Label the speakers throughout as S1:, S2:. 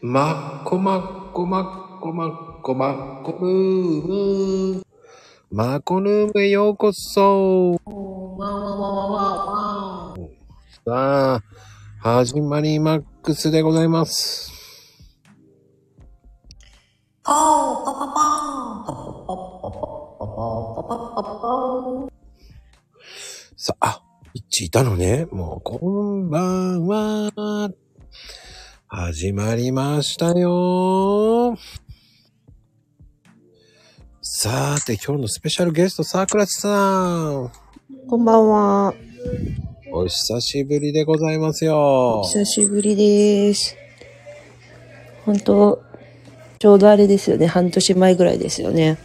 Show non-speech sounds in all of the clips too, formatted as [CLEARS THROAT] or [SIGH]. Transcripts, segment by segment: S1: まっこまっこまっこまっこまっこルーム。まこルームへようこそ。
S2: わんわんわんわんわんわん
S1: さあ、始まりマックスでございます。
S2: ポンポポポンポポポポポポポポポ
S1: さあ、あ、一致いたのね。もう、こんばんは。始まりましたよ。さて、今日のスペシャルゲスト、桜地さん。
S3: こんばんは。
S1: お久しぶりでございますよ。
S3: 久しぶりです。本当ちょうどあれですよね。半年前ぐらいですよね。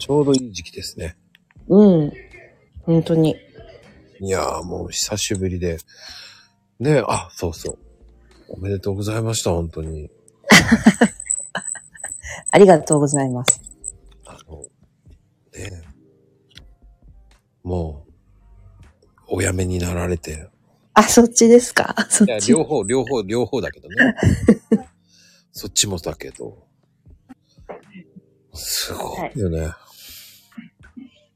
S1: ちょうどいい時期ですね。
S3: うん。本当に。
S1: いやーもう久しぶりで。ねえ、あ、そうそう。おめでとうございました、本当に。
S3: ありがとうございます。
S1: あの、ねえ。もう、おやめになられて。
S3: あ、そっちですかそっ
S1: いや、
S3: ち。
S1: 両方、両方、両方だけどね。 [LAUGHS] そっちもだけど。すごいよね。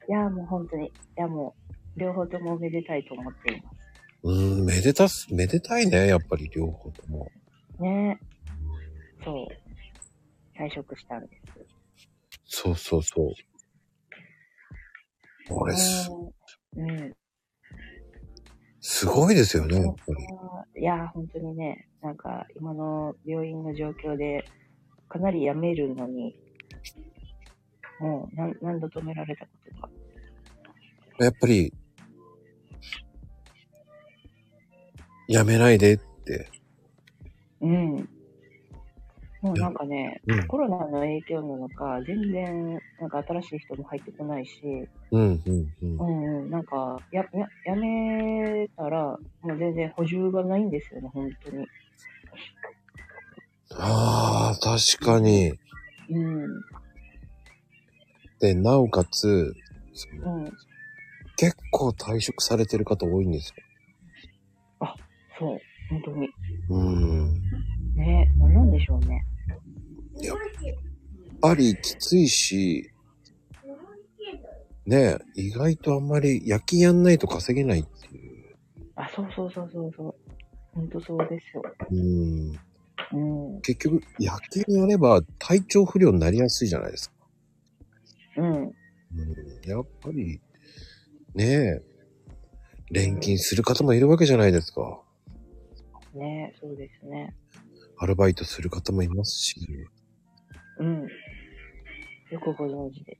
S4: いや、もう本当に。いや、もう、両方ともおめでたいと思っていま
S1: うん、めでたす、めでたいね、やっぱり両方とも。
S4: す。ねえ。そう。退職したんです。
S1: そうそうそう。これす、
S4: うん。うん
S1: すごいですよね、やっぱり。
S4: いや、本当にね、なんか、今の病院の状況で、かなり病めるのに、もう何、何度止められたことか。
S1: やっぱり、やめないでって。
S4: うん。もうなんかね、
S1: うん。
S4: コロナの影響なのか、全然、なんか新しい人も入ってこないし、
S1: うん、うん、うん
S4: う。んうん、なんかやや、やめたら、もう全然補充がないんですよね、本当に。
S1: ああ、確かに。
S4: うん、
S1: で、なおかつ、その
S4: うん、
S1: 結構退職されてる方多いんです
S4: そう、本当に。
S1: よ。うん。
S4: ね、なんなんでしょうね。
S1: やっぱりきついし、ねえ、意外とあんまり夜勤やんないと稼げないっていう。
S4: あ、そうそうそうそうそう。本当そうですよ。
S1: うん。
S4: うん、
S1: 結局、夜勤やれば体調不良になりやすいじゃないですか。
S4: う
S1: う
S4: ん、
S1: ん、やっぱり、ねえ、錬金する方もいるわけじゃないですか。
S4: ね、そうですね。
S1: アルバイトする方もいますし。
S4: うん。よくご存知で。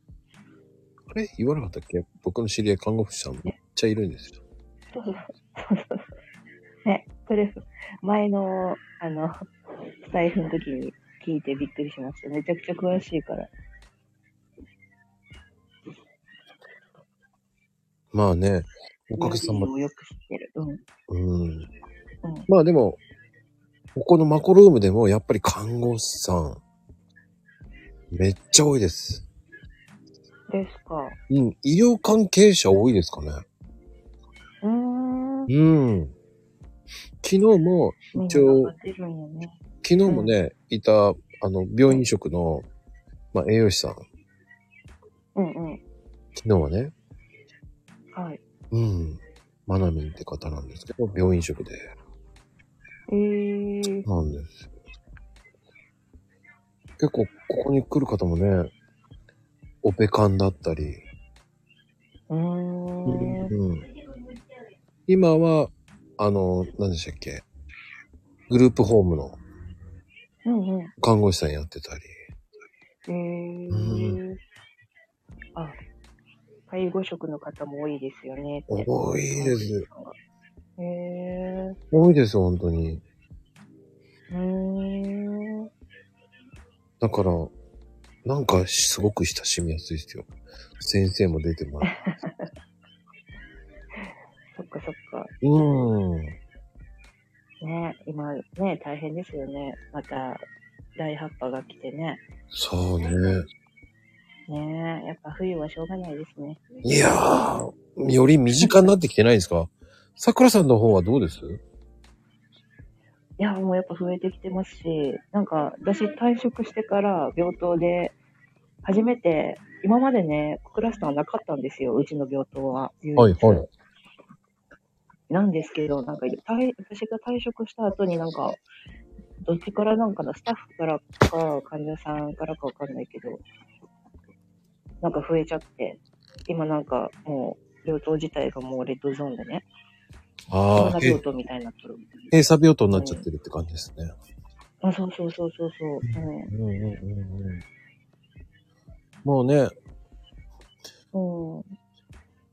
S4: [LAUGHS]
S1: あれ言わなかったっけ僕の知り合い看護婦さんめっちゃいるんですよ。
S4: そうそうそうそう。ね、それ、前の、あの、スタイフの時に聞いてびっくりしました。めちゃくちゃ詳しいから。
S1: まあね、おかげさま。
S4: もよく知ってる。うん。
S1: うん。
S4: うん
S1: まあでも、ここのマコルームでもやっぱり看護師さん、めっちゃ多いです。
S4: ですか。
S1: うん、医療関係者多いですかね。
S4: うーん。
S1: うん。昨日も、一応
S4: みんな頑張ってるんやね。
S1: 昨日もね、いた、あの、病院食の、まあ、栄養士さん、
S4: うんうん。
S1: 昨日はね、
S4: はい。
S1: うん、マナミンって方なんですけど、病院食で。
S4: えー、
S1: なんですよ。結構、ここに来る方もね、オペンだったり、
S4: うーん。
S1: うん。今は、あの、何でしたっけ、グループホームの
S4: うんうん。
S1: 看護師さんやってたり、
S4: えー。あ、介護職の方も多いですよねって。
S1: 多いです。
S4: えー。
S1: 多いです、本当に。
S4: うーん。
S1: だから、なんか、すごく親しみやすいですよ。先生も出てもらう。
S4: そっかそっか。
S1: うん。
S4: ね今ね、大変ですよね。また、第8波が来てね。
S1: そうね。
S4: ねやっぱ冬はしょうがないですね。
S1: いやー、より身近になってきてないですか桜さんの方はどうです
S4: いや、もうやっぱ増えてきてますし、なんか私退職してから病棟で初めて、今までね、クラスターなかったんですよ、うちの病棟は。
S1: はいはい。
S4: なんですけど、なんか退私が退職した後になんか、どっちからなんかのスタッフからか患者さんからかわかんないけど、なんか増えちゃって、今なんかもう病棟自体がもうレッドゾーンでね、コロ
S1: ああ
S4: ナ、病
S1: え
S4: 棟みたいになってる。
S1: 閉鎖病棟になっちゃってるって感じですね。
S4: あ、そうそうそうそうそう。うん
S1: うんうんうんうん。もうね、
S4: うん。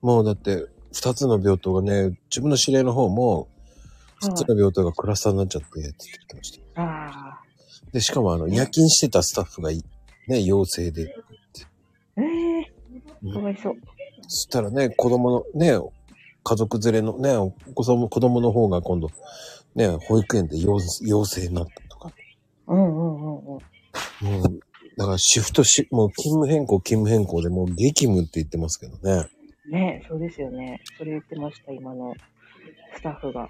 S1: もうだって、二つの病棟がね、自分の知り合いの方も、
S4: はい
S1: 二つの病棟がクラスターになっちゃって、って言ってました。
S4: ああ。
S1: で、しかもあの、夜勤してたスタッフがい、ね、陽性で。
S4: ええ
S1: うん
S4: かわいそう。
S1: そしたらね、子供の、ね、家族連れのね、お子さんも子供の方が今度、ね、保育園で陽陽性になったとか。
S4: うんうんうんうん。
S1: もう、だからシフトし、もう勤務変更、勤務変更でもう激務って言ってますけどね。
S4: ねそうですよね。それ言ってました、今のスタッフが。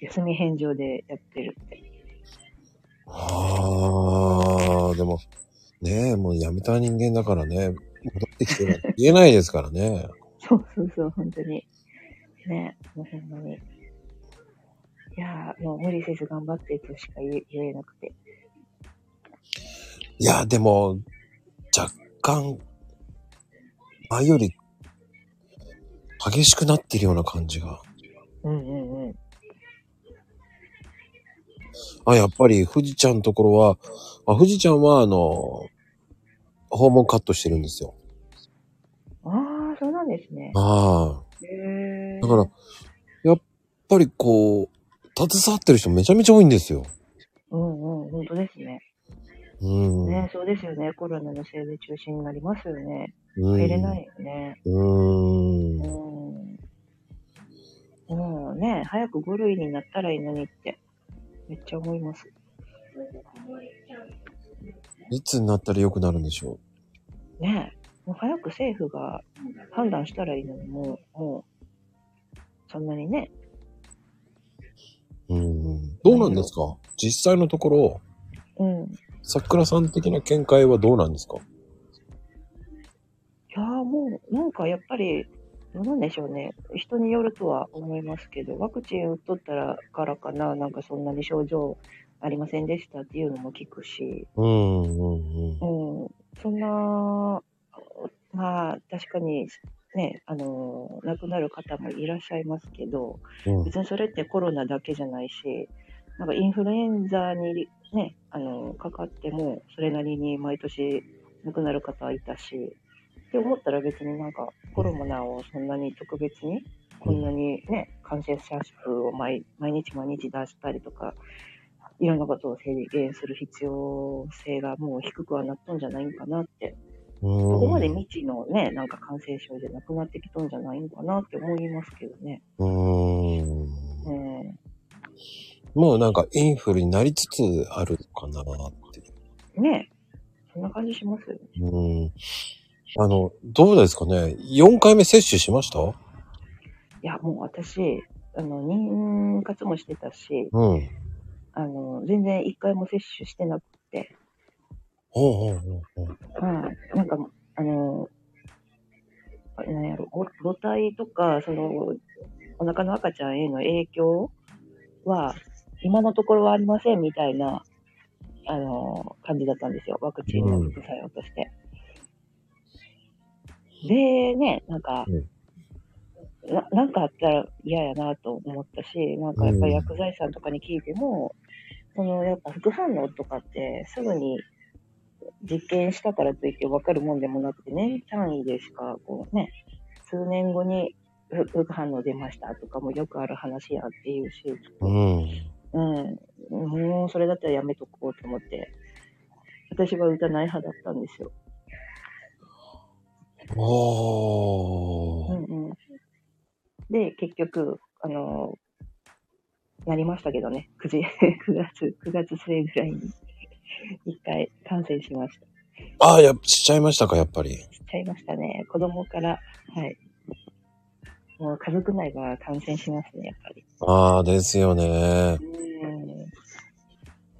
S4: 休み返上でやってるって。
S1: ああ、でも、ねえ、もう辞めた人間だからね、戻ってきてない。言えないですからね。
S4: そうそうそう、本当に。ねもうほんまに。いやー、もう無理せず頑張ってとしか言え言えなくて。
S1: いや、でも、若干、前より、激しくなってるような感じが。
S4: うんうんうん。
S1: あ、やっぱり、富士ちゃんのところは、あ、富士ちゃんは、あの、訪問カットしてるんですよ。
S4: ああ、そうなんですね。
S1: ああ。
S4: へえ。
S1: だから、やっぱりこう、携わってる人めちゃめちゃ多いんですよ。
S4: うんうん、本当ですね。
S1: うん。
S4: ねそうですよね。コロナのせいで中止になりますよね。
S1: うん、
S4: 入れないよね。
S1: うーん。
S4: うん。もうね、早く5類になったらいいのにって、めっちゃ思います。
S1: いつになったら良くなるんでしょ
S4: ねえもう早く政府が判断したらいいのに、もう、もう、そんなにね。
S1: う。うん。どうなんですか実際のところ、
S4: うん。い
S1: 桜さん的な見解はどうなんですか
S4: やーもう、なんかやっぱり、どうなんでしょうね。人によるとは思いますけど、ワクチン打っとったらからかな、なんかそんなに症状ありませんでしたっていうのも聞くし、
S1: うん、うん、うん。
S4: うん、そんな、まあ、確かに、ね、あの、亡くなる方もいらっしゃいますけど、
S1: うん
S4: 別にそれってコロナだけじゃないし、なんかインフルエンザにね、あの、かかっても、それなりに毎年亡くなる方はいたし、って思ったら別になんかコロナをそんなに特別に、こんなにね、感染者数を毎毎日毎日出したりとか、いろんなことを制限する必要性がもう低くはなっとんじゃないんかなって、そこまで未知のね、なんか感染症でなくなってきとんじゃないんかなって思いますけどね。
S1: うん。
S4: うん
S1: もうなんかインフルになりつつあるかなって。
S4: ねそんな感じしますよね。
S1: うん。あの、どうですかね ?4 回目接種しました
S4: いや、もう私、あの、妊活もしてたし、
S1: うん。
S4: あの、全然一回も接種してなくて、
S1: ほうほうほうほう。
S4: はい。なんか、あの、あれなんやろ、ご母体とか、その、お腹の赤ちゃんへの影響は、今のところはありませんみたいな、あの、感じだったんですよ。ワクチンの副作用として。で、ね、なんか、ななんかあったら嫌やなと思ったし、なんかやっぱり薬剤師さんとかに聞いても、そのやっぱ副反応とかってすぐに実験したからといって分かるもんでもなくて、年単位でしか、こうね、数年後にふ副反応出ましたとかもよくある話やっていうし、
S1: うん。
S4: うん、もうそれだったらやめとこうと思って、私は打たない派だったんですよ。
S1: お
S4: う
S1: ー。
S4: んうん、で、結局、あのなりましたけどね、9, [LAUGHS] 時9月、9月末ぐらいに一回感染しました。
S1: ああ、やっぱしちゃいましたか、やっぱり。
S4: しちゃいましたね。子供から、はい。もう家族内は感染しますね、やっぱり。
S1: ああ、ですよね。
S4: うん。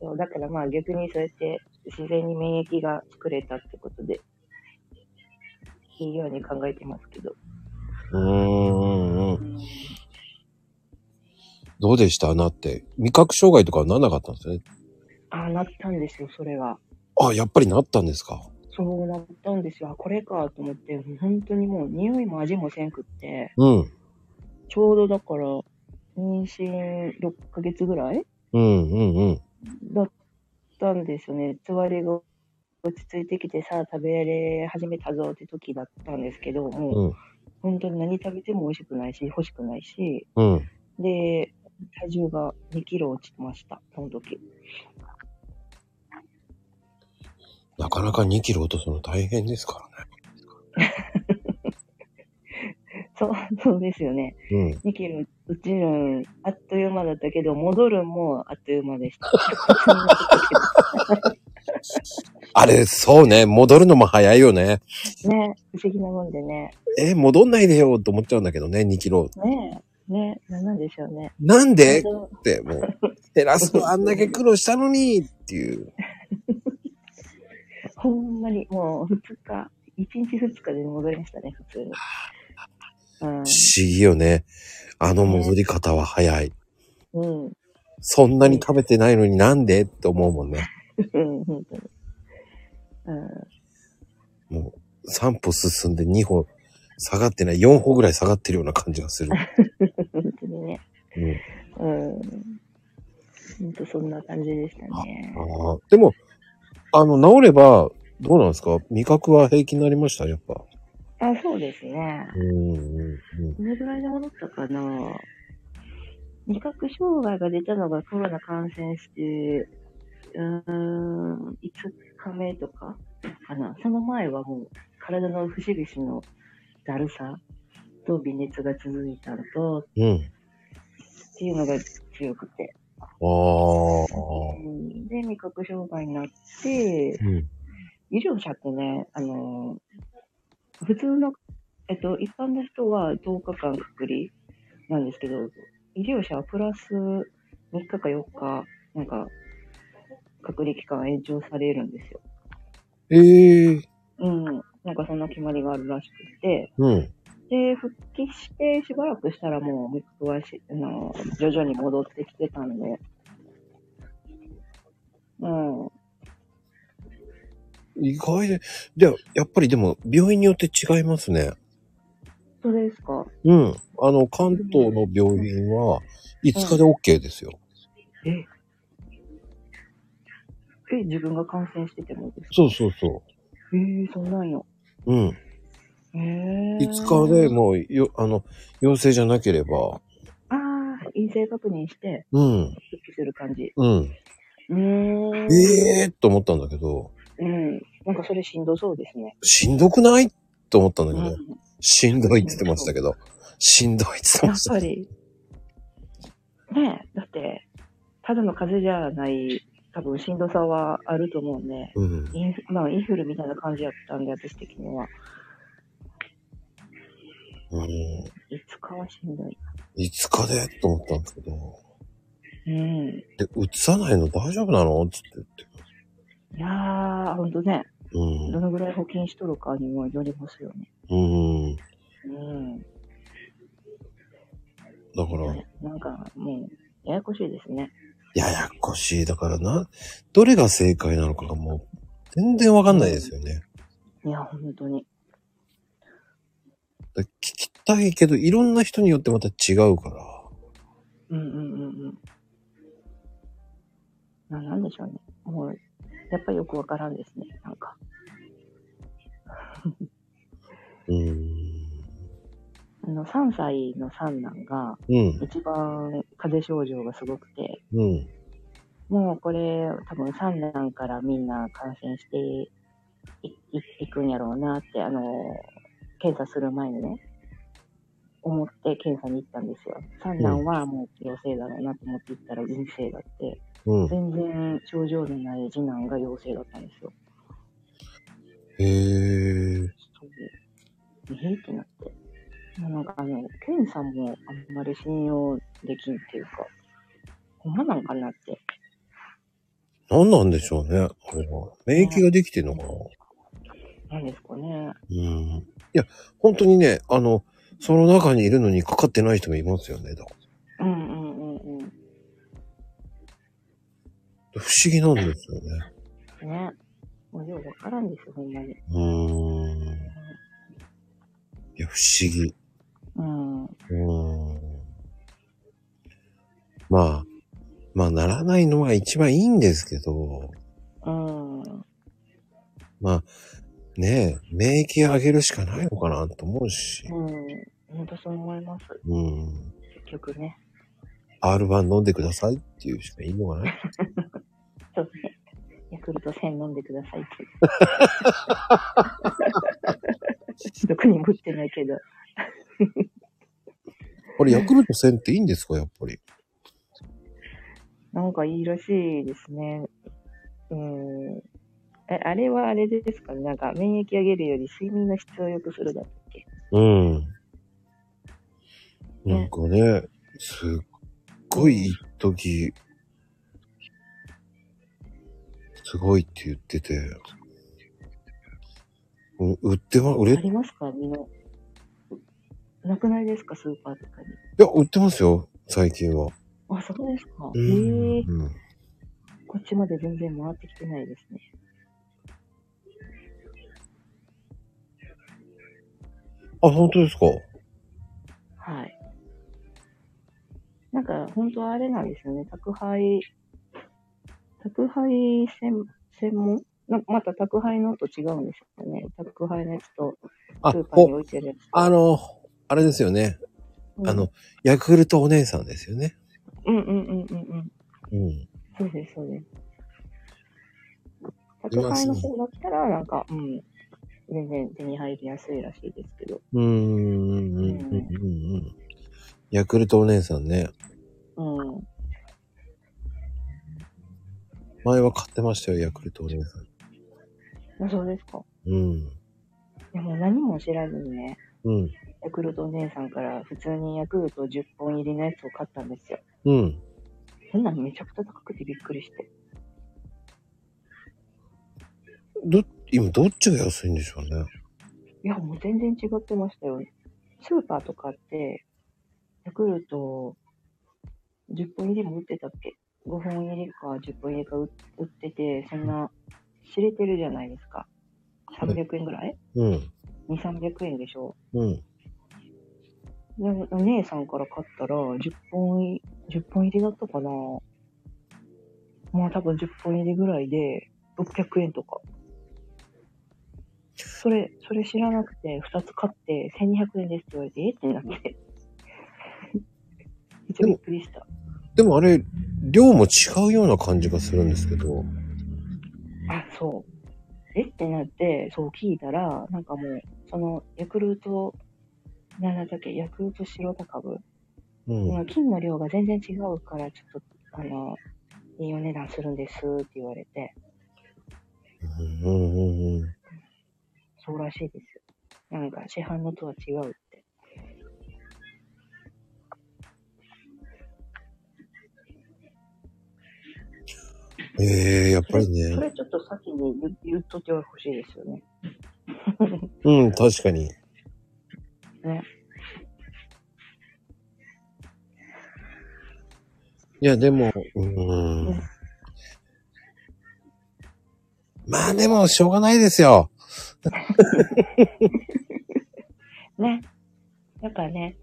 S4: そうだからまあ逆にそうやって自然に免疫が作れたってことで、いいように考えてますけど。
S1: うーんうん。どうでしたなって。味覚障害とかはなんなかったんですね。
S4: ああ、なったんですよ、それは。
S1: あ、やっぱりなったんですか。
S4: そうなったんですよ。あ、これかと思って、もう本当にもう匂いも味もせんくって、
S1: うん。
S4: ちょうどだから、妊娠6ヶ月ぐらい
S1: うんうんうん。
S4: だったんですよね。つわりが落ち着いてきてさあ食べれ始めたぞって時だったんですけど、もう
S1: うん
S4: 本当に何食べても美味しくないし、欲しくないし、
S1: うん。
S4: で、体重が2キロ落ちてました、その時。
S1: なかなか2キロ落とすの大変ですから
S4: そう、そうですよね。
S1: ね。
S4: 2キロ落ちるん、あっという間だったけど、戻るんもあっという間で [LAUGHS] した。
S1: うん。あれ、そうね。戻るのも早いよね。
S4: ね、不思議なもんでね。
S1: えー戻んないでよと思っちゃうんだけどね、2キロ。
S4: ねえ、ねえ、なんなんでしょうね。
S1: なんで
S4: 本当
S1: って、もう、減らすのあんだけ苦労したのにっていう。
S4: ほんまにもう2日、1日2日で戻りましたね、普通に。う
S1: 不思議よね。あの戻り方は早い。
S4: ん。うん。
S1: そんなに食べてないのになんでって思うもんね。
S4: うん、本当に。うん。
S1: もう、3歩進んで2歩下がってない、4歩ぐらい下がってるような感じがす [LAUGHS] る。
S4: 本当にね。
S1: うん
S4: うん。本当そんな感じでしたね。
S1: あーでも、あの、治れば、どうなんですか味覚は平気になりましたやっぱ。
S4: あ、そうですね。
S1: うんうんうん。
S4: どれぐらいで戻ったかな味覚障害が出たのがコロナ感染して、うーん、5日目とかかな。その前はもう体の節々のだるさと微熱が続いたのと、
S1: うん。
S4: っていうのが強くて。
S1: ああ。
S4: うんで、味覚障害になって、
S1: うん。
S4: 医療者ってね、あのー普通の、えっと、一般の人は10日間隔離なんですけど、医療者はプラス3日か4日、なんか、隔離期間延長されるんですよ。
S1: ええ
S4: うん。なんかそんな決まりがあるらしくて、
S1: うん。
S4: で、復帰してしばらくしたらもう味覚はし、あのー徐々に戻ってきてたんで、うん。
S1: 意外で。で、やっぱりでも、病院によって違いますね。
S4: そうですか。
S1: うん。あの、関東の病院は、5日で OK ですよ。
S4: ええ、自分が感染しててもですか
S1: そうそうそ
S4: えー、そんなんよ。
S1: う。うん。
S4: えー、
S1: 5日でもう、よ、あの、陽性じゃなければ、
S4: ああ、陰性確認して、
S1: うん、
S4: 復帰する感じ。
S1: うん。
S4: うーん。
S1: ええー、と思ったんだけど、
S4: うん。なんかそれしんどそうですね。
S1: しんどくないと思ったんだ
S4: う
S1: け
S4: ん、
S1: ど、しんどいって言ってましたけど、しんどいって言って
S4: や
S1: ま
S4: っ
S1: した
S4: ぱ。り。ねえ、だって、ただの風邪じゃない、多分しんどさはあると思うね。
S1: うん。
S4: インフまあ、インフルみたいな感じやったんで、私的には。
S1: うん、
S4: いつかはしんどい。
S1: 5日でと思ったんですけど、
S4: うん。
S1: で、うつさないの大丈夫なのつって言って。
S4: いやー、ほんとね、
S1: うん
S4: ど。のぐらい保険しとるかにもよりますよね。
S1: うん。
S4: うん。
S1: だから、
S4: なんか、もう、ややこしいですね。
S1: ややこしい。だからな、どれが正解なのかがもう、全然わかんないですよね。
S4: いや、ほんとに。
S1: だ聞きたいけど、いろんな人によってまた違うから。
S4: うんうんうんうん。な、なんでしょうね。もう、やっぱりよくわからんですね。なんか。
S1: うん。
S4: あの、3歳の三男が、
S1: うん。
S4: 一番風邪症状がすごくて、
S1: うん。
S4: もうこれ、多分三男からみんな感染していいいくんやろうなって、あの、検査する前にね、思って検査に行ったんですよ。三男はもう陽性だろうなと思って行ったら陰性だって、
S1: うん。
S4: 全然症状のない次男が陽性だったんですよ。
S1: へえ。
S4: そうえーってなって。もうなんかあの、検査もあんまり信用できんっていうか、ほんまなんかなって。
S1: 何なんでしょうね。あれは。免疫ができてんのかな
S4: なんですかね。
S1: うん。いや、本当にね、あの、その中にいるのにかかってない人もいますよね。だから
S4: うんうんうんうん。
S1: 不思議なんですよね。
S4: ね。もうようわからんですよ、ほんまに。
S1: うーん。いや、不思議。
S4: うん。
S1: うーん。まあ、まあ、ならないのが一番いいんですけど、
S4: うん。
S1: まあ、ねえ、免疫上げるしかないのかなと思うし
S4: う、ん。本当そう思います。
S1: うん。
S4: 結局ね。
S1: R1 飲んでくださいっていうしかいいのかない。
S4: そうね。ヤクルト1000飲んでください [LAUGHS] って。どこにも売ってないけど。
S1: これ、ヤクルト1000っていいんですか、やっぱり。
S4: なんかいいらしいですね。うん。え、あれはあれですかね。なんか免疫上げるより睡眠の質を良くするだったっけ
S1: うん。なんかね、すっごい一時、すごいって言ってて、う売ってま、売れ、い
S4: ありますかみんな。なくないですかスーパーとかに。
S1: や、売ってますよ、最近は。
S4: あ、そうですか。
S1: う
S4: え
S1: ん
S4: えこっちまで全然回ってきてないですね。
S1: あ、本当ですか
S4: はい。なんか、本当はあれなんですよね。宅配、宅配専専門なまた宅配のと違うんですよね。宅配のやつと、
S1: あ
S4: スー、パーに
S1: お、
S4: 置いてるやつと。
S1: あの、あれですよね。
S4: うん
S1: あの、、ヤクルトお姉さんですよね。
S4: うんうんうんうんうん。
S1: うん。
S4: そうです、そうです。
S1: い
S4: 宅
S1: ます
S4: 配
S1: ね
S4: の方が来たら、なんか、うん、全然手に入りやすいらしいですけど。
S1: うーん、うん、うん、うんうん。ヤクルトお姉さんね。
S4: うん。
S1: 前は買ってましたよ、ヤクルトお姉さん。
S4: あそうですか。
S1: うん。
S4: でも何も知らずにね、
S1: うん。
S4: ヤクルトお姉さんから普通にヤクルト10本入りのやつを買ったんですよ。
S1: うん。
S4: そんなのめちゃくちゃ高くてびっくりして。
S1: ど、今どっちが安いんでしょうね。
S4: いや、もう全然違ってましたよ。スーパーとかって、ヤクルト10本入りも売ってたっけ ?5 本入りか10本入りか売売ってて、そんな知れてるじゃないですか。300円ぐらい
S1: うん。
S4: ?2、300円でしょ
S1: うん。
S4: でお姉さんから買ったら、10本い、10本入りだったかなもう多分10本入りぐらいで、600円とか。それ、それ知らなくて、2つ買って、1200円ですって言われて、えってなって。 [LAUGHS] めっちゃびっくりした。
S1: でもあれ、量も違うような感じがするんですけど。
S4: あ、そう。えってなって、そう聞いたら、なんかもう、その、ヤクルト、なんだっけ、ヤクルト白高部
S1: うん。
S4: まあ金の量が全然違うから、ちょっと、あの、いいお値段するんですって言われて、
S1: うんうんうん。
S4: そうらしいですよ。なんか市販のとは違うって。
S1: ええやっぱり
S4: そ
S1: ね。
S4: れちょっと先に言言っといてほしいですよね。
S1: うん、確かに。
S4: ね。
S1: いや、でも、う
S4: う
S1: ーん
S4: ん。
S1: まあでも、しょうがないですよ。
S4: ね。やっぱね、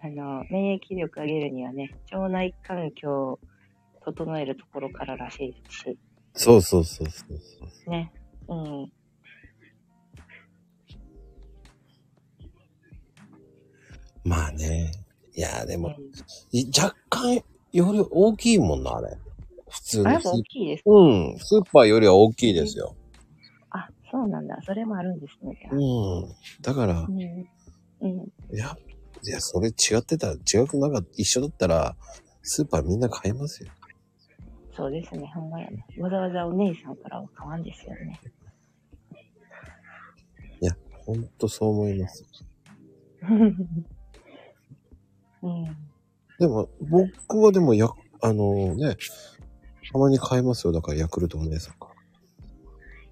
S4: あの、免疫力上げるにはね、腸内環境を整えるところかららしいし、
S1: そうそうそうそうそう。
S4: ね。うん。
S1: まあね。いや、で
S4: う
S1: も、
S4: ん
S1: い若干、より大きいもんな、あれ。普通
S4: あ、
S1: の
S4: やっ
S1: ス
S4: ぱ
S1: ー
S4: 大きいです。
S1: うん、スーパーよりは大きいですよ。
S4: あ、そうなんだ。それもあるんですね。
S1: うん。だから
S4: う、ん。うん。
S1: いや、いや、それ違ってた、違くなんか一緒だったら、スーパーみんな買えますよ。
S4: そうですね、ほんまやね。わざわざお姉さんからは買わんですよね。
S1: ほんとそう思います。
S4: うん。
S1: でも、僕はでもや、あのね、たまに買えますよ。だからヤクルトお姉さんか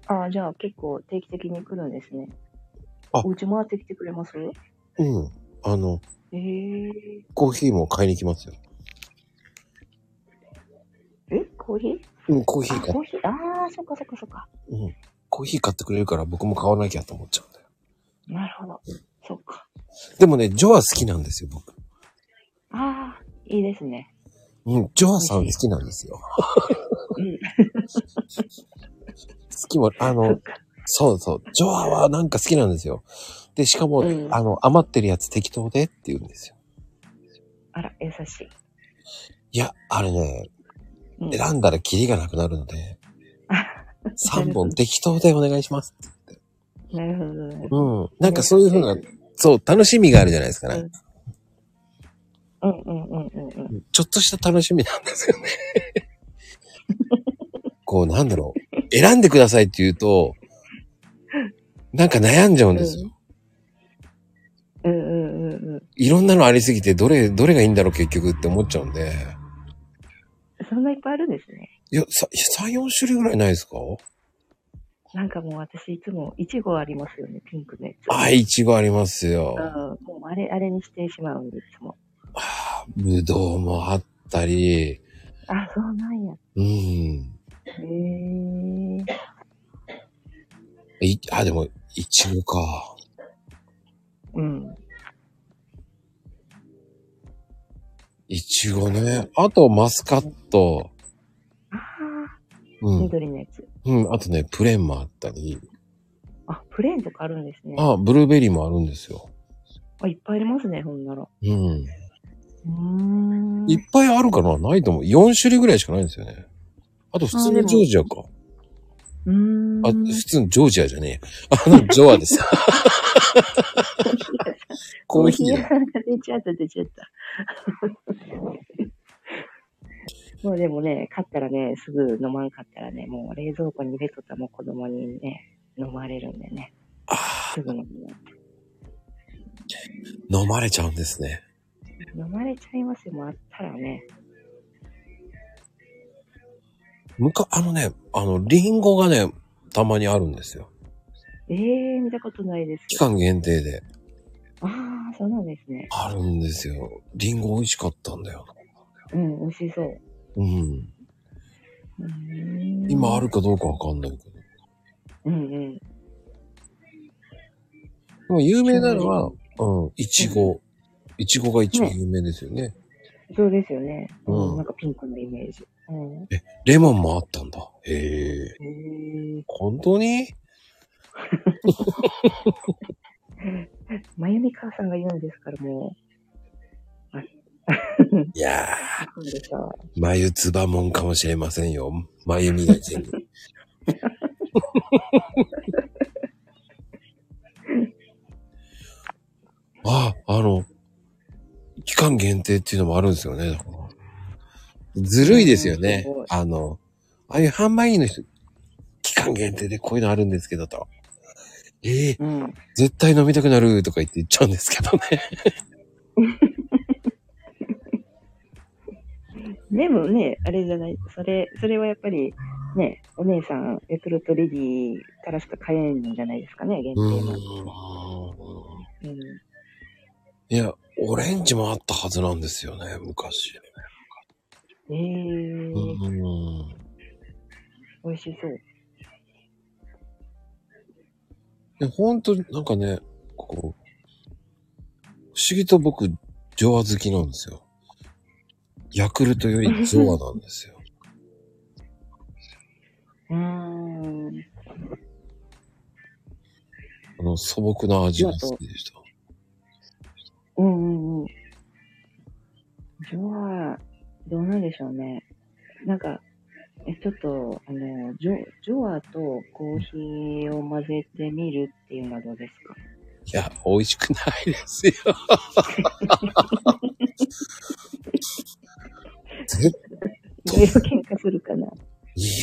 S1: ら。
S4: ああ、じゃあ結構定期的に来るんですね。
S1: あ
S4: お家回ってきてくれますえ
S1: うん。あの、
S4: えー。
S1: コーヒーも買いに来ますよ。
S4: えコーヒー
S1: うん、コーヒー
S4: あ、
S1: 買
S4: コーヒー。ああ、そっかそっかそっか。
S1: うん。コーヒー買ってくれるから僕も買わなきゃと思っちゃうんだよ。
S4: なるほど。そっか。
S1: でもね、ジョア好きなんですよ、僕。
S4: ああ、いいですね。
S1: うん、ジョアさん好きなんですよ。
S4: うん。
S1: 好きも、あ
S4: そ
S1: の
S4: っ、か。
S1: そうそう、ジョアはなんか好きなんですよ。で、しかも、
S4: うん
S1: あの、余ってるやつ適当でって言うんですよ。
S4: あら、優しい。
S1: いや、あれね、
S4: うん、
S1: 選んだらキリがなくなるの
S4: [LAUGHS]
S1: で、3
S4: なるほ
S1: 本
S4: ど
S1: 適当でお願いします。
S4: なるほどね。
S1: うん。なんかそういうふうな、そう、楽しみがあるじゃないですかね。
S4: うんうんうんうんうん。
S1: ちょっとした楽しみなんですよね。 [LAUGHS] こう、なんだろう。選んでくださいって言うと、なんか悩んじゃうんですよ。
S4: うんうんうんうん。
S1: いろんなのありすぎて、どれ、どれがいいんだろう結局って思っちゃうんで。
S4: そんないっぱいあるんですね。
S1: いや、さ3、4種類ぐらいないですか
S4: なんかもう私いつもイチゴありますよね、ピンクのやつ。
S1: あ、いちごありますよ。
S4: うん、もうあれ、あれにしてしまうんで、いつも。
S1: ぶどうもあったり、
S4: あ、そうなんや。
S1: うん。
S4: へえ。
S1: いあ、でも、いちごか。
S4: うん。
S1: いちごね。あと、マスカット。
S4: あ
S1: う
S4: あ、
S1: ん。
S4: 緑のやつ。
S1: うん。あとね、プレーンもあったり。
S4: あ、プレーンとかあるんですね。
S1: あ、ブルーベリーもあるんですよ。
S4: あ、いっぱいありますね、ほんな
S1: う
S4: ら。
S1: ん。
S4: うーん。
S1: いっぱいあるかなないと思う。4種類ぐらいしかないんですよね。あと、普通のジョージアか。
S4: うーん。
S1: あ、普通のジョージアじゃねえ。あの、ジョアです。 [LAUGHS] コーヒー
S4: 屋
S1: だ。
S4: さんが [LAUGHS] 出ちゃった、出 [LAUGHS] ちゃった。もうでもね、買ったらね、すぐ飲まんかったらね、もう冷蔵庫に入れとったらもう子供にね、飲まれるんでね、
S1: あ
S4: すぐ飲む。
S1: ー飲まれちゃうんですね。
S4: 飲まれちゃいますよ、もうあったらね。
S1: むか、あのね、あの、リンゴがね、たまにあるんですよ。
S4: ええー、見たことないです。
S1: 期間限定で。
S4: ああ、そうなんですね。
S1: あるんですよ。リンゴ美味しかったんだよ。
S4: うん、美味しそう。
S1: うん。
S4: うーん
S1: 今あ。るかどうかわかんないけど。
S4: うんうん。
S1: でも有名なのは、うん、いちご。いちごが一番有名ですよね。
S4: そうですよね。
S1: うん
S4: なんかピンクのイメージ。うん。
S1: レモンもあったんだ。へえ。
S4: へえ。
S1: 本当に
S4: まゆみ母さんが言うんですから、も
S1: いや
S4: う、そうでしょう。
S1: ー、眉つばもんかもしれませんよ。眉磨
S4: [LAUGHS]
S1: きに。あ、あの、期間限定っていうのもあるんですよね。だからずるいですよね
S4: うんすごい。
S1: あの、ああいう販売員の人、期間限定でこういうのあるんですけどと。ええ
S4: うん。
S1: 絶対飲みたくなるとか言って言っちゃうんですけどね。
S4: でもね、あれじゃない、それ、それはやっぱり、ね、お姉さん、ヤクルトレディからしか買えんんじゃないですかね、限定
S1: う
S4: の。
S1: ーん。
S4: うん。
S1: いや、オレンジもあったはずなんですよね、昔。
S4: えー
S1: う、ーん。
S4: 美味しそう。
S1: でほんと、なんかね、こう、不思議と僕、ジョア好きなんですよ。ヤクルトよりジョアなんです [LAUGHS] よ。
S4: うーん。
S1: あの、素朴な味が好きでした。
S4: うんうんうん。ジョア、どうなんでしょうね。なんか、えちょっと、あの、ジョジョアとコーヒーを混ぜてみるっていうのはどうですか
S1: いや、美味しくないです [LAUGHS] よ。絶
S4: いろいろ喧嘩するかない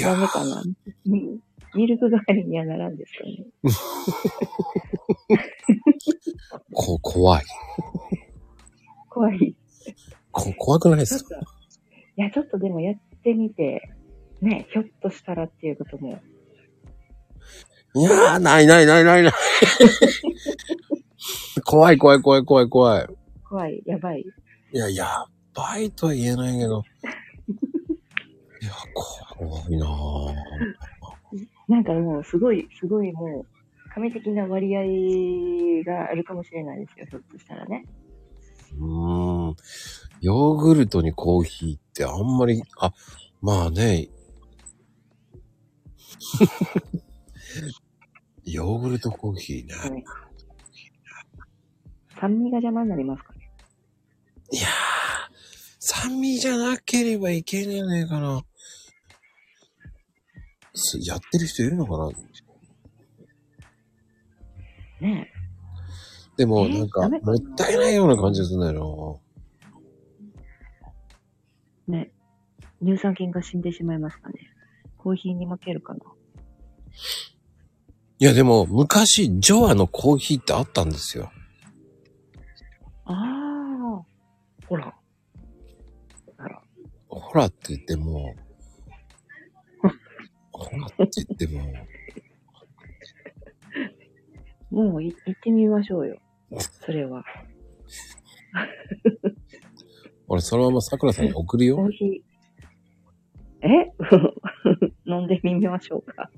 S4: ダ
S1: や、
S4: メかなミミルク代わりにはならんですかね。
S1: こ、怖い。
S4: 怖い。
S1: こ、怖くないで
S4: ちょっ
S1: す
S4: と
S1: か、
S4: いや、ちょっとでもやってみて、ね、ひょっとしたらっていうことも、
S1: いやー、ないないないないない。 [LAUGHS] 怖い怖い怖い怖い怖い。
S4: 怖い、やばい。
S1: いや、やっばいとは言えないけど。いや、怖いなぁ。
S4: なんかもう、すごい、すごいもう、神的な割合があるかもしれないですよ、ひょっとしたらね。
S1: うーん。ヨーグルトにコーヒーってあんまり、あ、まあね。 [LAUGHS] ヨーグルトコーヒーね。
S4: ね酸味が邪魔になりますかね。
S1: いやー、酸味じゃなければいけねえんじゃねえかな。すやってる人いるのかな
S4: ね
S1: でも、
S4: えー
S1: なんか、
S4: ダメか
S1: もっ
S4: な
S1: たいないような感じがするんだよ
S4: ね乳酸菌が死んでしまいますかね。コーヒーに負けるかな。
S1: な。いや、でも、昔、ジョアのコーヒーってあったんですよ。
S4: ああ、ほら。あら、
S1: ほらって言って
S4: [LAUGHS]
S1: も、ほらって言っても、
S4: もうい行ってみましょうよ。それは。
S1: 俺そのまま桜さんに送る
S4: コ
S1: よ
S4: ー。ヒー。え [LAUGHS] 飲んでみましょうか。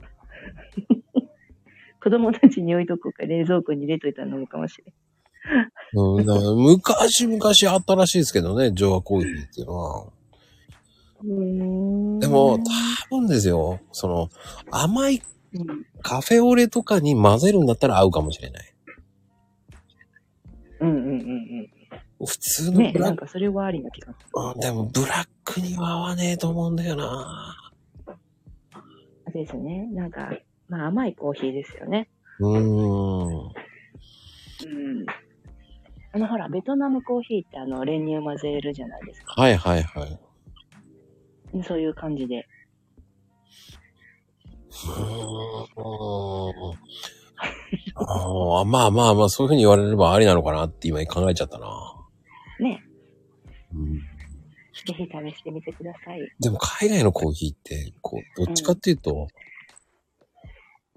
S4: [LAUGHS] 子供たちに置いとこうか、冷蔵庫に入れといたら飲むかもしれん。
S1: うん、だから昔々あったらしいですけどね、ジョアコーヒーっていうのは。でも、多分ですよ、その、甘い
S4: うん、
S1: カフェオレとかに混ぜるんだったら合うかもしれない。
S4: うんうんうん
S1: 普通
S4: うん。
S1: の
S4: ね
S1: ブラ
S4: な
S1: ッ
S4: ん
S1: ク、
S4: かそれはありな気がす
S1: あでもブラックには合わねえと思うんだよな。
S4: る。ですね。なんか、まあ甘いコーヒーですよね。
S1: うーん。
S4: うん。あのほら、ベトナムコーヒーってあの練乳混ぜるじゃないですか。
S1: はいはいはい。
S4: そういう感じで。
S1: うーんあーまあまあまあ、そういうふうに言われればありなのかなって今考えちゃったな。
S4: ね。
S1: うん
S4: ぜひ試してみてください。
S1: でも海外のコーヒーって、こう、どっちかっていうと、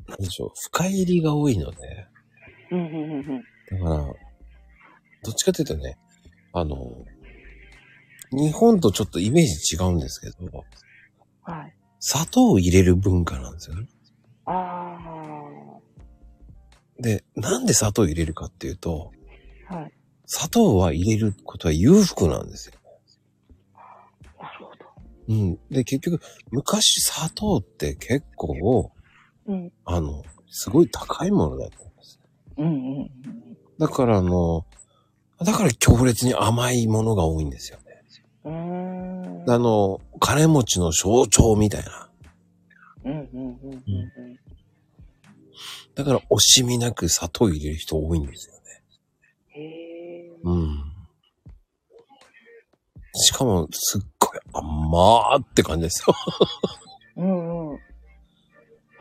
S1: なんでしょう、深入りが多いので、
S4: うんうんうんうん。
S1: だから、どっちかっていうとね、あの、日本とちょっとイメージ違うんですけど、
S4: はい。
S1: 砂糖を入れる文化なんですよね。
S4: あ
S1: で、なんで砂糖を入れるかっていうと、
S4: あ。はい。
S1: 砂糖は入れることは裕福なんですよ。
S4: なるほど。
S1: うん。で、結局、昔砂糖って結構、
S4: うん。
S1: あの、すごい高いものだったんです。
S4: うんうんうん
S1: だからあの、だから強烈に甘いものが多いんですよね。
S4: うん。うーん。
S1: あの、金持ちの象徴みたいな。
S4: うんうんうんうんうん。
S1: だから惜しみなく砂糖入れる人多いんですよね。
S4: へえ。
S1: うん。しかも、すっごい甘ーって感じですよ。
S4: うんうん。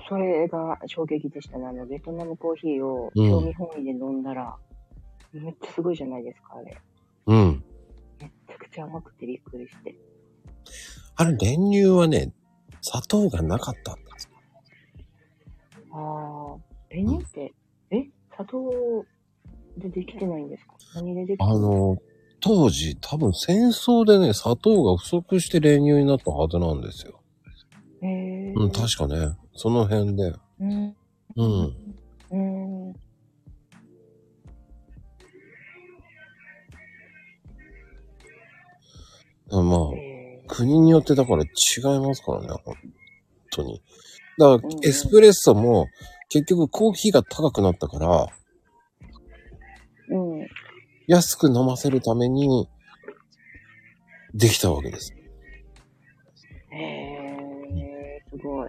S4: それが衝撃でしたね。あの、ベトナムコーヒーを
S1: うん
S4: 興味本位で飲んだら、めっちゃすごいじゃないですか、あれ。
S1: うん。
S4: めっちゃくちゃ甘くてびっくりして。
S1: あれ、練乳はね、砂糖がなかったんですよ。
S4: ああ、練乳って、え砂糖でできてないんですか何でできて
S1: あ
S4: る
S1: の、当時、多分戦争でね、砂糖が不足して練乳になったはずなんですよ。
S4: へえ。
S1: うん、確かね。その辺で。
S4: うん。
S1: うん。
S4: うん。
S1: まあ、
S4: え
S1: 国によってだから違いますからね、本当に。だか
S4: うん
S1: ら
S4: う、ん
S1: エスプレッソも、結局コーヒーが高くなったから、
S4: ーうん。
S1: 安く飲ませるために、できたわけです。
S4: へえ、すごい。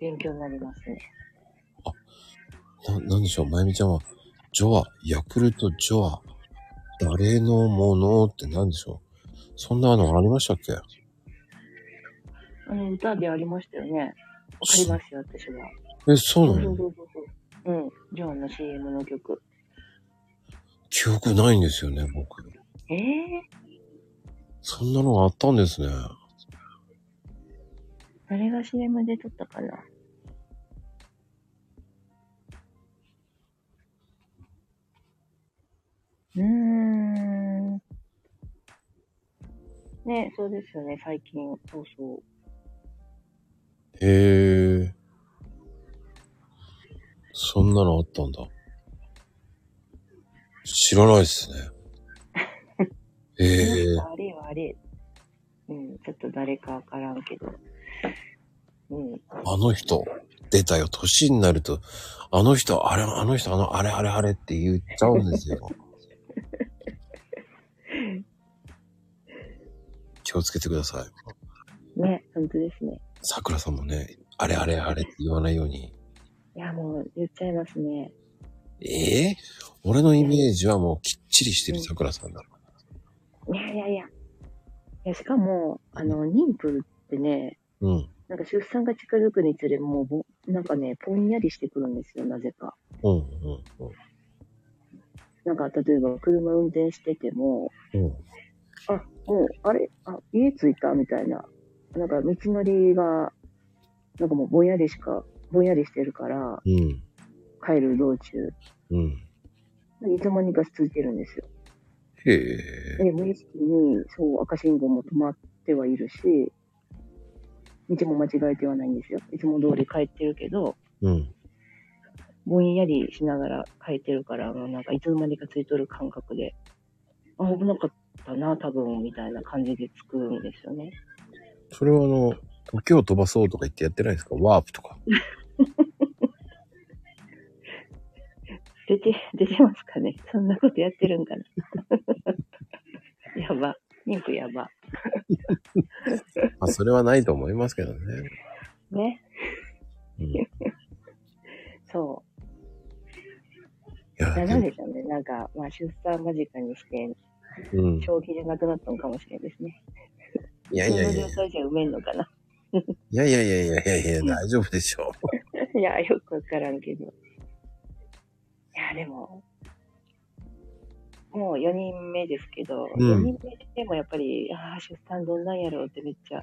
S4: 勉強になりますね。
S1: な、なんでしょう、まゆみちゃんは、ジョア、ヤクルトジョア、誰のものってなんでしょう。そんなのありましたっけ
S4: あの歌でありましたよね。わかりますよ、私は。
S1: え、そうな
S4: そ
S1: の
S4: うそうそうそう。うん。ジョンの CM の曲。
S1: 記憶ないんですよね、僕。
S4: ええ
S1: そんなのがあったんですね。
S4: 誰が CM で撮ったかなうーん。ねそうですよね、最近。そうそう。
S1: へえ。そんなのあったんだ。知らないですね。へえ。
S4: あれはあれ。うん、ちょっと誰かわからんけど。うん。
S1: あの人、出たよ。年になると、あの人、あれ、あの人、あの、あれ、あれ、あれって言っちゃうんです [LAUGHS] よ。気をつけてください。
S4: ね、本当ですね。
S1: 桜さんもね、あれ、あれ、あれって言わないように。
S4: いや、もう言っちゃいますね。
S1: ええ俺のイメージはもうきっちりしてる桜さんだ。
S4: いやいやいや。いやしかも、あの、妊婦ってね、
S1: うん。
S4: なんか出産が近づくにつれ、もうぼ、なんかね、ぽんやりしてくるんですよ、なぜか。
S1: うん、うん、う
S4: なんか、例えば、車運転してても、
S1: ん。うん。
S4: あ、もう、あれあ、家着いたみたいな。なんか、道のりが、なんかもう、ぼんやりしか、ぼんやりしてるから、
S1: うん。
S4: 帰る道中、
S1: うん。
S4: いつまにか続いてるんですよ。
S1: へえ。
S4: で、無意識に、そう、赤信号も止まってはいるし、道も間違えてはないんですよ。いつも通り帰ってるけど、
S1: うん。
S4: ぼんやりしながら帰ってるから、もうなんかいつの間にかついとる感覚で、あ、危なかったな、多分、みたいな感じでつくんですよね。
S1: それはあの、時を飛ばそうとか言ってやってないですかワープとか。
S4: 出て、 [LAUGHS] 出てますかねそんなことやってるんかな [LAUGHS] やば。妊婦やば。
S1: あ、それはないと思いますけどね。
S4: ね。
S1: うん。い
S4: そう。
S1: や、
S4: いや
S1: で
S4: なん
S1: も
S4: でしょうね。なんか、まあ、出産間近にして、
S1: うん。
S4: 長期でなくなったのかもしれないですね。
S1: いやいやいや
S4: その状。態じゃ埋めんのかな。
S1: いやいやいやいやいやいや、大丈夫でしょ
S4: いや、よくわからんけど。いや、でも、もう4人目ですけど、
S1: うん
S4: 4人目でもやっぱり、ああ、出産どんなんやろうってめっちゃ、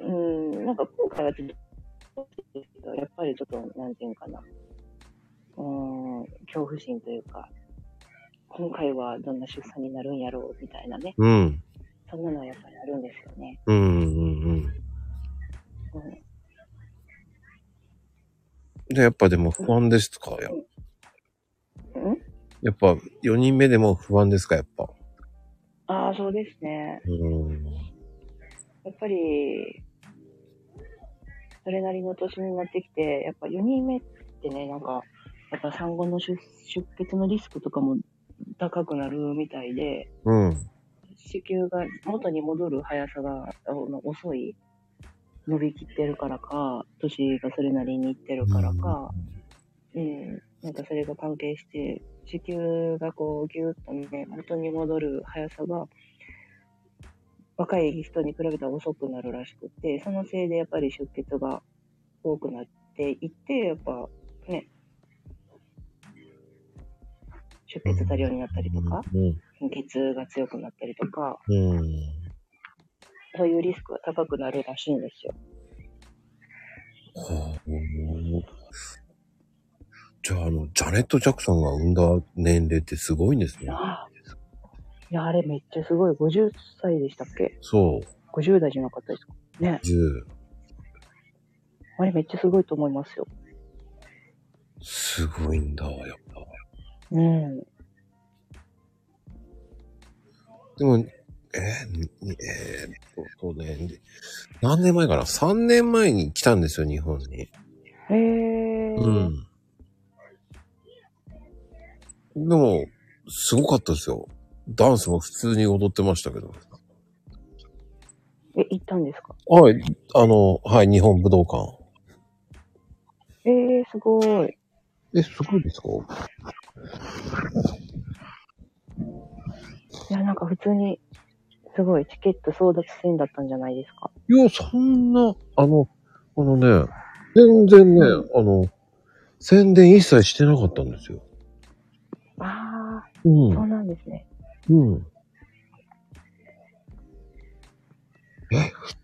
S4: うん、なんか今回はちょっと、やっぱりちょっと、なんていうんかな、うん、恐怖心というか、今回はどんな出産になるんやろうみたいなね、
S1: う。うん。
S4: そんなのはやっぱりあるんですよね。
S1: うんうんうん。
S4: うん
S1: で、やっぱでも不安ですかや
S4: うん
S1: やっぱ4人目でも不安ですかやっぱ。
S4: ああ、そうですね。
S1: うん。
S4: やっぱり、それなりの年になってきて、やっぱ4人目ってね、なんか、やっぱ産後の出出血のリスクとかも高くなるみたいで、
S1: うん。
S4: 子宮が元に戻る速さがあの遅い、伸びきってるからか、年がそれなりにいってるからか、うん、なんかそれが関係して、子宮がこうギュッとね、元に戻る速さが、若い人に比べたら遅くなるらしくて、そのせいでやっぱり出血が多くなっていって、やっぱね、出血多量になったりとか、
S1: うん。
S4: 貧血が強くなったりとか、
S1: うん。
S4: そういうリスクが高くなるらしいんですよ。
S1: はあじゃあ、あの、ジャネット・ジャクソンが産んだ年齢ってすごいんですね。
S4: いや、あれめっちゃすごい。50歳でしたっけ
S1: そう。
S4: ?50 代じゃなかったですかね。
S1: 10。
S4: あれめっちゃすごいと思いますよ。
S1: すごいんだ、やっぱ。
S4: うん。
S1: でも、えーにえーそうそうね。で何年前かな ?3 年前に来たんですよ、日本に。
S4: へえ。
S1: うん。でも、すごかったですよ。ダンスも普通に踊ってましたけど。
S4: え、行ったんですか
S1: はい、あの、はい、日本武道館。
S4: えー、すごい。
S1: え、すごいですか
S4: いや、なんか普通に、すごい、チケット争奪戦だったんじゃないですか。
S1: いや、そんな、あの、あのね、全然ね、あの、宣伝一切してなかったんですよ。
S4: ああ、
S1: う、
S4: そうんなんですね。
S1: うん。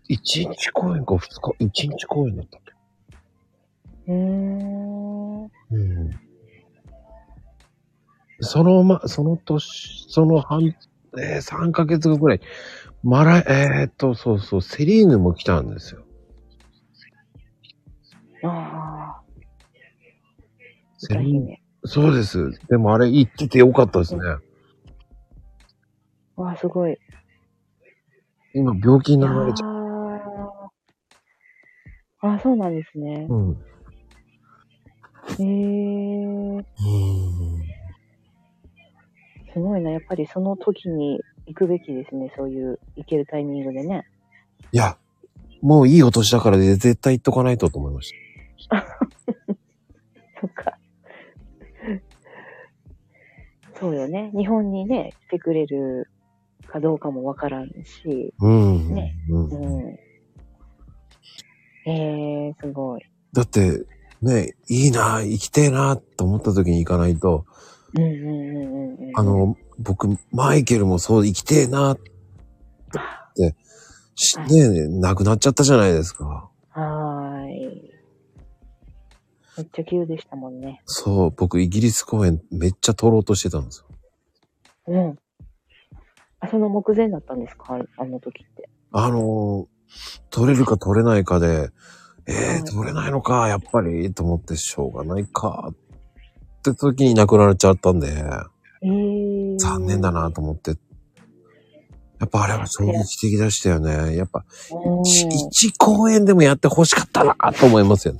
S1: 一日公演か二日、一日公演だったっけ
S4: うーん。
S1: うん。そのま、その年、その半、えー、3ヶ月後ぐらい、マラ、えー、っと、そうそう、セリーヌも来たんですよ。
S4: ああ、
S1: セ
S4: 歌
S1: リーヌ。
S4: 姫。
S1: そうです。でもあれ行っててよかったですね。
S4: わあ、すごい。
S1: 今病気に
S4: あ
S1: なられちゃ
S4: あー、あそうなんですね
S1: う。。うん。う
S4: へえ、
S1: ーん。
S4: すごいな。やっぱりその時に行くべきですね。そういう、行けるタイミングでね。
S1: いや、もういいお年だからで絶対行っとかないとと思いました。
S4: そっか。そうよね。日本にね、来てくれるかどうかもわからんし。
S1: うん。
S4: ねう
S1: うん、
S4: ん。へえ、すごい。
S1: だって、ね、いいな、行きてえな、と思った時に行かないと、
S4: うんうんうんうんうん。
S1: あ、の、僕、マイケルもそう生きてえな、って、し
S4: は
S1: ね、亡くなっちゃったじゃないですか。
S4: はーい。めっちゃ急でしたもんね。
S1: そう、僕、イギリス公演めっちゃ撮ろうとしてたんですよ。
S4: うん。あ、その目前だったんですかあの時って。
S1: あのー、撮れるか撮れないかで、
S4: は
S1: え
S4: い
S1: ー、撮れないのか、やっぱり、と思って、しょうがないか、って時に亡くなっちゃったんで、
S4: えー、
S1: 残念だな、と思って。やっぱあれは衝撃的でしたよね。やっぱ、
S4: うん。
S1: 一一公演でもやってほしかったな、と思いますよね。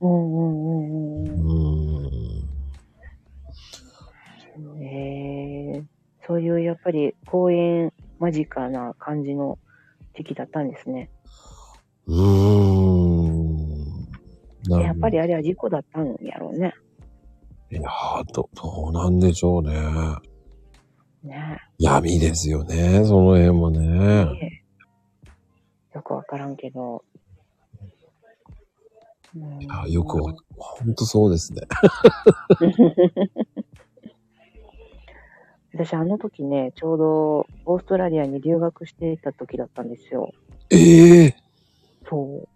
S4: うんうんうん
S1: う
S4: うん
S1: ーん。
S4: うん。えー、そういうやっぱり公演間近な感じの時期だったんですね。
S1: うーん。なるほど
S4: やっぱり。あれは事故だったんやろうね。
S1: いやーど、どうなんでしょうね。
S4: ね
S1: 闇ですよね、その辺も
S4: え
S1: ね。
S4: よくわからんけど。うん
S1: いやよくわ、ほんとそうですね。
S4: 私あの時ね、ちょうどオーストラリアに留学していた時だったんですよ。
S1: ええ
S4: そう。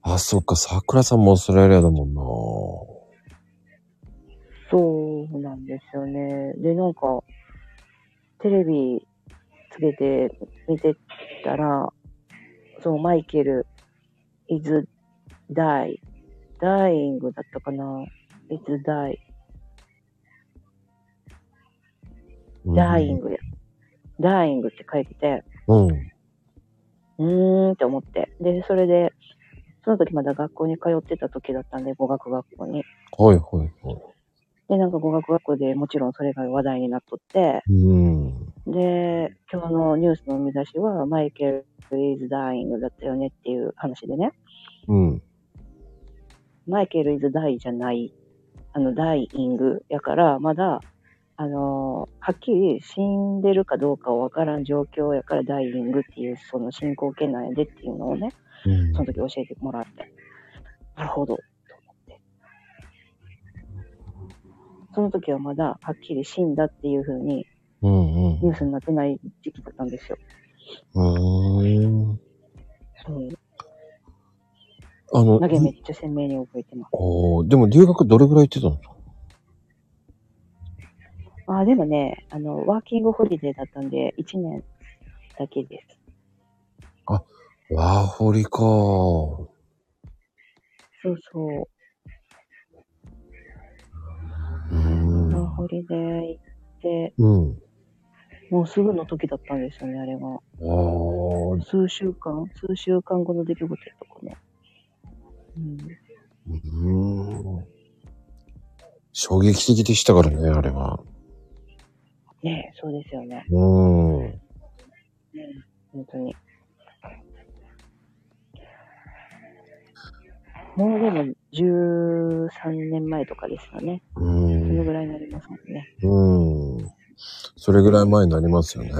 S1: あ、そっか、桜さんもオーストラリアだもんな。
S4: そうなんですよね。で、なんか、テレビつけて見てたら、そう、マイケル、is die, dying だったかな。is die,
S1: うん
S4: dying や。dying って書いてて、
S1: うん。
S4: うーんって思って。で、それで、その時まだ学校に通ってた時だったんで、語学学校に。
S1: はいはいはい。
S4: で、なんか語学学校でもちろんそれが話題になっとって、
S1: うん。
S4: で、今日のニュースの見出しは、マイケル・イズ・ダイイングだったよねっていう話でね、
S1: うん。
S4: マイケル・イズ・ダイじゃない、あの、ダイイングやから、まだ、あのーはっきり死んでるかどうかわからん状況やから、ダイイングっていう、その進行形なんやでっていうのをね、
S1: うん
S4: その時教えてもらって。なるほど。と思って。その時はまだはっきり死んだっていう風に
S1: うん
S4: ニュースになってない時期だったんですよ。
S1: うん。うーん。
S4: うん、
S1: あの、
S4: 投げめっちゃ鮮明に覚えてます。
S1: おーでも留学どれぐらい行ってたんですか
S4: ああ、でもね、あの、ワーキングホリデーだったんで、1年だけです。
S1: ワーホリかー。
S4: そうそうう。ワー
S1: ん。
S4: ホリデー行って、
S1: うん。
S4: もうすぐの時だったんですよね、あれが。
S1: ああ、
S4: 数週間数週間後の出来事やったかな。うん。
S1: うん。衝撃的でしたからね、あれは。
S4: ねえ、そうですよね。
S1: うん。
S4: 本当に。もうでも13年前とかですよね。
S1: う
S4: その
S1: ん。
S4: ぐらいになりますもんね。
S1: うん。それぐらい前になりますよね。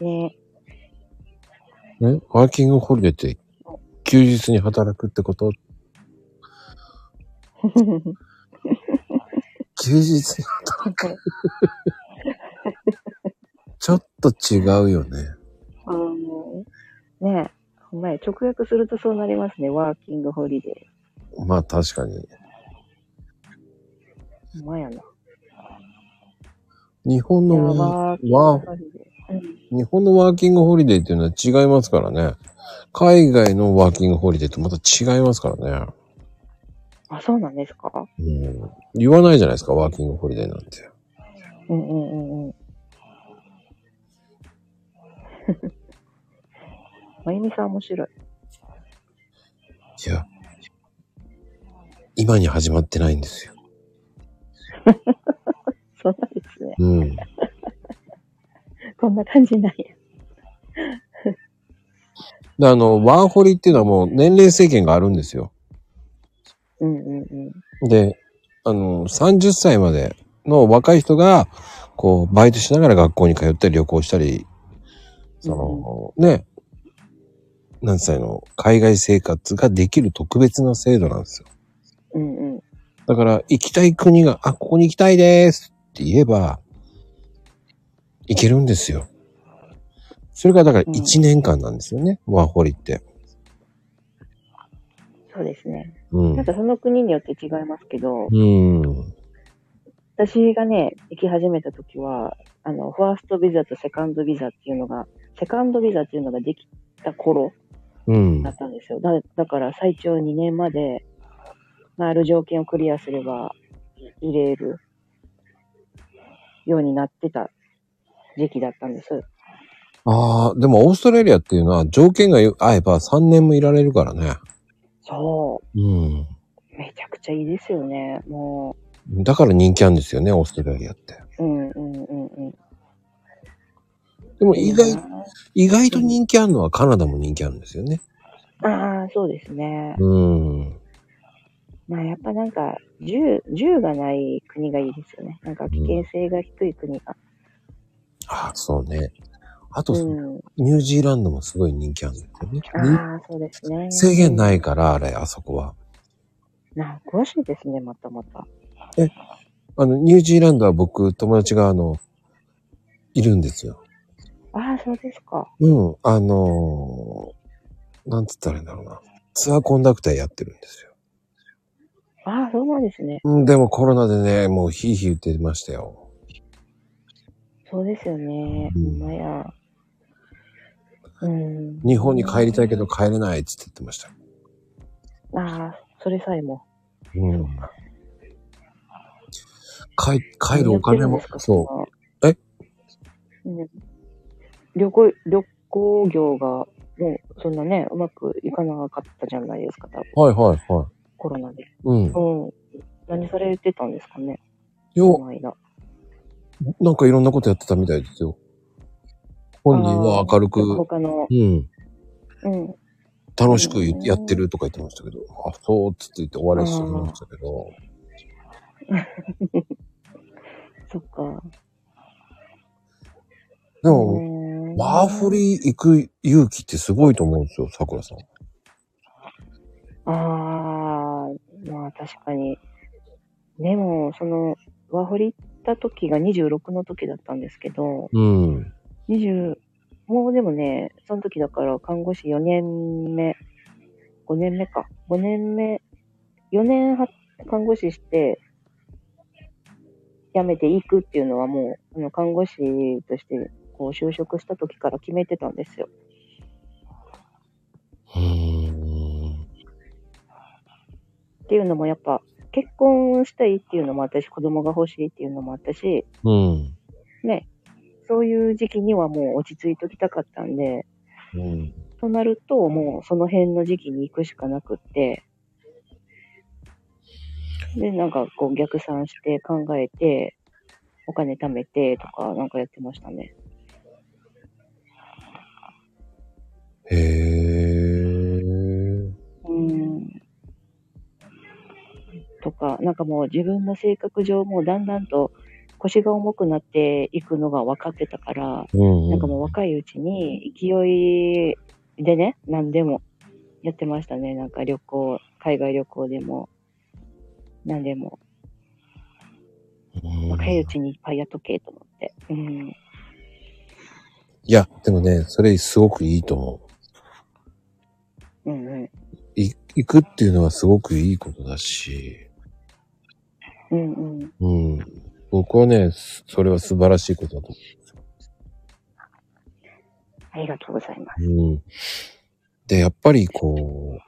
S4: ね
S1: ね、ワーキングホリデーって休日に働くって
S4: [LAUGHS]
S1: こと休日に働く。ちょっと違うよね。
S4: あのねえ、ほんまや直訳するとそうなりますね。ワーキングホリデ
S1: まあ確かに。
S4: ー。ほんまやな。
S1: 日本の
S4: いや
S1: ワ
S4: ワ
S1: ーワー
S4: ホリデー。うん
S1: 日本のワーキングホリデーっていうのは違いますからね。海外のワーキングホリデーとまた違いますからね。
S4: あ、そうなんですか
S1: うん、言わないじゃないですか、ワーキングホリデーなんて。
S4: うんうんうん [LAUGHS] うん。まゆみさん面白い。
S1: いや、今に始まってないんですよ。
S4: そうなんですね。
S1: うん。
S4: こんな感じなんや。
S1: で、あの、ワーホリっていうのはもう年齢制限があるんですよ。
S4: うんうんうん。
S1: で、あの、30歳までの若い人が、こう、バイトしながら学校に通ったり旅行したり、その、ね、何歳の海外生活ができる特別な制度なんですよ。
S4: うんうん。
S1: だから、行きたい国が、あ、ここに行きたいですって言えば、行けるんですよ。それがだから
S4: うん
S1: 1年間なんですよね、ワーホリって。
S4: そうですね。
S1: うん
S4: なん。かその国によって違いますけど、
S1: うん。
S4: 私がね、行き始めた時は、あの、ファーストビザとセカンドビザっていうのが、セカンドビザっていうのができた頃
S1: うん
S4: だ。ったんですよ。だだから最長2年まで、まあ、ある条件をクリアすれば入れるようになってた時期だったんです。
S1: ああ、でもオーストラリアっていうのは条件がよ合えば3年もいられるからね。
S4: そ
S1: うん。
S4: う。めちゃくちゃいいですよね。も
S1: だから人気あるんですよね、オーストラリアって。
S4: う、うんうんうんうん。
S1: でも意
S4: いい
S1: 外、
S4: な
S1: 意外と人気あるのはカナダも人気あるんですよね。
S4: ああ、そうですね。
S1: うん。
S4: まあやっぱなんか銃、銃がない国がいいですよね。なんか危険性が低い国が。
S1: ああ、そうね。あと、
S4: うん。
S1: ニュージーランドもすごい人気あるんですよね。
S4: ああ、そうですね。
S1: 制限
S4: い。
S1: ないから、あれ、あそこは。
S4: な詳しいですね、またまた。
S1: あの、ニュージーランドは僕、友達が、あの、いるんですよ。
S4: ああ、そうですか。
S1: うん、あのーなんつったらいいんだろうな。ツアーコンダクターやってるんですよ。
S4: ああ、そうなんですね。
S1: うん、でもコロナでね、もうヒーヒー言ってましたよ。
S4: そうですよね。
S1: う
S4: うんん、まや。うん。
S1: 日本に帰りたいけど帰れないっつって言ってました。
S4: ああ、それさえも。
S1: うん。帰、帰るお金も、そう。
S4: う
S1: え
S4: うん、旅行、旅行業が、もう、そんなね、うまくいかなかったじゃないですか、多分
S1: はいはいはい。
S4: コロナで。
S1: うん。
S4: うん。何されてたんですかね、こ
S1: よ、
S4: の間。
S1: なんかいろんなことやってたみたいですよ。本人は明る
S4: あー
S1: く、
S4: 他の、
S1: うん。
S4: うん。
S1: 楽しく言やってるとか言ってましたけど、あ、そうっつって言って終わりしてましたけど、
S4: そっか。
S1: で
S4: う
S1: も、
S4: ん
S1: ワーホリ行く勇気ってすごいと思うんですよ、桜さん。
S4: ああ、まあ確かに。でも、その、ワーホリ行った時が26の時だったんですけど、
S1: うん。
S4: 20、もうでもね、その時だから看護師4年目、5年目か、5年目、4年は看護師して、辞めていくっていうのはもう、あの看護師としてこう就職した時から決めてたんですよ。
S1: うーん。
S4: っていうのもやっぱ、結婚したいっていうのもあったし、子供が欲しいっていうのもあったし、
S1: うん。
S4: ね、そういう時期にはもう落ち着いときたかったんで、
S1: うん。
S4: となると、もうその辺の時期に行くしかなくって、で、なんかこう逆算して考えて、お金貯めてとか、なんかやってましたね。
S1: へー。
S4: うん。とか、なんかもう自分の性格上、もうだんだんと腰が重くなっていくのが分かってたから、
S1: うん。
S4: なんかもう若いうちに勢いでね、何でもやってましたね。なんか旅行、海外旅行でも、何でも。
S1: うん
S4: 若いうちにいっぱいやっとけと思って。うん。
S1: いや、でもね、それすごくいいと思う。
S4: うんうん。
S1: い行くっていうのはすごくいいことだし、
S4: うんうん。
S1: うん。僕はね、すそれは素晴らしいことだと
S4: ありがとうございます。
S1: 思う。うん。で、やっぱりこ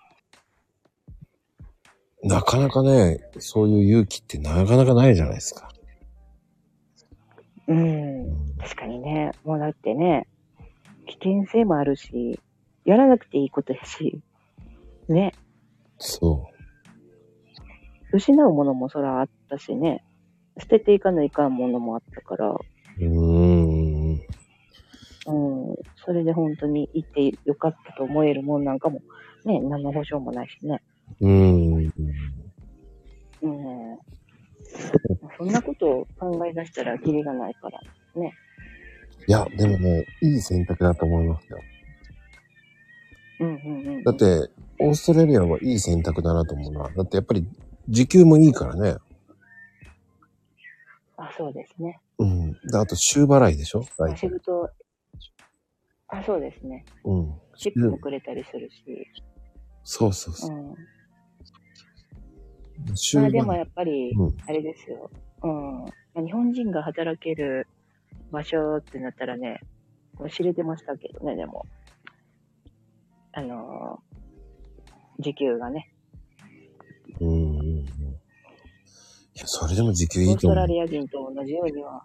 S1: う、なかなかね、そういう勇気ってなかなかないじゃないですか。
S4: うん。確かにね。もうだってね、危険性もあるし、やらなくていいことやし、ね。
S1: そ
S4: 失うものもそらあったしね。捨てていかないかんものもあったから、
S1: う。うーん。
S4: うん、それで本当に行ってよかったと思えるもんなんかも、ね、何の保証もないしね。
S1: うん。
S4: うん。そんなことを考え出したらキリがないか
S1: い
S4: ら。
S1: や、でもね、いい選択だと思いますよ。
S4: うんうんうん。
S1: だっ、て、オーストラリアはいい選択だなと思うな。だってやっぱり、時給もいいからね。
S4: あ、そうですね。
S1: うん。で、あと、週払いでしょ大
S4: 仕
S1: 体。
S4: 事、あ、そうですね。
S1: うん。
S4: チップもくれたりするし。
S1: そうそう
S4: う
S1: そ
S4: ん。
S1: う。週
S4: まあ
S1: 払
S4: でも
S1: い。
S4: やっぱり、
S1: うん。
S4: あれですよ。うん。まあ日本人が働ける場所ってなったらね、これ知れてましたけどね、でも。あのー時給がね、
S1: うんうんうん。いや、それでも時給
S4: オ
S1: い
S4: ー
S1: い
S4: ス
S1: と
S4: ト
S1: 思う
S4: ラ。リア人と同じようには、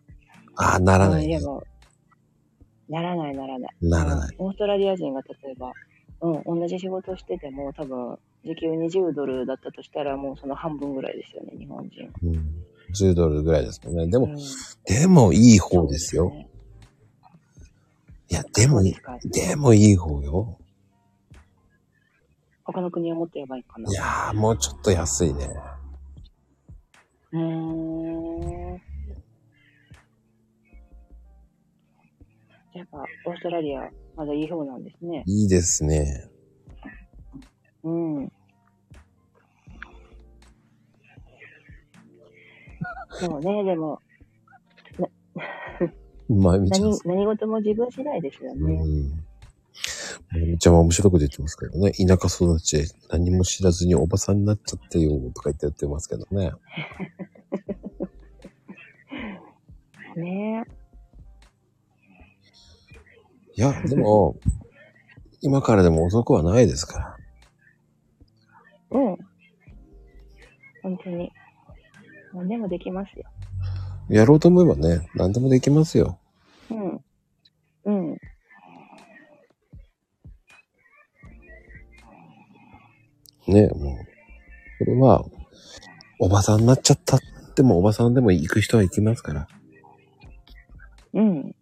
S1: ああ、ならない、
S4: うん
S1: ね
S4: で。もならないならない。
S1: ならない。
S4: オーストラリア人が例えば、うん、同じ仕事をしてても、多分、時給20ドルだったとしたら、もうその半分ぐらいですよね、日本人。
S1: うん。10ドルぐらいですもんね。で
S4: う
S1: も、
S4: ん、
S1: でもいい方ですよ。
S4: ね。
S1: いや、でもいい
S4: そう。ですか
S1: でもいい方よ。。
S4: 他の国はもっとやばいかない
S1: やー、もうちょっと安いね。
S4: うーん。やっぱ、オーストラリア、まだいい方なんですね。
S1: いいですね。
S4: うん。そうね、でも、
S1: まゆみちゃん
S4: 何、。何事も自分次第ですよ
S1: う
S4: ね。
S1: ん。まゆみちゃんは面白く言ってますけどね。田舎育ちで何も知らずにおばさんになっちゃってよとか言ってやってますけどね。
S4: ね
S1: いや、でも、今からでも遅くはないですから。
S4: うん。本当に。何でもできますよ。
S1: やろうと思えばね、何でもできますよ。
S4: うん。うん。
S1: ね、もう。これは、おばさんになっちゃったっても、おばさんでも行く人は行きますから。
S4: うん。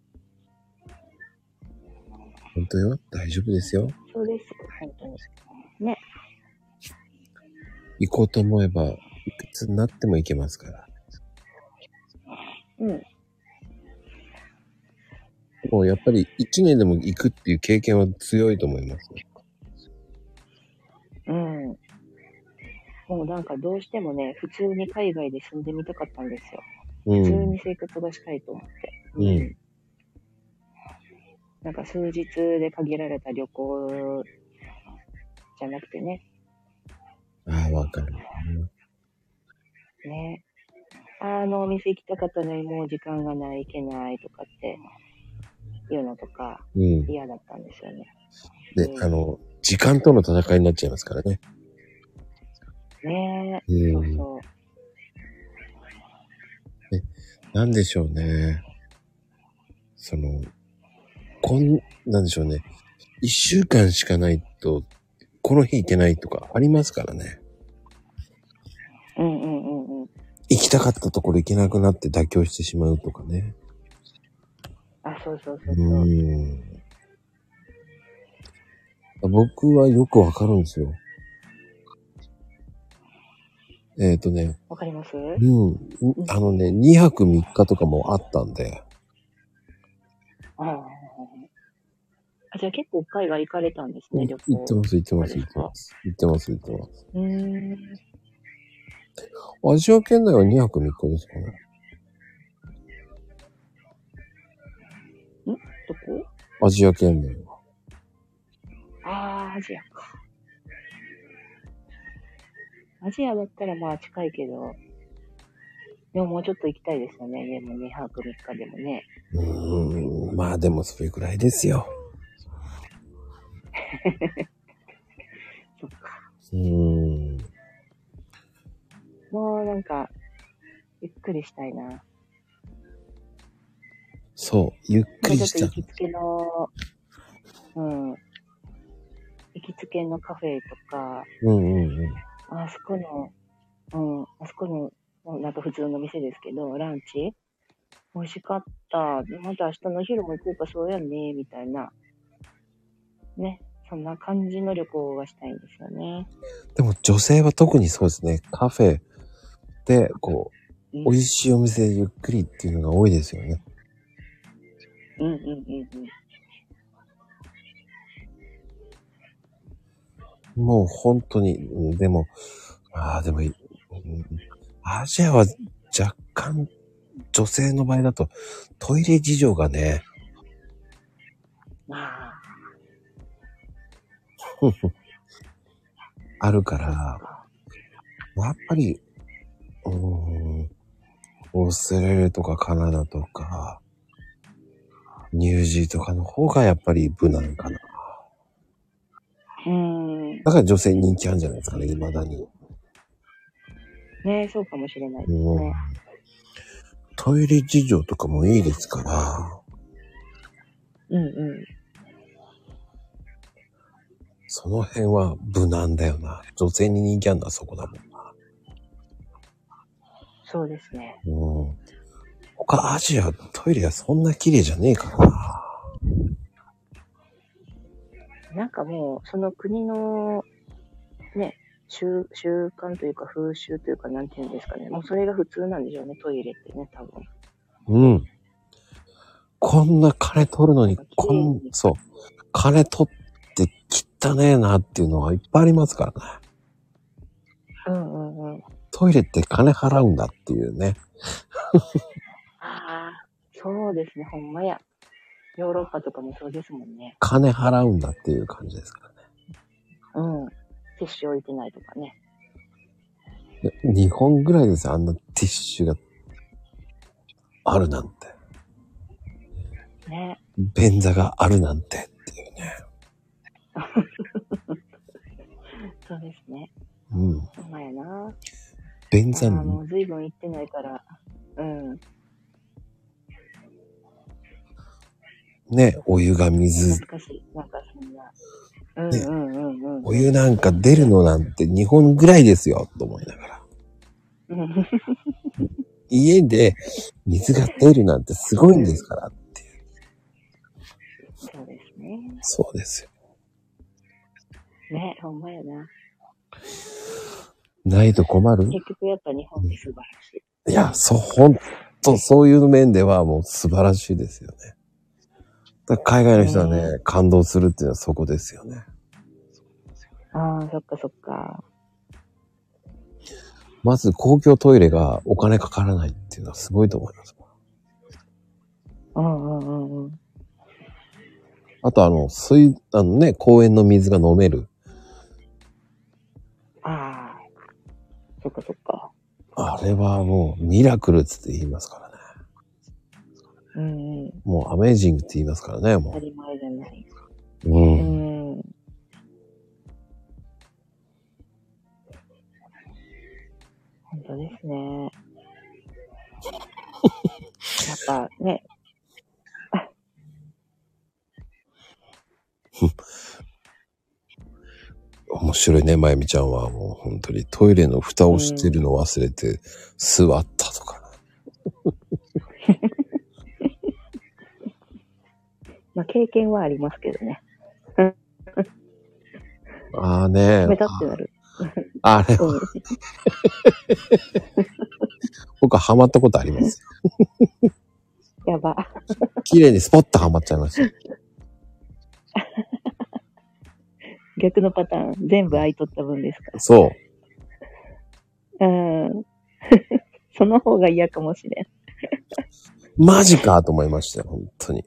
S1: 本当よ。大丈夫ですよ。
S4: そうです。本当に。
S1: 行こうと思えば、いくつになっても行けますから。
S4: うん。
S1: もうやっぱり一年でも行くっていう経験は強いと思います。
S4: うん。もうなんかどうしてもね、普通に海外で住んでみたかったんですよ。
S1: う
S4: 普通
S1: ん。
S4: に生活がしたいと思って。
S1: うん
S4: なんか数日で限られた旅行じゃなくてね、
S1: ああ、わかる。
S4: ね。あのお店行きたかったのにもう時間がない、行けないとかっていうのとか
S1: うん。
S4: 嫌だったんですよね。
S1: で、あの、時間との戦いになっちゃいますからね。。
S4: ねえ、そううんそ
S1: なんでしょうね。その、こん、なんでしょうね。一週間しかないと、この日行けないとかありますからね。
S4: う。うんうんうんうん。
S1: 行きたかったところ行けなくなって妥協してしまうとかね。
S4: あ、そうそうそううそう。
S1: ん。僕はよくわかるんですよ。えっ、ー、とね、
S4: わかります
S1: うん。あのね、2泊3日とかもあったんで、
S4: ああ。あ、じゃあ結構海外行かれたんですね、旅
S1: 行って
S4: 行。
S1: ます、行ってます、行ってます。行ってます、行ってます。
S4: うーん。
S1: アジア圏内は2泊3日ですかね。
S4: どこ
S1: アジア圏内は。
S4: ああ、アジアか。アジアだったらまあ近いけど、でももうちょっと行きたいですよね。でも2泊3日でもね。
S1: うーん、まあでもそれくらいですよ。
S4: そっか。
S1: うーん。
S4: もうなんか、ゆっくりしたいな。
S1: そう、ゆっく
S4: もう
S1: り
S4: ちょっ
S1: し
S4: と
S1: た
S4: 行。きつけの、うん。行きつけのカフェとか、
S1: うんうんうん。
S4: あそこの、うん、あそこの、もうなんか普通の店ですけど、ランチ美味しかった。また明日のお昼も行こうか、そうやね、みたいな。ね。そんな感じの旅行がしたいんですよね。
S1: でも女性は特にそうですね。カフェで、こ
S4: う
S1: う、
S4: ん、
S1: 美味しいお店でゆっくりっていうのが多いですよね。
S4: うんうんうんうん。
S1: もう本当に、うんでも、ああ、でもい、うんアジアは若干、女性の場合だと、トイレ事情がね、
S4: まあ、
S1: あるから、やっぱり、うーん、オーストラリアとかカナダとか、ニュージーとかの方がやっぱり無難かな。
S4: うん。
S1: だから女性人気あるんじゃないですかね、未だに。
S4: ねそうかもしれないです
S1: うん
S4: ね。
S1: トイレ事情とかもいいですから、
S4: うんう
S1: その辺は無難だよな。女性に人気あるのはそこだもん
S4: ん。そうですね。
S1: な。うん。他アジア、トイレがそんな綺麗じゃねえからな。
S4: なんかもう、その国の、ね、習習慣というか風習というか、なんていうんですかね。もうそれが普通なんでしょうね、トイレってね、多分。
S1: うん。こんな金取るのに、こん、そう。金取って汚ねえなっていうのはいっぱいありますからね。
S4: うんうんうん。
S1: トイレって金払うんだっていうね。
S4: ああ、そうですね、ほんまや。ヨーロッパとかもそうですもんね。
S1: 金払うんだっていう感じですからね。
S4: うん。ティッシュ置いてないとかね。
S1: 日本ぐらいですよ、あんなティッシュがあるなんて。
S4: ね。
S1: 便座があるなんてっていうね。
S4: そうですね。
S1: うん。
S4: ほんまやな。
S1: 便
S4: あ
S1: 座
S4: ー
S1: も
S4: もう随分行ってないから。うん。
S1: ね、お湯が水、
S4: 懐かしい。なんかそんな。うんうんうんうん。
S1: お湯なんか出るのなんて日本ぐらいですよ、と思いながら。
S4: うん
S1: 家で水が出るなんてすごいんですから。
S4: [LAUGHS] そうですね。
S1: そうですよ。
S4: ね、ほんまやな。
S1: ないと困る
S4: 結局やっぱ日本って素晴らしい。
S1: いや、そう、ほんと、そういう面ではもう素晴らしいですよね。だから海外の人はね、感動するっていうのはそこですよね。
S4: ああ、そっかそっか。
S1: まず公共トイレがお金かからないっていうのはすごいと思います。
S4: うんうんうんうん。
S1: あとあの、水、あのね、公園の水が飲める。
S4: ああ、そっかそっか。
S1: あれはもうミラクルっつって言いますからね。
S4: うんうん。
S1: もうアメージングって言いますからね、
S4: 当た
S1: も
S4: り前じゃない。
S1: う。う。
S4: うんん。本当ですね。やっぱね、
S1: 面白いね、まゆみちゃんは。もう本当にトイレの蓋をしてるの忘れて座ったとか。
S4: まあ経験はありますけどね。
S1: ああね
S4: 目立ってなる。
S1: あれ、
S4: うん。
S1: 僕はハマったことあります [LAUGHS] よ。
S4: やば。
S1: 綺麗にスポッとハマっちゃいました。
S4: 逆のパターン。全部空いとった分ですか
S1: そう。
S4: ら。うん。 [LAUGHS] その方が嫌かもしれん。
S1: マジかと思いましたよ、本当に。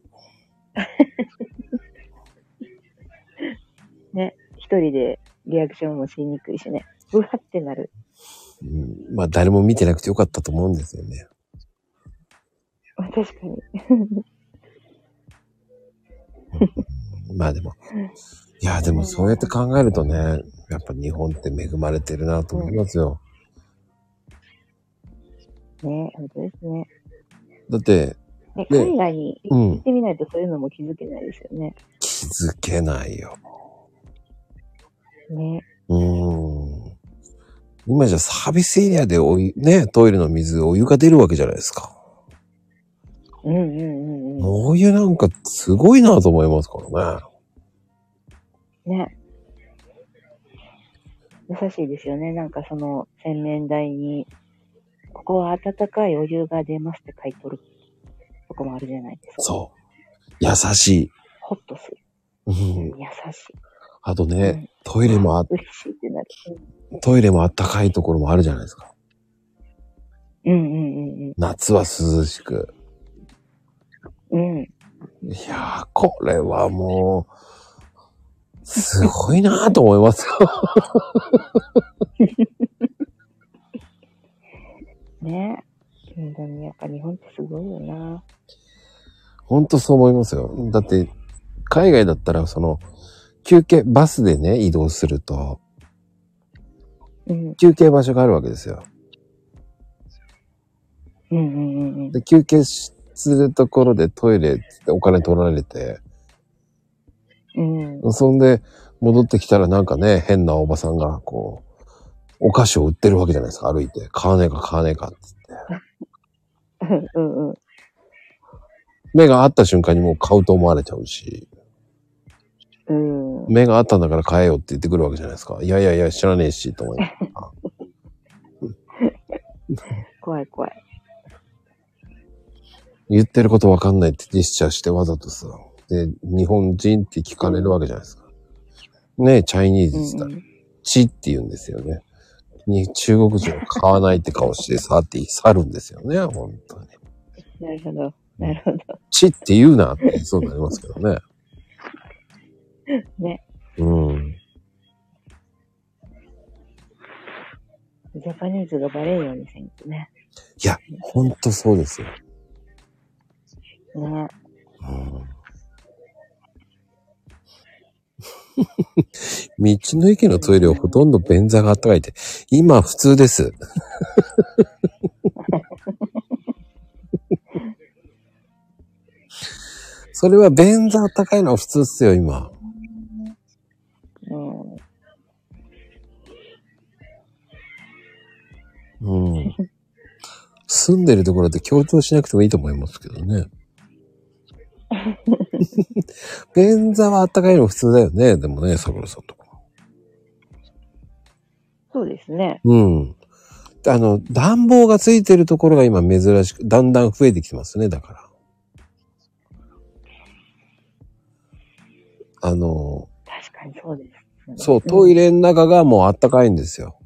S4: ね、一人でリアクションもしにくいしね、うわってなる。
S1: うん、まあ誰も見てなくてよかったと思うんですよね。
S4: 確かに。
S1: まあでも。いや、でもそうやって考えるとね、やっぱ日本って恵まれてるなと思いますよ。
S4: ね、本当ですね。
S1: だって、
S4: ね、
S1: ね
S4: 海外に
S1: う
S4: 行っ
S1: ん、
S4: てみないとそういうのも気づけないですよね。
S1: 気づけないよ。
S4: ね、
S1: うーん。今じゃサービスエリアでおい、ね、トイレの水、お湯が出るわけじゃないですか。
S4: うんうんうんう
S1: お湯なんかすごいなと思いますからね。
S4: ん。ね。優しいですよね。なんかその洗面台に、ここは温かいお湯が出ますって書いとるとこもあるじゃないですか。う。
S1: そう。優し
S4: ホッとする。
S1: い。うん。
S4: 優しい。
S1: あとね、
S4: うん
S1: トイレもあ、
S4: 嬉しいってなる。
S1: トイレもあったかいところもあるじゃないですか。
S4: うんうんうん
S1: 夏は涼しく。
S4: うん。うん。
S1: いやー、これはもう、すごいなーと思います [LAUGHS] よ。
S4: ね本当にやっぱ日本ってすごいよな。
S1: ほんとそう思いますよ。だって、海外だったら、その、休憩、バスでね、移動すると、
S4: うん。
S1: 休憩場所があるわけですよ。
S4: うんうんうんうん。
S1: で、休憩するところでトイレっつってお金取られて、
S4: うん。
S1: そんで、戻ってきたらなんかね、変なおばさんが、こう、お菓子を売ってるわけじゃないですか、歩いて。買わねえか買わねえかっつって。
S4: うんうん。
S1: 目が合った瞬間にもう買うと思われちゃうし、
S4: うん。
S1: 目が合ったんだから買えよって言ってくるわけじゃないですか。いやいやいや、知らねえし、と思いながら
S4: 怖い怖い。
S1: 言ってることわかんないってジェスチャーしてわざとさ。で、日本人って聞かれるわけじゃないですか。ねえ、チャイニーズ
S4: う
S1: っ
S4: ん
S1: つった
S4: う
S1: ら、
S4: ん、
S1: チって言うんですよね。に中国人は買わないって顔してさって去るんですよね、本当に。
S4: なるほど。なるほど。
S1: チって言うなって言いそうになりますけどね。
S4: ね。
S1: うん。
S4: ジャパニーズがバレんようにせんとね。
S1: いや、ほんとそうですよ。
S4: ね。
S1: 道の駅のトイレはほとんど便座があったかいって、今普通です。それは便座あったかいのは普通っすよ、今。
S4: うん。
S1: うん。住んでるところで強調しなくてもいいと思いますけどね。便座はあったかいの普通だよね。でもね、桜さんとか。
S4: そうですね。
S1: うん。あの、暖房がついてるところが今珍しく、だんだん増えてきてますね、だから。あの、
S4: 確かにそうです。
S1: そう、トイレの中がもうあったかいんですよ。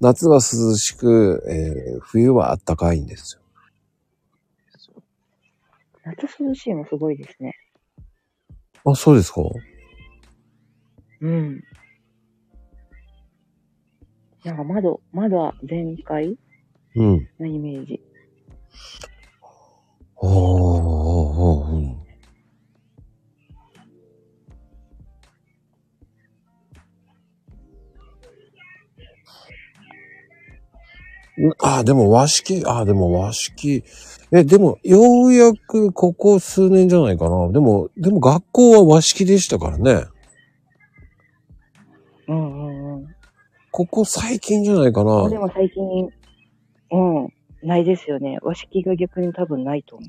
S1: 夏は涼しく、えー冬はあったかいんですよ。
S4: 夏涼しいもすごいですね。
S1: あ、そうですか
S4: うん。なんか窓、窓は全開
S1: うん。
S4: なイメージ。
S1: おーおーおーうん。んあ、でも和式、あ、でも和式。え、でも、ようやくここ数年じゃないかな。でも、でも学校は和式でしたからね。
S4: うんうんうん。
S1: ここ最近じゃないかな。
S4: でも最近、うん。ないですよね。和式が逆に多分ないと思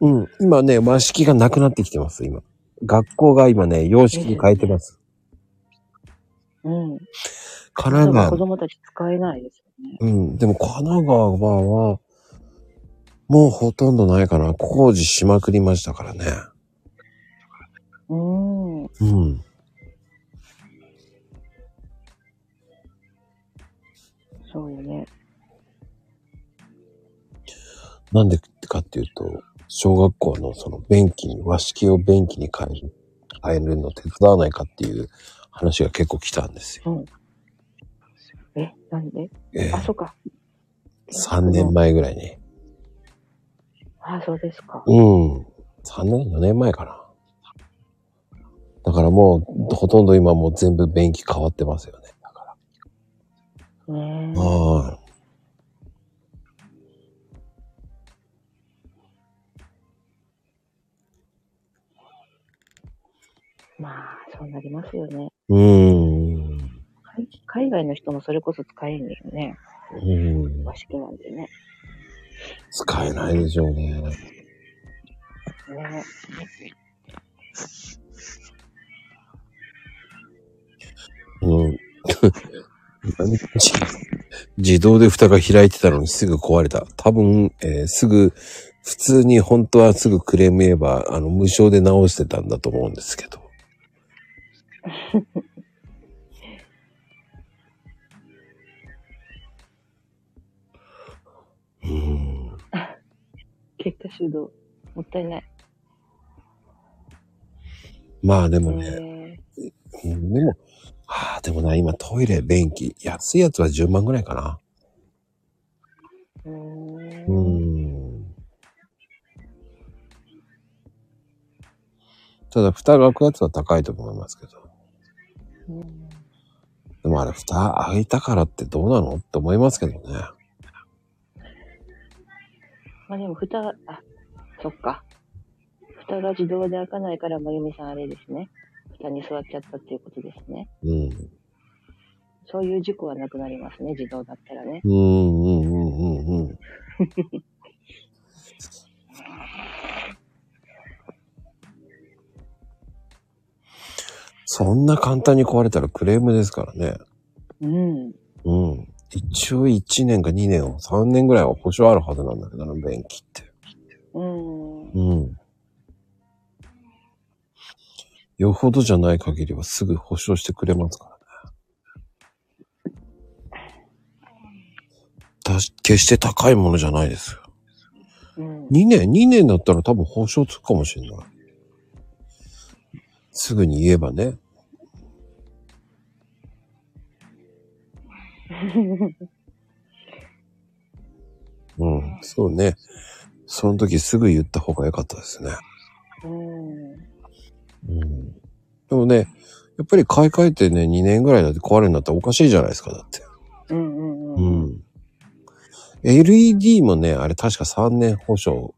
S4: う。
S1: うん。今ね、和式がなくなってきてます、今。学校が今ね、洋式に変えてます。
S4: うん。
S1: 神奈川
S4: 子供たち使えないですよね。
S1: うん。でも神奈川は、もうほとんどないかな。工事しまくりましたからね。
S4: うん。
S1: うん。
S4: そうよね。
S1: なんでかっていうと、小学校のその便器に、和式を便器に変える、変えるの手伝わないかっていう話が結構来たんですよ。
S4: え、なんで
S1: ええ
S4: あ、そうか。
S1: 3年前ぐらいに。
S4: あ、そうですか。
S1: うん。3年 ?4 年前かな。だからもう、ほとんど今もう全部便器変わってますよね。だか
S4: ね
S1: ら。は
S4: え。まあ、そうなりますよね。
S1: い。うん。
S4: 海海外の人もそれこそ使えんよね。
S1: うん。
S4: 和式なんでね。
S1: 使えないでしょうね。
S4: ね
S1: うん。 [LAUGHS] 自自動で蓋が開いてたのにすぐ壊れた。多分、えーすぐ、普通に本当はすぐクレーム言えば、あの、無償で直してたんだと思うんですけど。うん。
S4: 結果手動。もったいない。
S1: まあでもね、
S4: ね
S1: うんでも、ああ、でもな、今トイレ、便器、安いやつは10万ぐらいかな。
S4: え。う
S1: う
S4: ーん。
S1: ん。ただ、蓋が開くやつは高いと思いますけど。
S4: うん
S1: でもあれ、蓋開いたからってどうなのって思いますけどね。
S4: まあでも、蓋が、あ、そっか。蓋が自動で開かないから、まゆみさんあれですね。蓋に座っちゃったっていうことですね。
S1: うん。
S4: そういう事故はなくなりますね、自動だったらね。
S1: うん、うん、うん、うん、うん。 [LAUGHS] そんな簡単に壊れたらクレームですからね。
S4: うん。
S1: うん。一応1年か2年を3年ぐらいは保証あるはずなんだけどな、便器って。
S4: うん。
S1: うん。よほどじゃない限りはすぐ保証してくれますからね。たし決して高いものじゃないですよ。
S4: うん。
S1: 2年 ?2 年だったら多分保証つくかもしれない。すぐに言えばね。うん、そうね。その時すぐ言った方が良かったですね。
S4: うん。
S1: うん。でもね、やっぱり買い替えてね、2年ぐらいだって壊れるんだったらおかしいじゃないですか、だって。
S4: うんう
S1: う
S4: んうん。
S1: ん。LED もね、あれ確か3年保証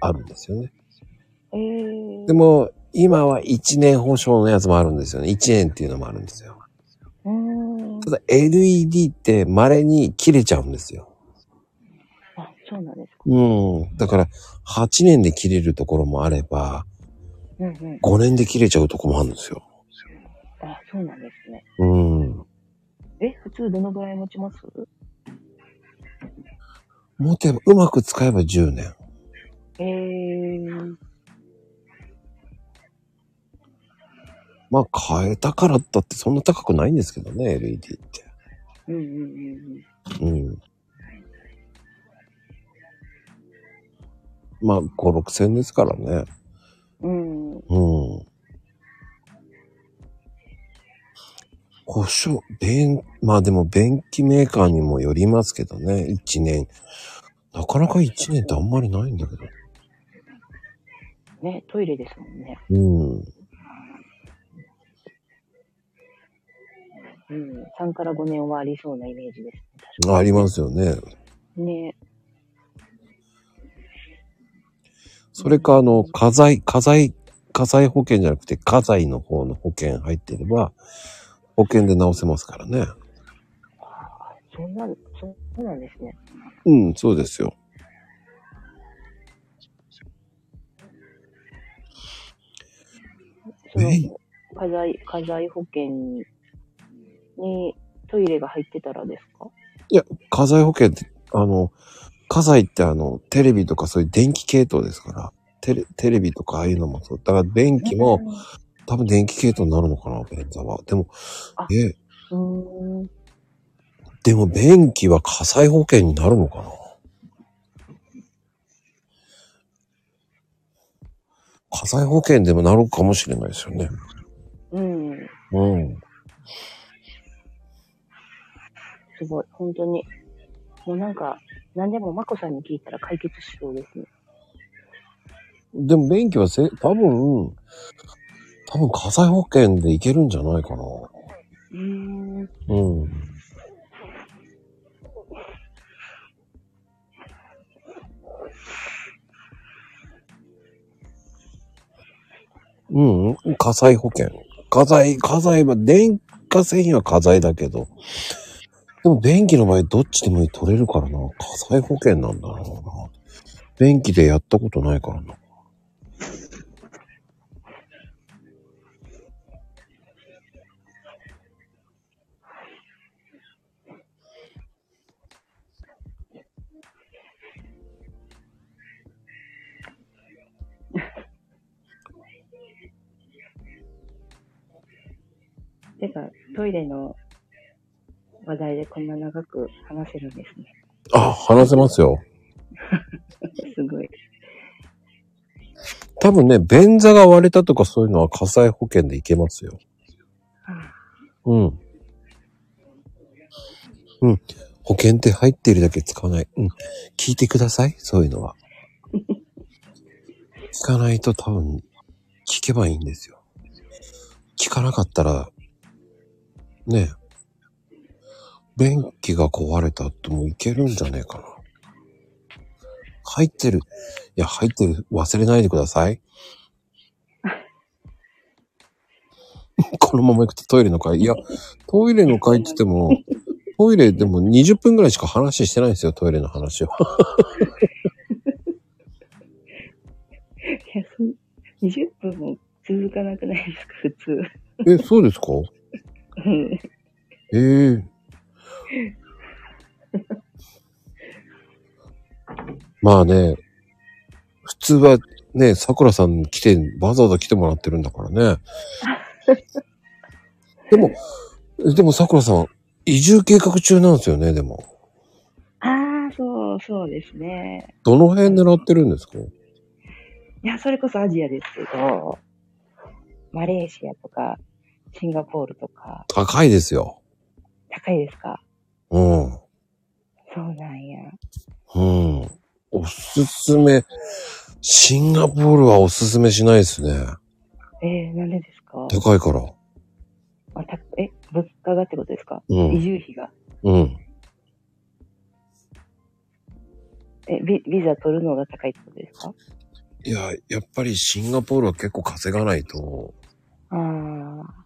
S1: あるんですよね。
S4: えー
S1: でも、今は1年保証のやつもあるんですよね。1年っていうのもあるんですよ。
S4: うん
S1: ただ LED って稀に切れちゃうんですよ。
S4: あ、そうなんですか。
S1: うん。だから、8年で切れるところもあれば、
S4: うんうん。
S1: 5年で切れちゃうとこもあるんですよ。
S4: あ、そうなんですね。
S1: うん。
S4: え、普通どのぐらい持ちます
S1: 持てば、うまく使えば10年。
S4: えー、
S1: まあ変えたからだってそんな高くないんですけどね、LED って。
S4: うんうんうん
S1: うん。まあ5、6千ですからね。
S4: うん。うん。
S1: うん。保証、便、まあでも便器メーカーにもよりますけどね、1年。なかなか1年ってあんまりないんだけど。
S4: ね、トイレですもんね。
S1: うん。
S4: うん。3から5年はありそうなイメージです。
S1: ありますよね。
S4: ね。
S1: それか、あの、家財、家財、家財保険じゃなくて、家財の方の保険入ってれば、保険で直せますからね。
S4: そんな、そそうなんですね。
S1: うん、そうですよ。
S4: その
S1: えい、
S4: 家財、家財保険に、にトイレが入ってたらですか
S1: 家財保険って、あの、家財ってあの、テレビとかそういう電気系統ですから、テレテレビとかああいうのもそう。だから電気も、多分電気系統になるのかな、便座は。でも
S4: あ、
S1: え、
S4: うん。う
S1: でも便器は火災保険になるのかな火災保険でもなるかもしれないですよね。
S4: ーん。うん。
S1: うん。
S4: すごい、本当に。もうなんか、何でもまこさんに聞いたら解決しそうですね。
S1: でも便器はせ、多分、多分火災保険でいけるんじゃないかな。
S4: うーん。
S1: うん。うんうん、火災保険。火災、火災は、電化製品は火災だけど。でも電気の場合どっちでも取れるからな。火災保険なんだろうな。電気でやったことないからな。
S4: てか、トイレの話題でこんな長く話せるんですね。
S1: あ、話せますよ。
S4: すごい。
S1: 多分ね、便座が割れたとかそういうのは火災保険でいけますよ。
S4: あ
S1: うん。うん。保険って入っているだけ使わない。うん。聞いてください。そういうのは。聞かないと多分、聞けばいいんですよ。聞かなかったら、ねえ。便器が壊れたってもういけるんじゃねえかな。入ってる。いや、入ってる。忘れないでくだ [LAUGHS] さい。このまま行くとトイレの会。いや、トイレの会って言っても、トイレでも20分ぐらいしか話してないんですよ、トイレの話を。
S4: いやそん20分も続かなくないですか、普通。 [LAUGHS]
S1: え、そうですか
S4: うん
S1: ええまあね、普通はね、桜さん来て、わざわざ来てもらってるんだからね。でも、でも桜さん、移住計画中なんですよね、でも。
S4: ああ、そう、そうですね。
S1: どの辺狙ってるんですか
S4: いや、それこそアジアですけど、マレーシアとか、シンガポールとか、
S1: 高いですよ。
S4: 高いですか
S1: うん。
S4: そうなんや。
S1: うん。おすすめ。シンガポールはおすすめしないですね。
S4: えー、なんでですか
S1: 高いから。
S4: あたえ、物価がってことですか、
S1: う
S4: 移
S1: ん。
S4: 住費が。
S1: うん。
S4: え、ビビザ取るのが高いってことですか
S1: いや、やっぱりシンガポールは結構稼がないと、
S4: ああ。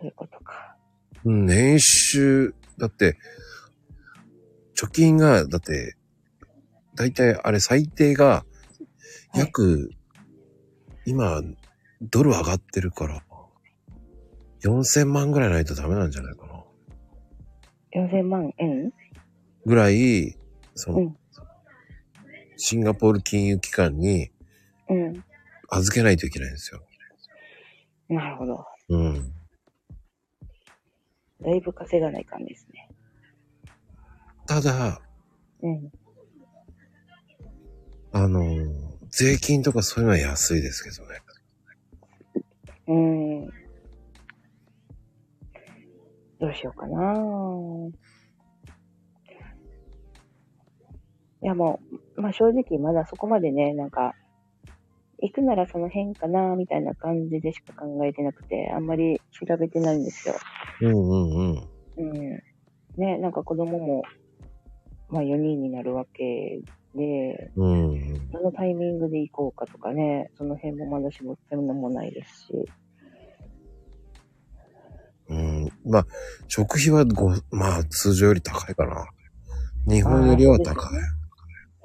S4: そういうことか。
S1: うん年収、だって、貯金が、だって、だいたいあれ最低が、
S4: い
S1: 約、今、ドル上がってるから、4000万ぐらいないとダメなんじゃないかな。
S4: 4000万円
S1: ぐらい、その、
S4: うん
S1: シンガポール金融機関に
S4: うん。
S1: 預けないといけないんですよ。
S4: なるほど。
S1: うん。
S4: だいぶ稼がない感じですね。
S1: ただ、
S4: うん。
S1: あのー税金とかそういうのは安いですけどね。
S4: うん。どうしようかな。いやもう、まあ正直まだそこまでね、なんか、行くならその辺かな、みたいな感じでしか考えてなくて、あんまり調べてないんですよ。
S1: うんうんうん。
S4: うん。ね、なんか子供も、まあ4人になるわけで、
S1: うんうん。
S4: どのタイミングで行こうかとかね、その辺もまだ絞ってもないですし。
S1: うん、まあ、食費はご、まあ、通常より高いかな。日本よりは高い。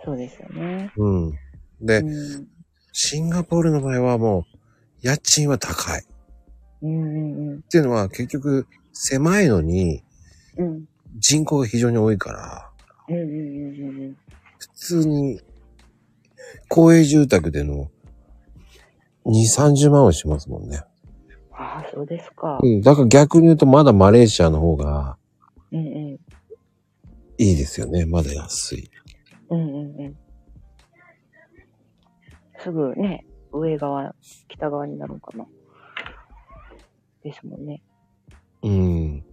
S4: そうですよね。
S1: うん。
S4: う
S1: で、
S4: ん。
S1: シンガポールの場合はもう、家賃は高い。っ
S4: うんうんうん。
S1: ていうのは結局、狭いのに
S4: うん。
S1: 人口が非常に多いから、
S4: うんうんうんうんうん。
S1: 普通に、公営住宅での、2、30万はしますもんね。
S4: ああ、そうですか。
S1: うん。だから逆に言うと、まだマレーシアの方が
S4: うんうん。
S1: いいですよね。まだ安い。
S4: うんうんうん。すぐね、上側、北側になるのかな。ですもんね。
S1: うん。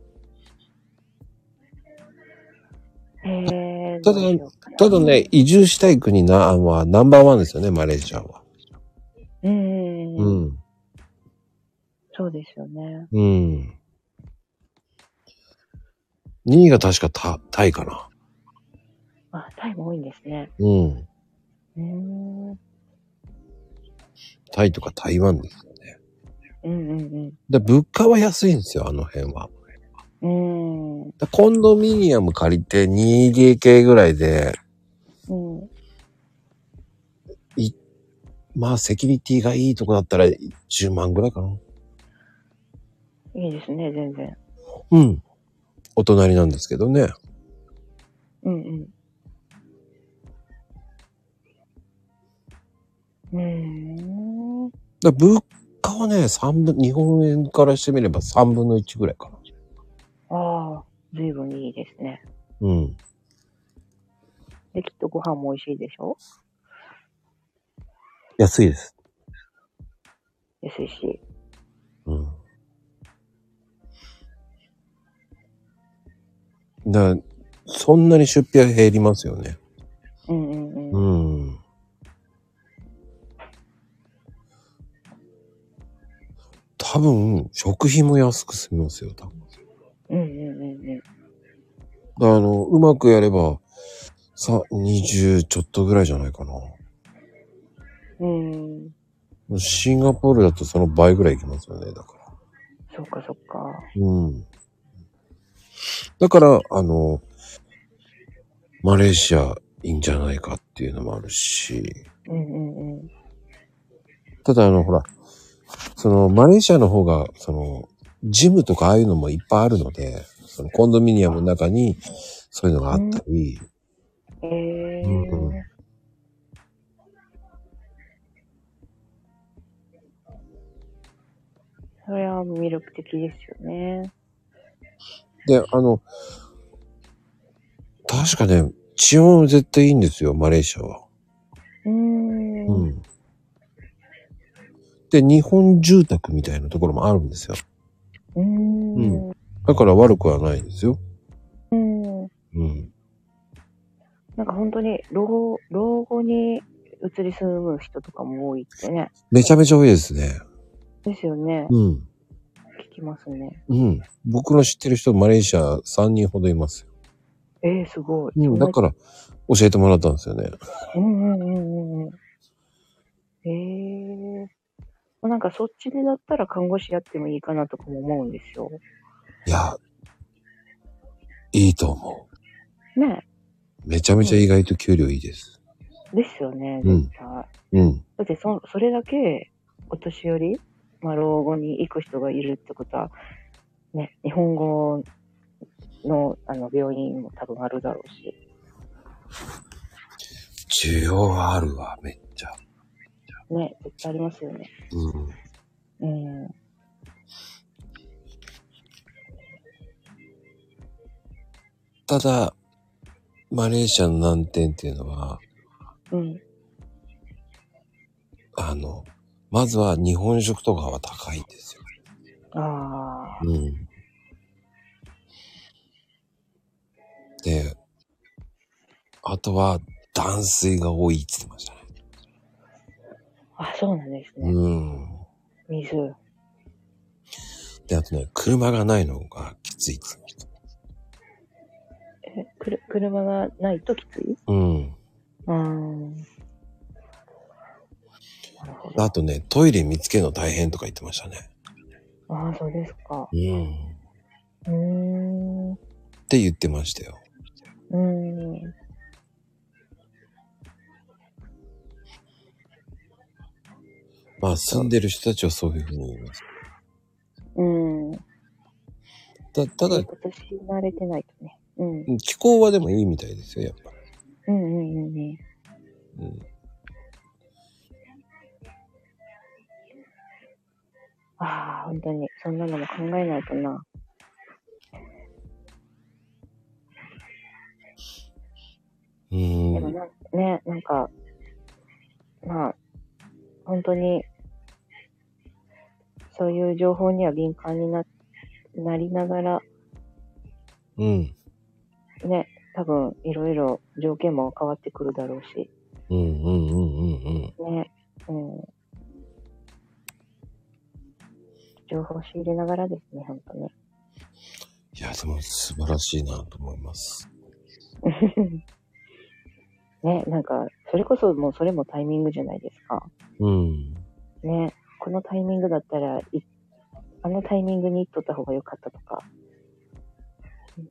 S4: へえ。
S1: ただ
S4: どうしようかな
S1: ただ。ね、移住したい国な、はナンバーワンですよね、マレーシアは。
S4: うん。
S1: うん。
S4: そうですよね。
S1: うん。2位が確かタタイかな。
S4: あ、タイも多いんですね。
S1: うん。
S4: うーん。うん
S1: タイとか台湾ですよね。
S4: うん
S1: で、物価は安いんですよ、あの辺は。
S4: うん。う
S1: だコンドミニアム借りて 2DK ぐらいで、
S4: ーん。うん。
S1: まあセキュリティがいいとこだったら10万ぐらいかな。
S4: いいですね、全然。
S1: うん。お隣なんですけどね。
S4: うんうん。うーん。
S1: だ物価はね、三分、日本円からしてみれば3分の1ぐらいかな。
S4: ああ、随分いいですね。
S1: うん。
S4: で、きっとご飯も美味しいでしょ
S1: 安いです。
S4: 安いし。
S1: うん。だからそんなに出費は減りますよね。
S4: うんうん
S1: う
S4: うん。
S1: ん。多分、食費も安く済みますよ、多分。
S4: うんうんうんうん。
S1: だからあの、うまくやれば、さ、20ちょっとぐらいじゃないかな。
S4: うーん。
S1: シンガポールだとその倍ぐらいいきますよね、だから。
S4: そっかそっか。
S1: うん。だから、あの、マレーシアいいんじゃないかっていうのもあるし、
S4: うんうんうん。
S1: ただあの、ほら、その、マレーシアの方が、その、ジムとかああいうのもいっぱいあるので、そのコンドミニアムの中に、そういうのがあったり、
S4: ええ
S1: うんうん
S4: それは魅力的ですよね。
S1: で、あの、確かね、治安は絶対いいんですよ、マレーシアは。
S4: うー
S1: う
S4: ん。うん
S1: ん。で、日本住宅みたいなところもあるんですよ。
S4: うーん。
S1: だから悪くはないですよ。
S4: うん。
S1: うん。
S4: なんか本当に老後、老後に移り住む人とかも多いってね。
S1: めちゃめちゃ多いですね。
S4: ですよね。
S1: うん。
S4: 聞きますね。
S1: うん。僕の知ってる人、マレーシア3人ほどいますよ。
S4: ええすごい。
S1: うん。だから、教えてもらったんですよね。
S4: うんうんうんうんうん。ええなんかそっちでだったら看護師やってもいいかなとかも思うんですよ。
S1: いや、いいと思う。
S4: ね
S1: めちゃめちゃ意外と給料いいです。
S4: ですよね、
S1: うん
S4: 絶対。だ
S1: うん。
S4: ってそ、それだけお年寄り、まあ老後に行く人がいるってことは、ね、日本語のあの病院も多分あるだろうし。
S1: 需要はあるわ、めっちゃ。
S4: ね、絶対ありますよね。
S1: うん。
S4: うん。
S1: ただ、マレーシアの難点っていうのは、
S4: うん。
S1: あの、まずは日本食とかは高いんですよ。
S4: ああ。
S1: うん。で、あとは、断水が多いって言ってましたね。
S4: あ、そうなんですね。
S1: うん。
S4: 水。
S1: で、あとね、車がないのがきついって言ってました。
S4: え、くる車がないときつい
S1: うん。
S4: うーん。なるほど。
S1: あとね、トイレ見つけるの大変とか言ってましたね。
S4: ああ、そうですか。
S1: うん。
S4: うーん。う
S1: って言ってましたよ。
S4: ーん。
S1: まあ、住んでる人たちはそういうふうに言います。
S4: うん。
S1: たただ
S4: 今、年慣れてないとね。うん。
S1: 気候はでもいいみたいですよ、やっぱ。
S4: うんうんうんうん。
S1: うん。
S4: ああ、本当に。そんなのも考えないとな。
S1: う
S4: でも
S1: ん。
S4: な、ね、なんか、まあ、本当に、そういう情報には敏感にななりながら、
S1: うん。
S4: ね、多分いろいろ条件も変わってくるだろうし、
S1: うんうんうんうんうん。
S4: ね、うん。情報を仕入れながらですね、ほんとね。
S1: いや、でも素晴らしいなと思います。
S4: ね、なんか、それこそもうそれもタイミングじゃないですか。
S1: うん。
S4: ね、このタイミングだったらい、あのタイミングに行っとった方が良かったとか、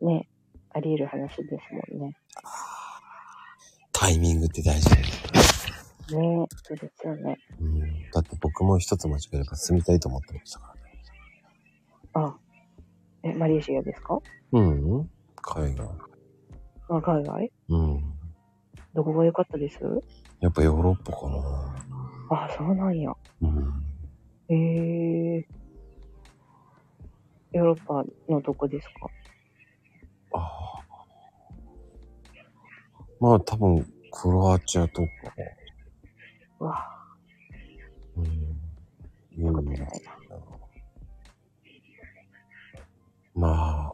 S4: ね、あり得る話ですもんね。
S1: タイミングって大事だよね。
S4: ね、そうですよね。
S1: うん。だって僕も一つ間違えれば住みたいと思ってましたからね。
S4: あ、え、マレーシアですか
S1: うん、うん。海外。
S4: あ、海外
S1: うん。
S4: どこが良かったです
S1: やっぱヨーロッパかな。
S4: あ、そうなんや。
S1: うん。
S4: へえヨーロッパのどこですか
S1: ああ。まあ多分、クロアチアとか。
S4: うわ、
S1: うん。
S4: よ
S1: う
S4: か
S1: ん
S4: ったじゃないな。
S1: まあ。あ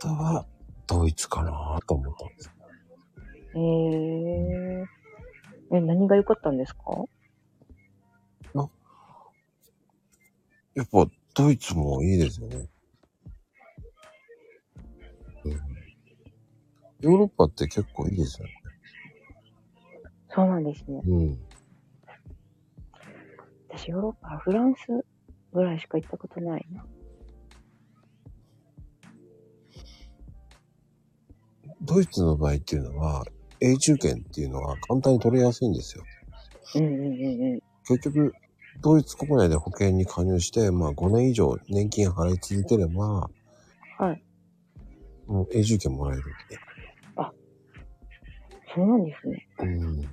S1: とは、ドイツかなと思ったんです。
S4: へええ、何が良かったんですか
S1: やっぱ、ドイツもいいですよね。うん。ヨーロッパって結構いいですよね。
S4: そうなんですね。
S1: うん。
S4: 私、ヨーロッパ、フランスぐらいしか行ったことないな。
S1: ドイツの場合っていうのは、永住権っていうのは簡単に取れやすいんですよ。
S4: うんうんうん
S1: 結局、ドイツ国内で保険に加入して、まあ5年以上年金払い続ければ、
S4: うん。はい。
S1: もう永住権もらえるって。
S4: そうなんですね。
S1: うん。
S4: へ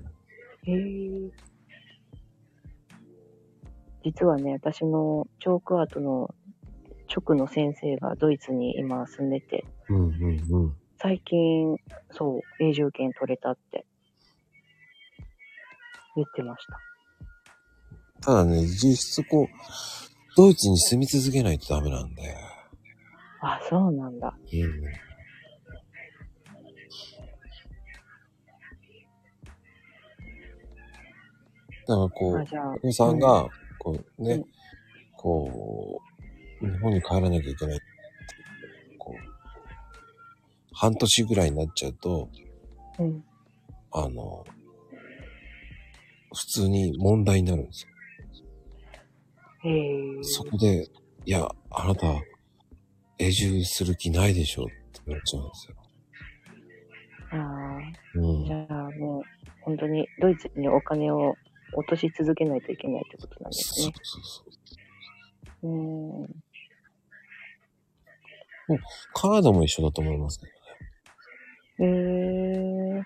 S4: え。実はね、私のチョークアートの直の先生がドイツに今住んでて、
S1: うんうんうん。
S4: 最近、そう、永住権取れたって言ってました。
S1: ただね、実質こう、ドイツに住み続けないとダメなんで。
S4: あ、そうなんだ。
S1: うん。だからこ
S4: あ
S1: う、
S4: じゃあ、
S1: お子さんが、こう
S4: う
S1: ね
S4: ん、
S1: こう、日本に帰らなきゃいけない。こう、半年ぐらいになっちゃうと、
S4: うん。
S1: あの、普通に問題になるんですよ。
S4: へえ。
S1: そこで、いや、あなた、永住する気ないでしょって言われちゃうんですよ。
S4: ああ。
S1: うん
S4: じ。ゃあもう、本当にドイツにお金を落とし続けないといけないってことなんです
S1: そう
S4: ね。
S1: そうそう。
S4: うーん。
S1: カナダも一緒だと思いますけどね。
S4: えー。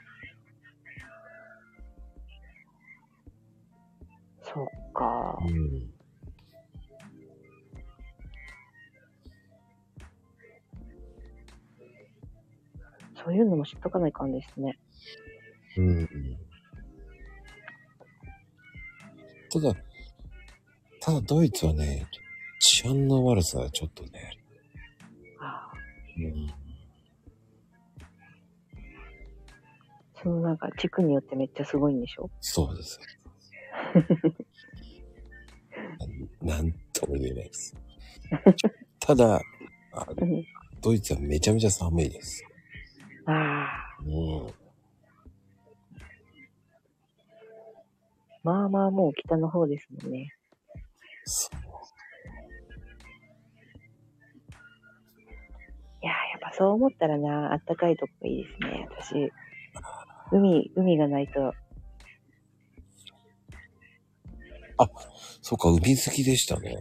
S4: そっか。
S1: うん。
S4: そういうのも知っとかないかんですね。
S1: うんうんただ、ただドイツはね、治安の悪さはちょっとね、
S4: あー
S1: うん、
S4: そのなんか地区によってめっちゃすごいんでしょ
S1: そうです。 [LAUGHS] なんとも言えないです。ただ、あ
S4: うん
S1: ドイツはめちゃめちゃ寒いです。
S4: ああ。
S1: うん。
S4: まあまあもう北の方ですもんね。
S1: そう
S4: いやー、やっぱそう思ったらな、あったかいとこがいいですね。私、海、海がないと、
S1: そうか、海好きでしたね。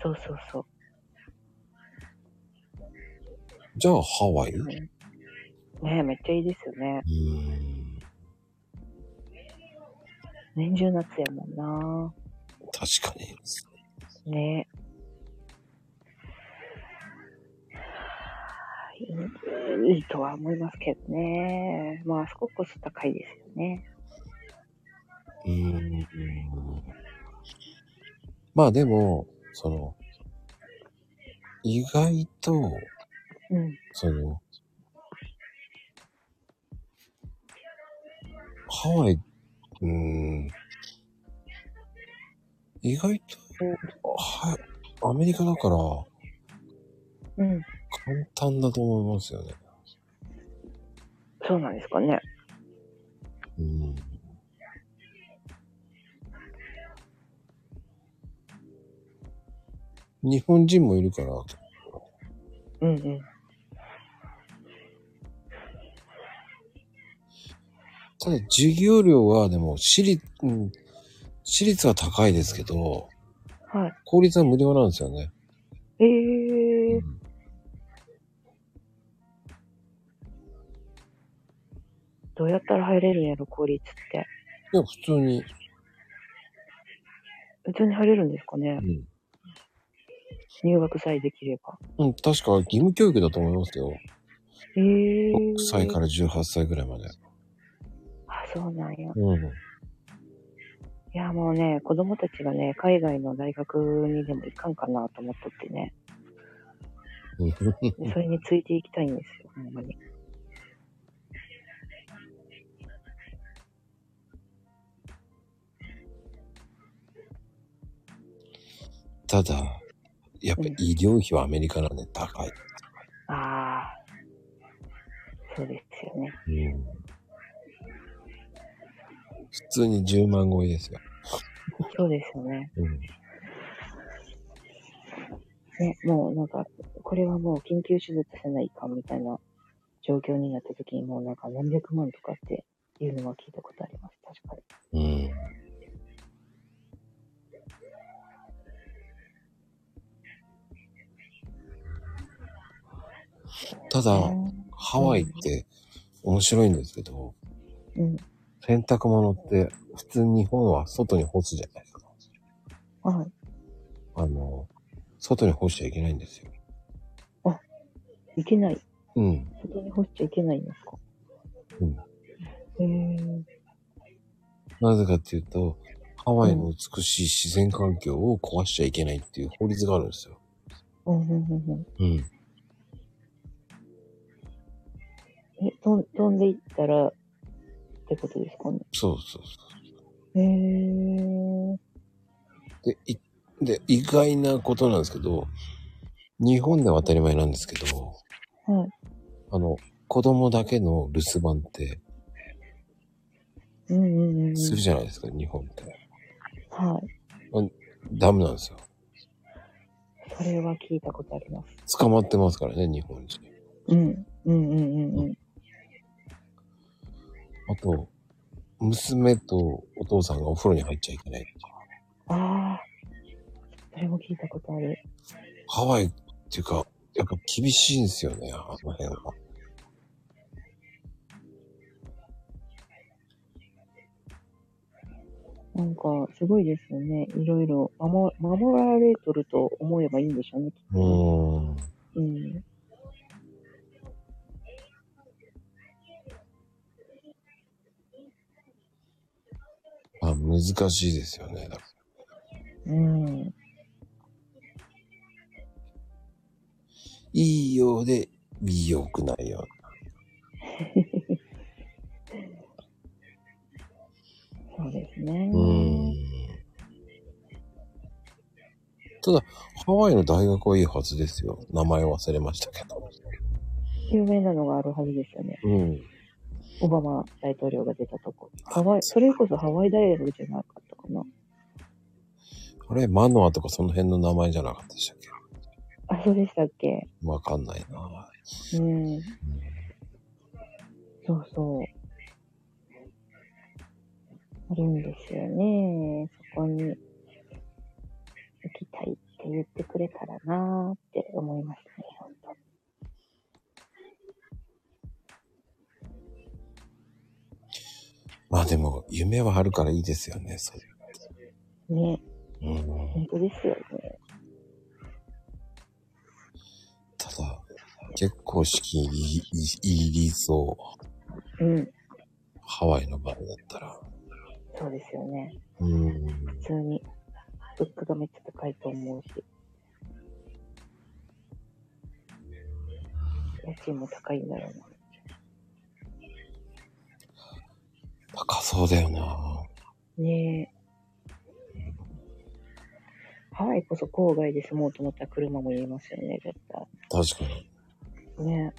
S4: そうそうそう。
S1: じゃあ、ハワイう
S4: ねえ、めっちゃいいですよね。
S1: ん。
S4: 年中夏やもんな。
S1: 確かに。
S4: ねえ。いいいいとは思いますけどね。まあ、すごくコスト高いですよね。
S1: うーん。まあでも、その、意外と、
S4: うん。
S1: その、ハワイ、うーん、意外と、は、アメリカだから
S4: うん。
S1: 簡単だと思いますよね。
S4: そうなんですかね。
S1: うん。日本人もいるから、
S4: うんうん。
S1: ただ授業料はでも私立、うん、私立は高いですけど、
S4: はい。
S1: 公立は無料なんですよね。
S4: ええー。どうやったら入れるんやろ、公立って。
S1: いや、普通に。
S4: 普通に入れるんですかね
S1: う。ん。
S4: 入学さえできれば。
S1: うん、確か義務教育だと思いますよ。
S4: ええ
S1: 6
S4: ー。
S1: 歳から18歳ぐらいまで。
S4: あ、そうなんや。
S1: うん。
S4: いや、もうね、子供たちがね、海外の大学にでも行かんかなと思っとってね。それについていきたいんですよ、ほんまに。
S1: ただ、やっぱ医療費はアメリカなんで高い。
S4: ああ。そうですよね。
S1: うん。普通に10万超えですよ。
S4: そうですよね。
S1: うん。
S4: ね、もうなんか、これはもう緊急手術せないかんみたいな状況になった時にもうなんか何百万とかっていうのは聞いたことあります。確かに。
S1: うん。ただ、ハワイって面白いんですけど、
S4: うん。
S1: 洗濯物って普通日本は外に干すじゃないですか。
S4: はい。
S1: あの、外に干しちゃいけないんですよ。
S4: いけない。
S1: うん。
S4: 外に干しちゃいけないんですか
S1: うん。
S4: へー
S1: なぜかっていうと、ハワイの美しい自然環境を壊しちゃいけないっていう法律があるんですよ。
S4: うんうんうんうん。
S1: うん。
S4: え、とん飛んでいったらってことですかね。
S1: そうそうそう。
S4: へー
S1: で、いで意外なことなんですけど、日本では当たり前なんですけど、
S4: はい。
S1: あの、子供だけの留守番って
S4: うんうんうんうん。
S1: するじゃないですか、日本って。
S4: はい。
S1: ダメなんですよ。
S4: それは聞いたことあります。
S1: 捕まってますからね、日本人。
S4: うん。うんうんうんうん。
S1: あと、娘とお父さんがお風呂に入っちゃいけないとか。
S4: ああ。それも聞いたことある。
S1: ハワイっていうか、やっぱ厳しいんですよね、あの辺は。
S4: なんか、すごいですよね。いろいろ守、守られとると思えばいいんでしょうね、きっ
S1: う
S4: と。
S1: ーん。
S4: うん。
S1: まあ、難しいですよね。だから
S4: うん。
S1: いいようで、良くないような。
S4: そうですね。
S1: ただ、ハワイの大学はいいはずですよ。名前忘れましたけど。
S4: 有名なのがあるはずですよね。
S1: うん。
S4: オバマ大統領が出たとこ。ハワイ、それこそハワイ大学じゃなかったかな。
S1: あれ、マノアとかその辺の名前じゃなかったでしたっけ
S4: あ、そうでしたっけ
S1: わかんないな。
S4: うん。そうそう。あるんですよね。そこに行きたいって言ってくれたらなーって思いましたね、ほんと。
S1: まあでも、夢はあるからいいですよね。そう
S4: ね、
S1: うん、
S4: 本当ですよね。
S1: ただ、結構資金いいりそう。
S4: うん。
S1: ハワイの場合だったら。
S4: そうですよね。
S1: うん。
S4: 普通に。物価がめっちゃ高いと思うし。家賃も高いんだろうな。
S1: 高そうだよな。
S4: ねえ。ハワイこそ郊外で住もうと思ったら車も言えますよね、絶対。
S1: 確かに。
S4: ね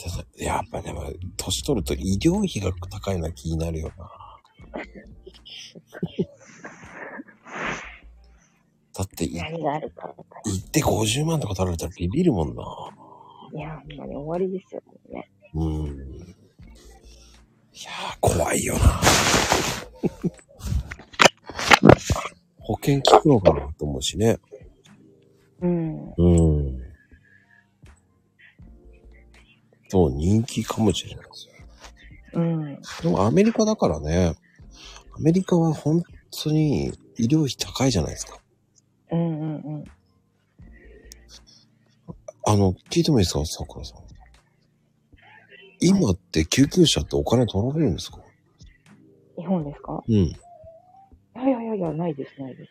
S1: ただやっぱでも、年取ると医療費が高いのは気になるよな。だって、い行
S4: 何があるかわかんない
S1: って50万とか取られたらビビるもんな。
S4: いや、ほんまに終わりですよね。
S1: うん。いやー、怖いよな。保険聞くのかなと思うしね。
S4: うん。
S1: うん。そう、人気かもしれないですよ。
S4: うん。
S1: でもアメリカだからね、アメリカは本当に医療費高いじゃないですか。
S4: うんうんうん。
S1: あの、聞いてもいいですかさくらさん。今って救急車ってお金取られるんですか
S4: 日本ですか
S1: うん。
S4: いやいやいやいや、ないです、ないです。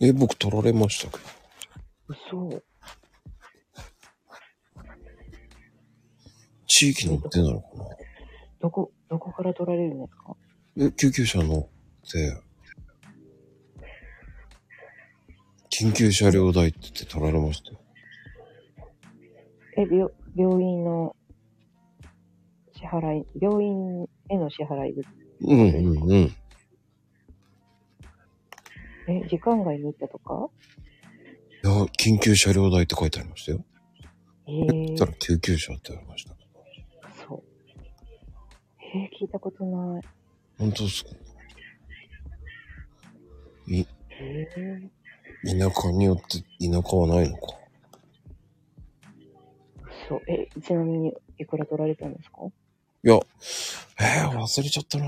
S1: え、僕取られましたけど。
S4: 嘘。
S1: 地域の手なのかな
S4: どこ、どこから取られるんですか
S1: え、救急車乗って、緊急車両代って言って取られましたよ。
S4: え、病、病院の支払い、病院への支払いです。
S1: うんうんうん。
S4: え、時間外に行ったとか
S1: いや、緊急車両代って書いてありましたよ。
S4: え
S1: そ
S4: ー
S1: したら救急車って言われました。
S4: そう。えー、聞いたことない。
S1: 本当ですか
S4: えー、
S1: 田舎によって田舎はないのか。
S4: そう。え、ちなみに、いくら取られたんですか
S1: いや、えー、忘れちゃったな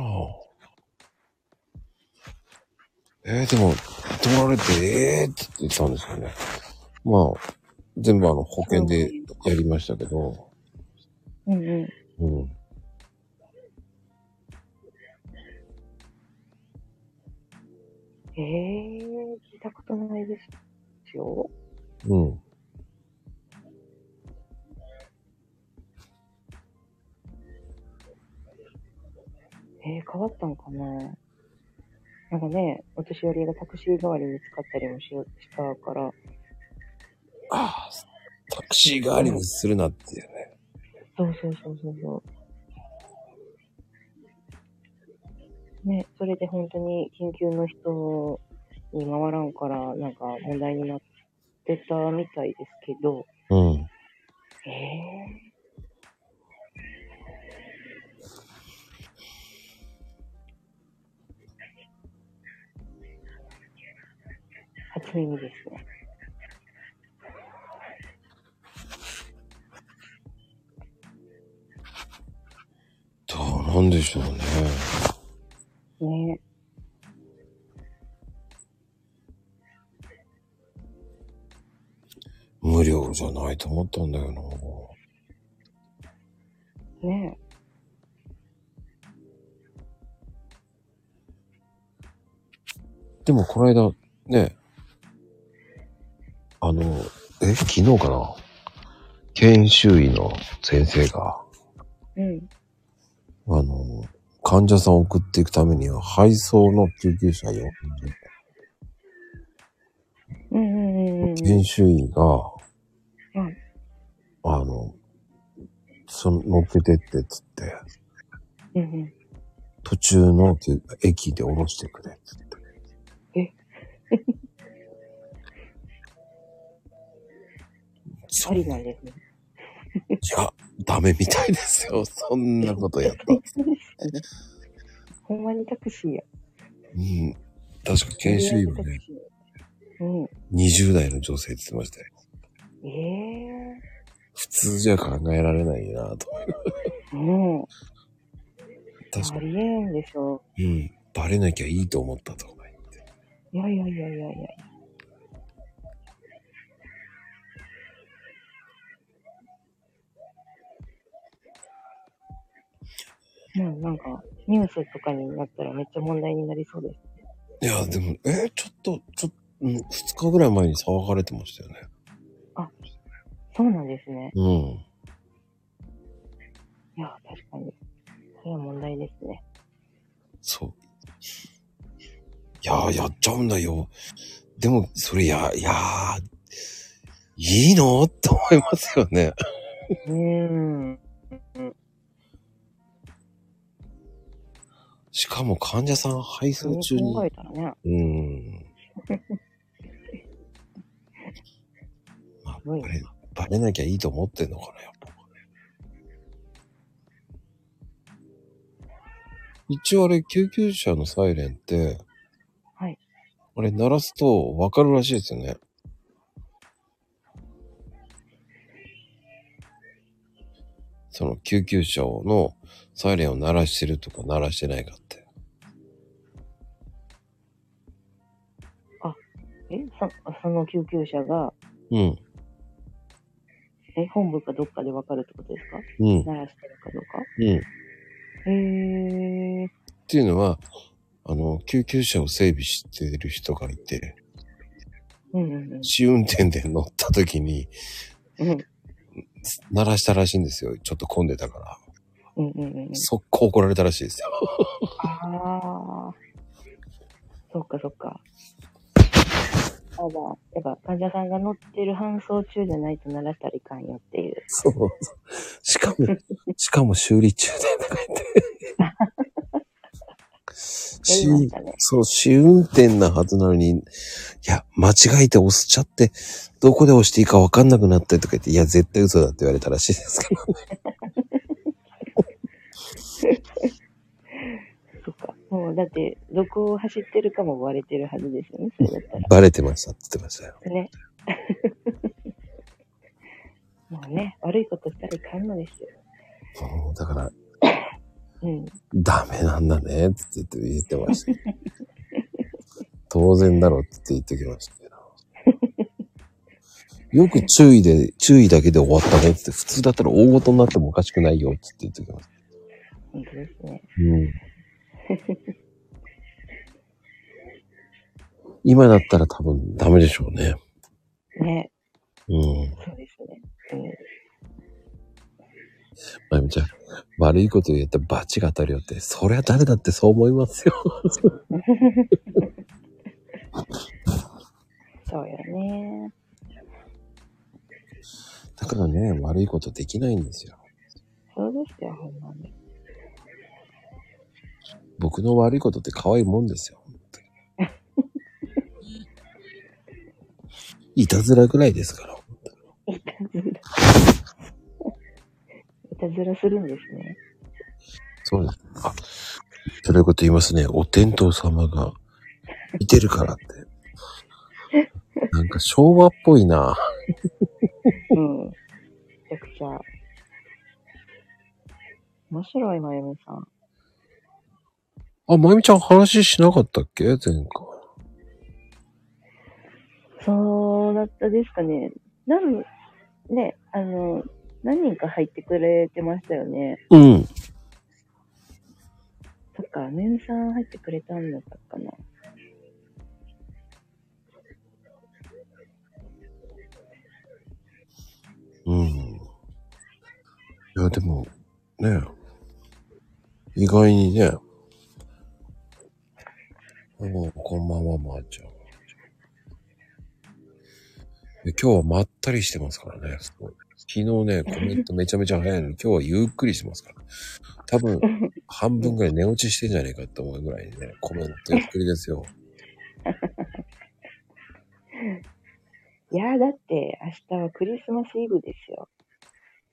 S1: えー、でも、取られて、えーって言ってたんですよね。まあ、全部あの、保険でやりましたけど、
S4: うんうん。
S1: うん。
S4: えー、聞いたことないですよ。
S1: うん。
S4: えー、変わったんかななんかね、お年寄りがタクシー代わりに使ったりもしよしたから、
S1: ああ、タクシー代わりにするなっていうね。
S4: そうそうそうそうそう。ね、それで本当に緊急の人に回らんから、なんか問題になってたみたいですけど、
S1: うん。
S4: ええ初耳ですね。
S1: どうなんでしょうね。
S4: ね
S1: 無料じゃないと思ったんだよな。
S4: え、ね
S1: でもこの間、ね、あの、え、昨日かな研修医の先生が、
S4: え。うん。
S1: あの、患者さんを送っていくためには配送の救急車を呼んで、
S4: うんうんうんうん。
S1: 研修医が、
S4: うん
S1: あの、その、乗っけてってっつって、
S4: うんうん
S1: 途中のき駅で降ろしてくれっつって。
S4: え
S1: そ
S4: あ
S1: う
S4: り
S1: い
S4: なんですね。
S1: や、ダメみたいですよ。 [LAUGHS] そんなことやったら。
S4: ほんまにタクシーや。
S1: うん。確か研修医はね、
S4: うん。
S1: 20代の女性って言ってましたよ。
S4: え
S1: 普通じゃ考えられないなと。
S4: えも
S1: 確
S4: う、
S1: か
S4: ありえんでしょ
S1: に。うん。バレなきゃいいと思ったとか言って。
S4: う。いやいやいやいやいや。まあなんか、ニュースとかになったらめっちゃ問題になりそうです。
S1: いや、でも、えーちょっと、ちょっと、うん、2日ぐらい前に騒がれてましたよね。
S4: そうなんですね。
S1: うん。
S4: いや、確かに。それは問題ですね。
S1: そう。いやー、やっちゃうんだよ。でも、それや、いやー、いいのって思いますよね。
S4: うーん。
S1: しかも患者さん配
S4: そう
S1: 送中に。
S4: 考えたらね、
S1: うん。まあ、
S4: すごい
S1: バレ、バレなきゃいいと思ってんのかな、やっぱ。一応あれ、救急車のサイレンって、
S4: はい。
S1: あれ、鳴らすと分かるらしいですよね。その救急車のサイレンを鳴らしてるとか鳴らしてないかって。
S4: え、そその救急車が、
S1: うん。
S4: え、本部かどっかでわかるってことですか
S1: うん。
S4: 鳴らしてるかどうか
S1: うん。
S4: へえー。
S1: っていうのは、あの、救急車を整備している人がいて、
S4: うんうんうん
S1: 試運転で乗った時に
S4: うん。
S1: 鳴らしたらしいんですよ。ちょっと混んでたから。
S4: うんうんうんうん。
S1: 速攻怒られたらしいですよ。
S4: ああ。そっかそっか。ただ、やっぱ患者さんが乗ってる搬送中じゃないと鳴らしたらいかんよっていう。
S1: [LAUGHS] そうしかも、 [LAUGHS] しかも修理中でとか言って。 [LAUGHS]
S4: やりましたね。
S1: そう、試運転なはずなのに、いや、間違えて押しちゃって、どこで押していいか分かんなくなったりとか言って、いや、絶対嘘だって言われたらしいです [LAUGHS] けど。
S4: そっか。もうだって、どこを走ってるかも割れてるはずですよね。それだった
S1: バレてましたって言ってましたよ。
S4: ら。 [LAUGHS] ね。もうね、悪いことしたらいかんのですよ。
S1: もうだから、
S4: うん。
S1: ダメなんだねって言って言ってました。当然だろうって言ってきましたけど。よく注意で、注意だけで終わったねって、普通だったら大事になってもおかしくないよって言ってきました。
S4: 本当ですね。
S1: うん。今だったら多分ダメでしょうね。
S4: ね。
S1: うん。
S4: そうですね。うん。
S1: まゆみちゃん、悪いこと言ったら罰が当たるよって、そりゃ誰だってそう思いますよ。
S4: そうよね。
S1: だからね、悪いことできないんですよ。
S4: そうですよ、ほんまに。
S1: 僕の悪いことって可愛いもんですよ。本当にいたずらぐらいですから。
S4: いたずら。いたずらするんですね。
S1: そうです。あ、そういうこと言いますね。お天道様がいてるからって。なんか昭和っぽいな。
S4: うん。めちゃくちゃ。面白い、まゆみさん。
S1: あ、まゆみちゃん話しなかったっけ前回。
S4: そうだったですかね。なん、ね、あの、何人か入ってくれてましたよね。
S1: うん。
S4: そっか、メンさん入ってくれたんだったかな。
S1: うん。いや、でも、ね意外にね。おこんばんは、まー、ちゃん。で今日はまったりしてますからね。すごい昨日ね、コメントめちゃめちゃ早いのに、今日はゆっくりしてますから。多分、半分ぐらい寝落ちしてんじゃねえかって思うぐらいね、コメントゆっくりですよ。
S4: いやー、だって、明日はクリスマスイブですよ。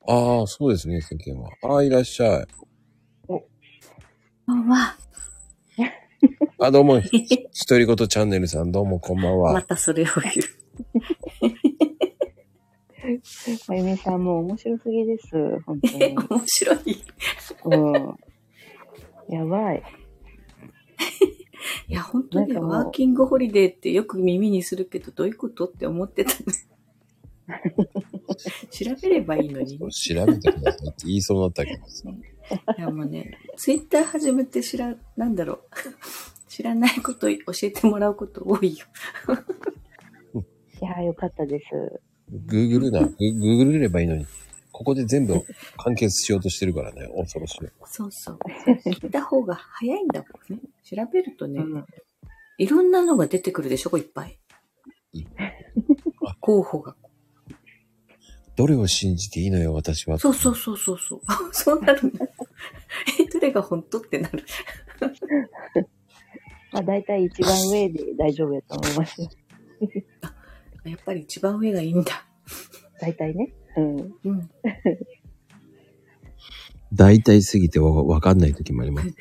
S1: ああ、そうですね、世間は。ああ、いらっしゃい。
S5: こんばんは。
S1: あ、どうも、ひひとりごとチャンネルさん、どうもこんばんは。
S5: またそれを言う。
S4: まゆみさん、もう面白すぎです。本当に。
S5: 面白い。
S4: うん。やばい。
S5: いや、本当に
S4: なんかもう
S5: ワーキングホリデーってよく耳にするけど、どういうことって思ってた
S4: [LAUGHS]
S5: の。調べればいいのにね。
S1: 調べてくださいって言いそうになったけどさ。
S5: いやもうね、ツイッター始めて知ら、なんだろう。知らないこと教えてもらうこと多いよ。
S4: いやー、よかったです。
S1: Google な、Google ればいいのに、ここで全部完結しようとしてるからね、恐ろしい。
S5: そうそう。聞いた方が早いんだもんね。調べるとね、
S4: うん
S5: いろんなのが出てくるでしょ、いっぱ
S4: [LAUGHS]
S5: い
S1: うん。
S5: 候補が。
S1: どれを信じていいのよ、私は。
S5: そうそうそうそうそう。 [LAUGHS] そうなるね。え、どれが本当ってなる。
S4: まあ、大体一番上で大丈夫やと思います。
S5: やっぱり一番上がいいんだ。
S4: 大体ね。うん。
S5: うん。
S1: 大体すぎてわわかんない時もあります。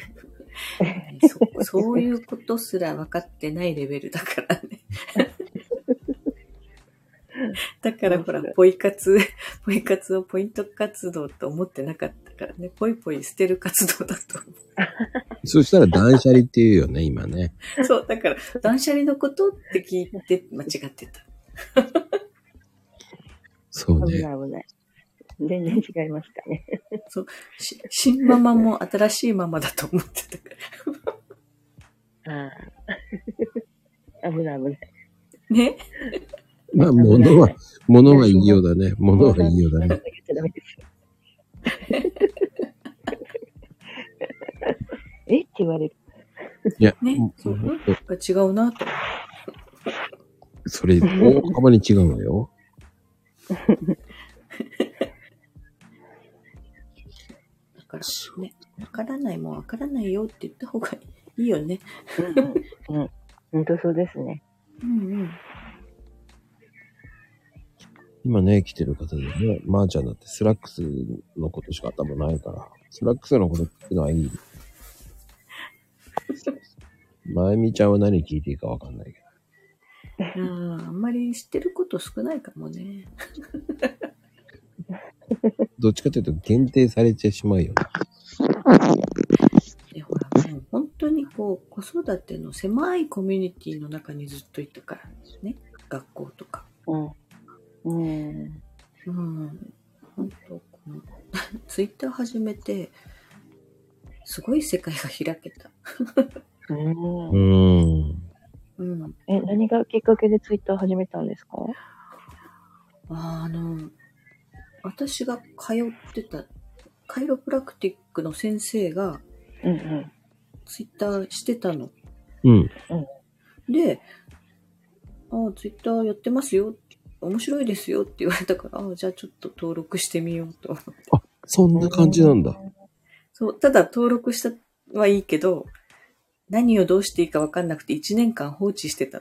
S5: そそういうことすら分かってないレベルだからね。だからほら、ポイ活、ポイ活をポイント活動と思ってなかったからね、ポイポイ捨てる活動だと思
S1: そしたら断捨離っていうよね、今ね。
S5: う。そう、だから、断捨離のことって聞いて間違ってた。
S1: そう
S4: 危
S1: ね。
S4: ない危ない。全然違いましたね。
S5: し新ママも新しいママだと思ってたから。
S4: ああ。 [LAUGHS] 危ない危ない。
S5: ね
S1: まあ、物は、物は言いようだね。物は言いようだ
S4: 言っ
S1: ね。
S4: ちゃダメですよ。 [LAUGHS] えって言われる。
S1: いや、
S5: ね
S1: うん
S5: そう違うなと。
S1: それ、大幅に違うわよ。
S5: だから、ね、わからないもんわからないよって言った方がいいよね。
S4: うん、うん。本当そうですね。
S5: うんうん。
S1: 今ね、来てる方でね、まー、ちゃんだってスラックスのことしか頭ないから、スラックスのこと聞くのはい [LAUGHS] い。まゆみちゃんは何聞いていいかわかんないけど。
S5: あーあんまり知ってること少ないかもね。
S1: どっちかというと限定されてしまうよね。
S5: でほら、もう本当にこう、子育ての狭いコミュニティの中にずっといたからですね。学校とか。
S4: うん。うん。
S5: うん。本当この、 [LAUGHS] ツイッター始めて、すごい世界が開けた。
S4: うん
S1: うーん。
S5: うん。
S4: え、何がきっかけでツイッター始めたんですか
S5: あーあの、私が通ってた、カイロプラクティックの先生が
S4: うんうん。
S5: ツイッターしてたの。
S1: うん。
S5: で、ああ、ツイッターやってますよ。面白いですよって言われたから、ああ、じゃあちょっと登録してみようと。
S1: そんな感じなんだ。
S5: そう、ただ登録したはいいけど、何をどうしていいか分かんなくて1年間放置してた。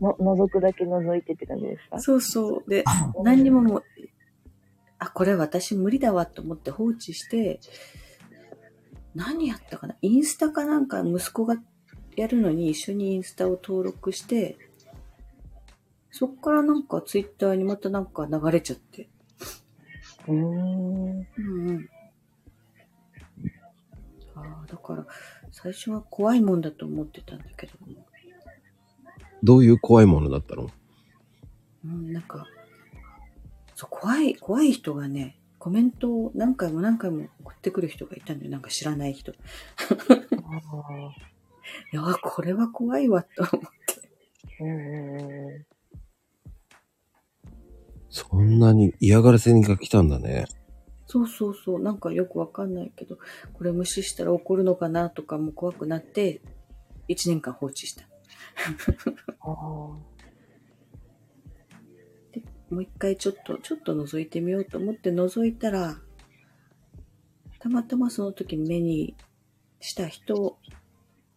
S4: の、覗くだけ覗いてって感じですか
S5: そうそう。で、何にももう、あ、これ私無理だわと思って放置して、何やったかなインスタかなんか息子がやるのに一緒にインスタを登録して、そっからなんかツイッターにまたなんか流れちゃって。
S4: うーん。
S5: うんうん。ああ、だから最初は怖いもんだと思ってたんだけども、
S1: どういう怖いものだったの
S5: うん、なんか、そう、怖い、怖い人がね、コメントを何回も何回も送ってくる人がいたんだよ。なんか知らない人。い
S4: ああ。
S5: や、これは怖いわ、と [LAUGHS] 思う。
S4: うんうんうん。
S1: そんなに嫌がらせが来たんだね。
S5: そうそうそう。なんかよくわかんないけど、これ無視したら怒るのかなとかも怖くなって、一年間放置した。
S4: ああ。
S5: もう一回ちょっと、ちょっと覗いてみようと思って覗いたら、たまたまその時目にした人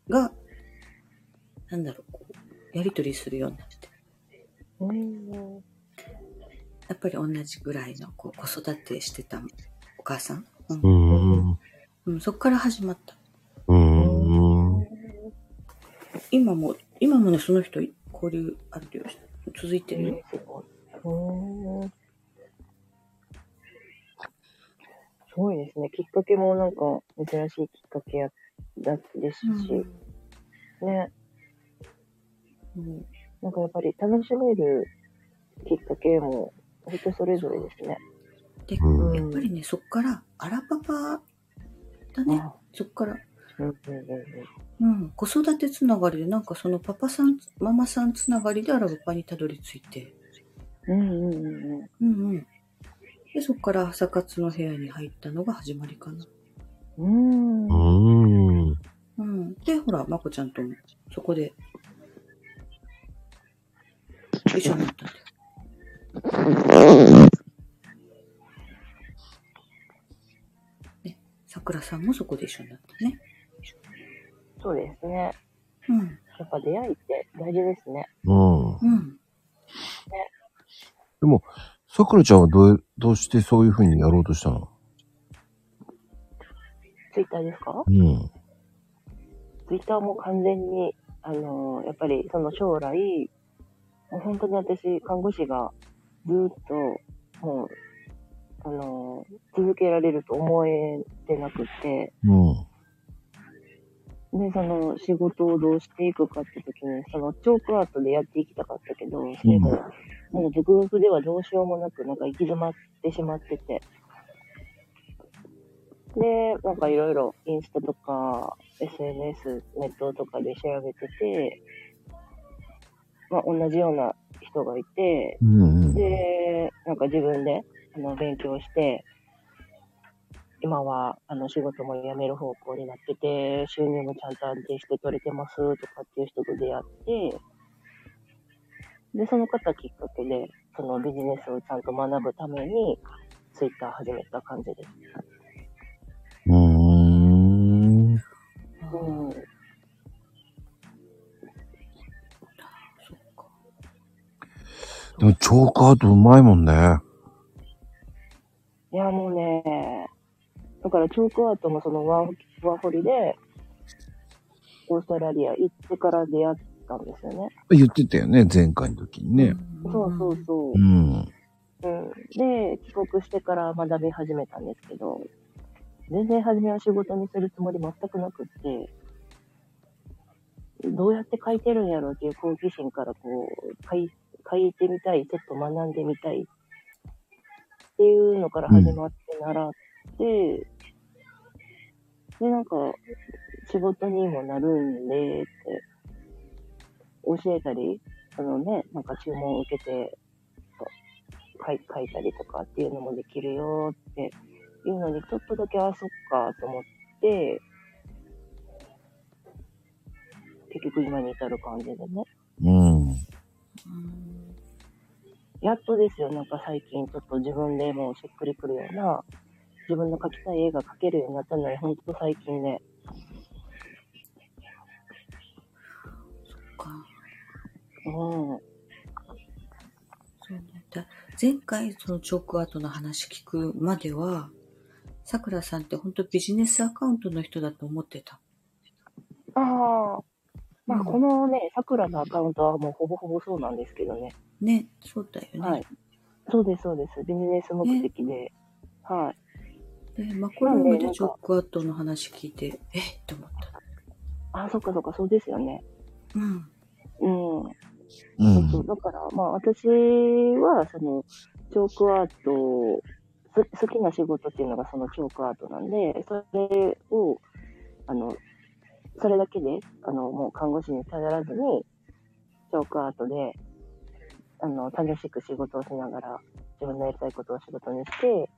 S5: が、なんだろう、こう、やりとりするようになって。
S4: うん。
S5: やっぱり同じぐらいのこう子育てしてたお母さん。うん
S1: うーん。
S5: うん、そっから始まった。
S1: うーん。
S5: 今も、今もね、その人、交流あるよ。続いてるよ。
S4: すごい。うーん。すごいですね。きっかけもなんか、珍しいきっかけやだですし、ね。うん。なんかやっぱり楽しめるきっかけも、人それぞれですね。
S5: で、
S1: うん
S5: やっぱりね、そっから、アラパパだね。そっから、
S4: うんうんうん
S5: うん、子育てつながりで、なんかそのパパさん、ママさんつながりでアラパパにたどり着いて、
S4: うんうんうんうん
S5: うんうん。で、そっから朝活の部屋に入ったのが始まりかな。
S4: うーん
S1: う。ーん。
S5: うん。で、ほら、まこちゃんとも、そこで、一緒になったんだよ。ね、桜さんもそこで一緒になったね。
S4: そうですね。
S5: うん。
S4: やっぱ出会いって大事ですね。
S1: うん。
S5: うん。
S1: さくらちゃんはどう、どうしてそういう風にやろうとしたの
S4: ツイッターですか
S1: うん。
S4: ツイッターも完全に、あのーやっぱりその将来、もう本当に私、看護師がずーっと、もう、あのー続けられると思えてなくて、
S1: うん。
S4: で、その仕事をどうしていくかって時に、そのチョークアートでやっていきたかったけど、それも、もう独学ではどうしようもなく、なんか行き詰まってしまってて。で、なんかいろいろインスタとか SNS、ネットとかで調べてて、まあ同じような人がいて、
S1: うんうん。
S4: で、なんか自分であの勉強して、今はあの仕事も辞める方向になってて、収入もちゃんと安定して取れてますとかっていう人と出会って、で、その方きっかけで、そのビジネスをちゃんと学ぶために、ツイッター始めた感じです。
S1: うーん。
S4: うん。
S5: そっか。
S1: でも、チョーカーとうまいもんね。
S4: いや、もうね、だからチョークアートもそのワーワーホリで、オーストラリア行ってから出会ったんですよね。
S1: 言ってたよね、前回の時にね。
S5: ん
S4: そうそうそう。
S1: うん。
S4: うん、で、帰国してから学び始めたんですけど、全然初めは仕事にするつもり全くなくって、どうやって書いてるんやろうっていう好奇心からこう、書い書いてみたい、ちょっと学んでみたいっていうのから始まって習って、で、なんか、仕事にもなるんで、って、教えたり、そのね、なんか注文を受けて、書い書いたりとかっていうのもできるよっていうのにちょっとだけあそっかと思って結局今に至る感じでね
S1: うん。
S5: うん
S4: やっとですよなんか最近ちょっと自分でもうしっくりくるような自分の描きたい絵が描けるようになったのにほんと最近ね
S5: か
S4: うん
S5: そうね。だ前回そのチョークアートの話聞くまでは、さくらさんって本当ビジネスアカウントの人だと思ってた。
S4: ああまあ
S5: うん
S4: このねさくらのアカウントはもうほぼほぼそうなんですけどね
S5: ね、そうだよね。
S4: はいそうですそうですビジネス目的ではい
S5: で、マコルーム
S4: なんでなん
S5: で
S4: か
S5: チョークアートの話聞いて、えって思った。
S4: あそっかそっかそうですよね
S5: うん。
S4: うん
S1: う
S4: そうそ
S1: ん
S4: う。だから、まあ、私は、その、チョークアートを、す好きな仕事っていうのがそのチョークアートなんで、それを、あの、それだけで、あの、もう看護師に頼らずに、チョークアートで、あの、楽しく仕事をしながら、自分のやりたいことを仕事にして、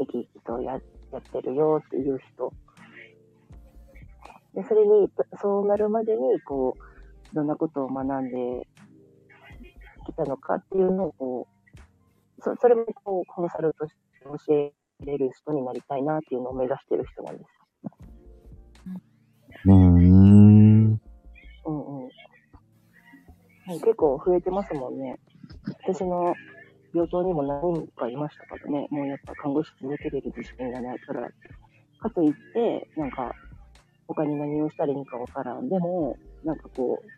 S4: 生き生きとややってるよっていう人。で、それに、そうなるまでに、こう、どんなことを学んで、来たのかっていうのをこうそそれもこうコンサルとして教えれる人になりたいなっていうのを目指してる人なんです。
S1: うん。
S4: うんうん、結構増えてますもんね。私の病棟にも何人かいましたからね、もうやっぱ看護師続けれる自信がないから。かといって、なんか、他に何をしたらいいのかわからん。でも、なんかこう、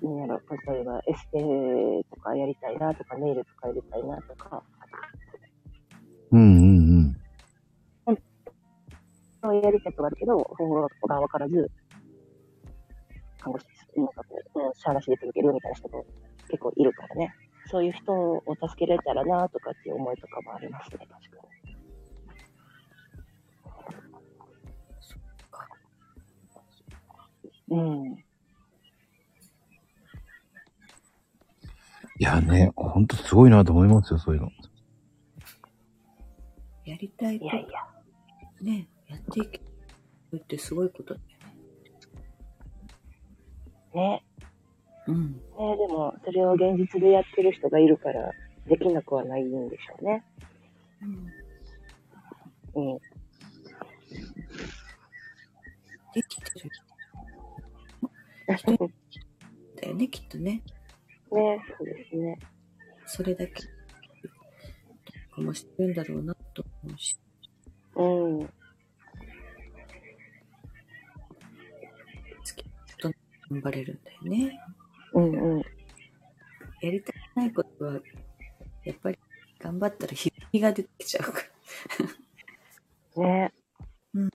S4: なんやろ、例えばエステとかやりたいなとか、ネイルとかやりたいなとか、
S1: うんうん
S4: そうやりたいことがあるけど、方法がわからず、看護師、なんかこう、うんしゃらしで続けるみたいな人も結構いるからね。そういう人を助けられたらなとかっていう思いとかもありますね、確かに。うん。
S6: いやね、ほんとすごいなと思いますよ、そういうの。
S5: やりたい
S4: い
S5: こ
S4: やいや。
S5: とね、やっていけるってすごいことだよね。
S4: ね。
S5: うん。
S4: ねでも、それを現実でやってる人がいるから、できなくはないんでしょうね。
S5: うん
S4: うん。
S5: できてる。人だよね、きっとね。
S4: ねそうですね。
S5: それだけ。かもしてるんだろうなと思うし。
S4: うん。
S5: 好きなこと頑張れるんだよね。
S4: うんうん。
S5: やりたくないことは、やっぱり頑張ったらひびが出てきちゃうから。
S4: ね [COUGHS]
S5: うん。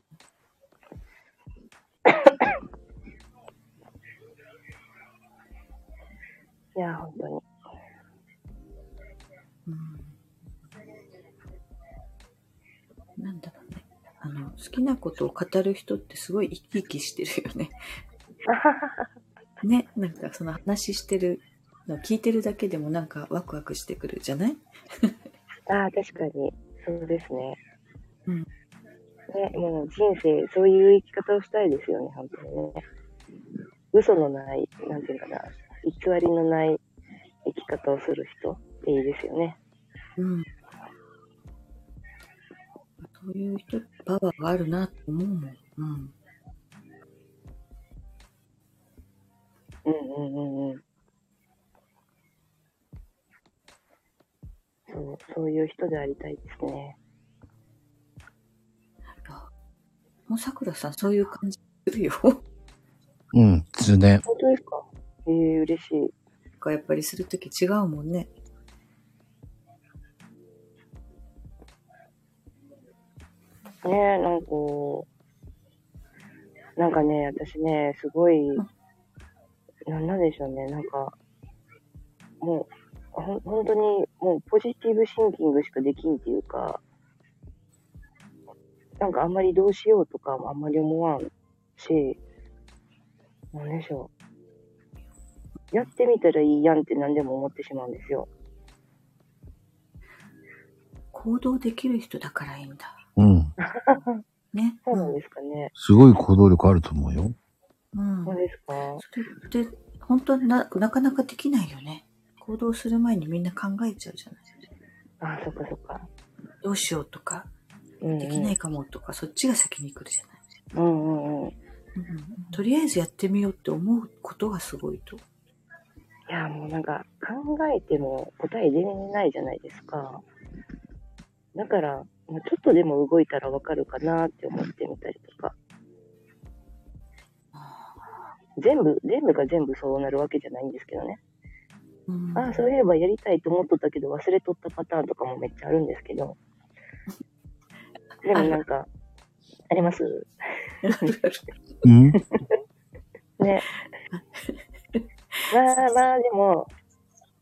S4: いや、本当に。 [LAUGHS]
S5: うんなんだろうね。あの、好きなことを語る人ってすごい生き生きしてるよね。 [LAUGHS] ね、なんかその話してるの聞いてるだけでもなんかワクワクしてくるじゃない
S4: ああ、確かに。そうですね。
S5: うん
S4: ね、もう人生、そういう生き方をしたいですよね、本当にね。嘘のない、なんていうかな、偽りのない生き方をする人っていいですよね。
S5: うん。そういう人ってパワーがあるなと思うもん。うん。
S4: うんうんうんうん。そう、そういう人でありたいですね。
S5: あもうさくらさん、そういう感じするよ。 [LAUGHS]
S6: うん、ですね。
S4: 本当ですかええ嬉しい。
S5: なんかやっぱりするとき違うもんね。
S4: ねえ、なんか、なんかね、私ね、すごい、なんなんでしょうね、なんか、もう、ほん本当に、もうポジティブシンキングしかできんっていうか、なんかあんまりどうしようとかもあんまり思わんし、なんでしょう。やってみたらいいやんって何でも思ってしまうんですよ。
S5: 行動できる人だからいいんだ。
S6: うん。
S5: ね。
S4: そうなんですかね。
S6: すごい行動力あると思うよ。
S5: うん。
S4: そうですか
S5: それって、本当にな、なかなかできないよね。行動する前にみんな考えちゃうじゃない。
S4: あ、そっかそっか。
S5: どうしようとか、
S4: うんうん、
S5: できないかもとか、そっちが先に来るじゃない。
S4: うんうんうん。
S5: うん。とりあえずやってみようって思うことがすごいと。
S4: いや、もうなんか、考えても答え出ないじゃないですか。だから、もうちょっとでも動いたらわかるかなって思ってみたりとか。全部、全部が全部そうなるわけじゃないんですけどね。
S5: うん。
S4: ああ、そういえばやりたいと思っとったけど忘れとったパターンとかもめっちゃあるんですけど。でもなんか、あります
S6: うん
S4: ね。 [LAUGHS] まあまあ、でも、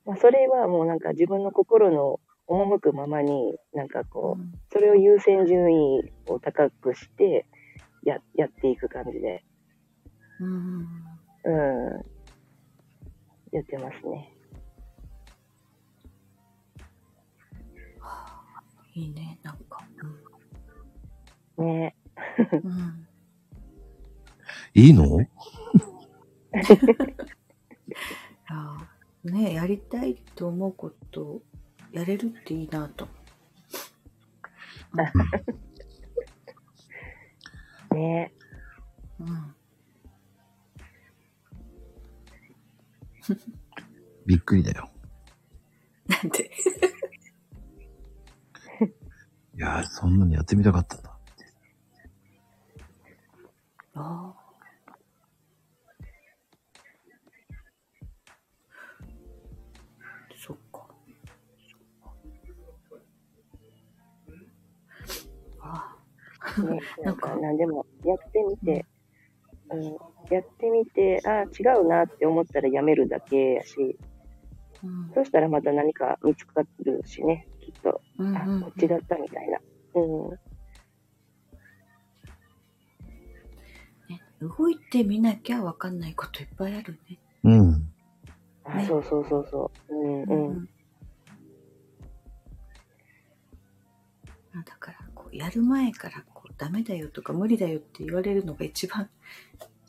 S4: まあ、それはもうなんか自分の心の赴くままに、なんかこう、それを優先順位を高くして、や、やっていく感じで、
S5: うん。
S4: うん、やってますね。
S5: いいね、なんか。
S4: ね。
S5: うん。うん
S6: いいの
S5: ああねやりたいと思うことをやれるっていいなと。
S4: [LAUGHS] ね。
S5: うん。
S6: びっくりだよ。
S5: なんで。
S6: いやー、そんなのやってみたかったんだ。
S5: ああ。そっか。あ
S4: ねなんか
S5: なんか
S4: 何でもやってみて、うん、やってみて、ああ、違うなって思ったらやめるだけやし、
S5: うん
S4: そしたらまた何か見つかるしね、きっと。
S5: うん
S4: あ
S5: う、ん
S4: こっちだったみたいな。うん。
S5: ね動いてみなきゃわかんないこといっぱいあるね。
S6: うん。
S4: あ、そうそうそうそう。うんうん。
S5: だからこうやる前からこうダメだよとか無理だよって言われるのが一番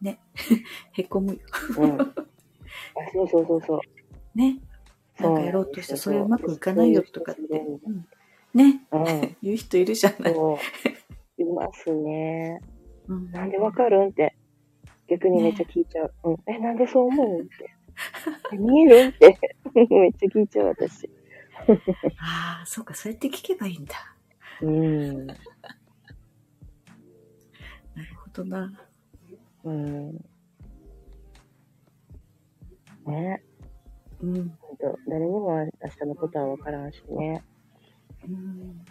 S5: ね [LAUGHS] へこむよ
S4: うん。あ、そうそうそうそう。
S5: [LAUGHS] ねな
S4: そ
S5: ん
S4: う
S5: かやろうとしてそれうまくいかないよとかって、うんね
S4: うん。
S5: 言う人いるじゃない、
S4: そう。
S5: [LAUGHS]
S4: いますね。
S5: うん、
S4: なんでわかるんって。逆にめっちゃ聞いちゃう。うん。え、なんでそう思うんっ
S5: [LAUGHS]
S4: て。え見えるんって。 [LAUGHS] めっちゃ聞いちゃう、私。
S5: ああそうかそうやって聞けばいいんだ
S4: うん。
S5: なるほどな
S4: うん。ね
S5: うん、
S4: ほんと誰にも明日のことはわからんしね。
S5: うん、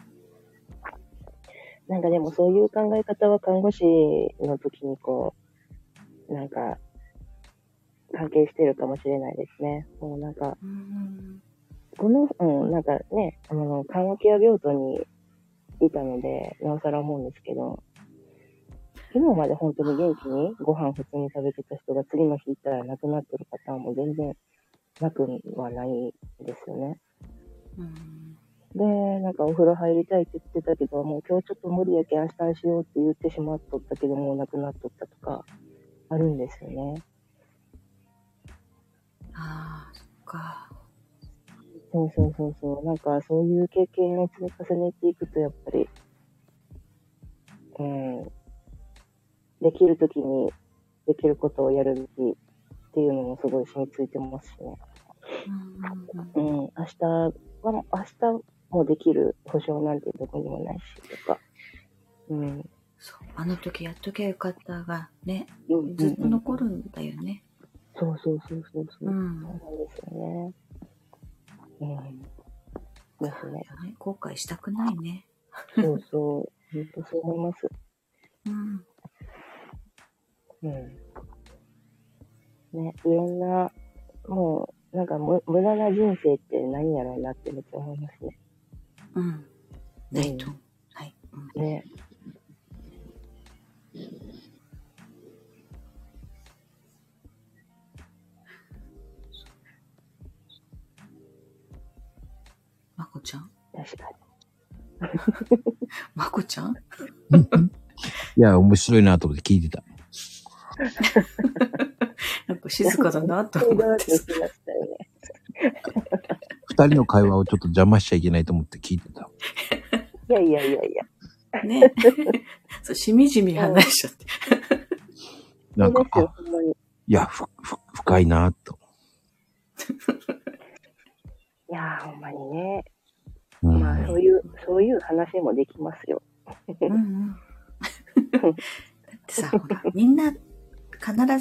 S4: なんかでもそういう考え方は看護師の時にこう、なんか、関係してるかもしれないですね。もうなんか、
S5: うん、
S4: この、うん、なんかね、あの、緩和ケア病棟にいたので、なおさら思うんですけど、昨日まで本当に元気にご飯普通に食べてた人が次の日行ったら亡くなってるパターンも全然なくはないですよね。
S5: うん、
S4: で、なんかお風呂入りたいって言ってたけど、もう今日ちょっと無理やけん明日にしようって言ってしまっとったけど、もう亡くなっとったとか、あるんですよね。
S5: ああそっか
S4: そうそうそうそう。なんか、そういう経験を積み重ねていくと、やっぱり、うん、できるときに、できることをやるべきっていうのもすごい染みついてますしね。
S5: うん
S4: うん、明日は、明日もできる保証なんてどこにもないし、とか。うん。
S5: そうあの時やっときゃよかったがね
S4: うん
S5: ずっと残るんだよね
S4: そうそうそうそうそう。
S5: うん
S4: そうなんですよね。うん。ですね。
S5: ね後悔したくないね
S4: そうそう。本当そう思います。
S5: うん
S4: うん。ね、いろんな、もう、なんかむ無駄な人生って何やろうなってめっちゃ思いますね。
S5: うんないと思う、はい、うん
S4: ね。
S5: まこちゃん [LAUGHS]
S4: 確か
S5: まこちゃ
S6: い
S5: ん
S6: や、面白いなと思って聞いてた。
S5: なんか静かだなと
S4: に。そう
S5: 思
S4: だ
S5: っ
S4: って
S5: て
S4: 言
S5: さ
S4: ってましたよね。
S6: 二人の会話をちょっと邪魔しちゃいけないと思って聞いてた。
S4: いやいやいやいや。
S5: [LAUGHS] ね。そう、しみじみ話しちゃって。
S6: なん
S4: そ
S6: か
S4: う、
S6: あ
S4: ですよ、ほんまに。い
S6: いや、ふ、ふ、深いなと。
S4: やー、ほんまにね。
S6: うん。
S4: まあ、そういう、そういう話もできますよ。
S5: うんうん。 [LAUGHS] だってさ、ほら、みんな必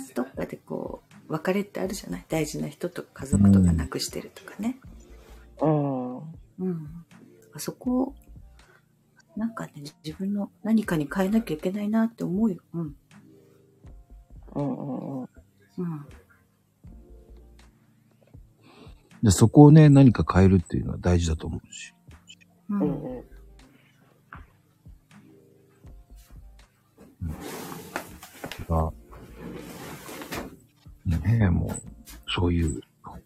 S5: ずどっかでこう、別れってあるじゃない大事な人とか家族とか亡くしてるとかね。
S4: うん。う
S5: うん。あそこを、なんかね、自分の何かに変えなきゃいけないなって思うよ。うん。
S4: んうんうん。
S5: うん。
S6: でそこをね、何か変えるっていうのは大事だと思うし。
S5: う。
S4: うんんうん。
S6: が、ねえ、もう、そういう、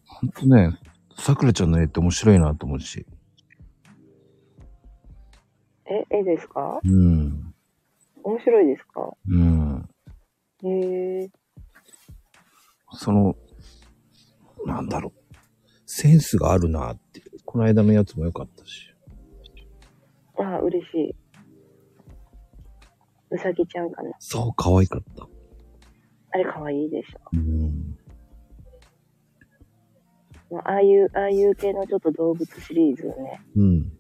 S6: ほんとね、さくらちゃんの絵って面白いなと思うし。
S4: え、絵ですか
S6: うん。
S4: 面白いですか
S6: うん。
S4: へえ。
S6: その、なんだろう。センスがあるなっていう。この間のやつも良かったし。
S4: あ、嬉しい。うさぎちゃんかな。
S6: そう、可愛かった。
S4: あれ可愛いでし
S6: うん。
S4: ょ。まあああいう、ああいう系のちょっと動物シリーズをね、
S6: うん。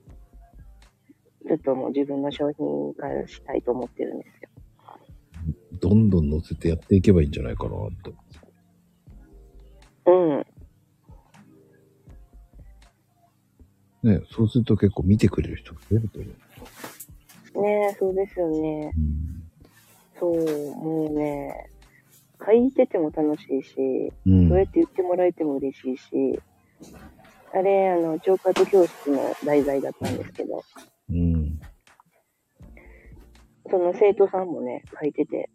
S4: ちょっともう自分の商品化したいと思ってるんですよ。
S6: どんどん乗せてやっていけばいいんじゃないかなと。
S4: うん。
S6: ね、そうすると結構見てくれる人が増えると思う。
S4: ねえ、そうですよね。
S6: う
S4: そう、もうね、書いてても楽しいし、
S6: ん。
S4: そう
S6: う
S4: やっ
S6: ん
S4: て言ってもらえても嬉しいし、あれ、あの、聴覚教室の題材だったんですけど、
S1: うん。
S4: その生徒さんもね、書いてて、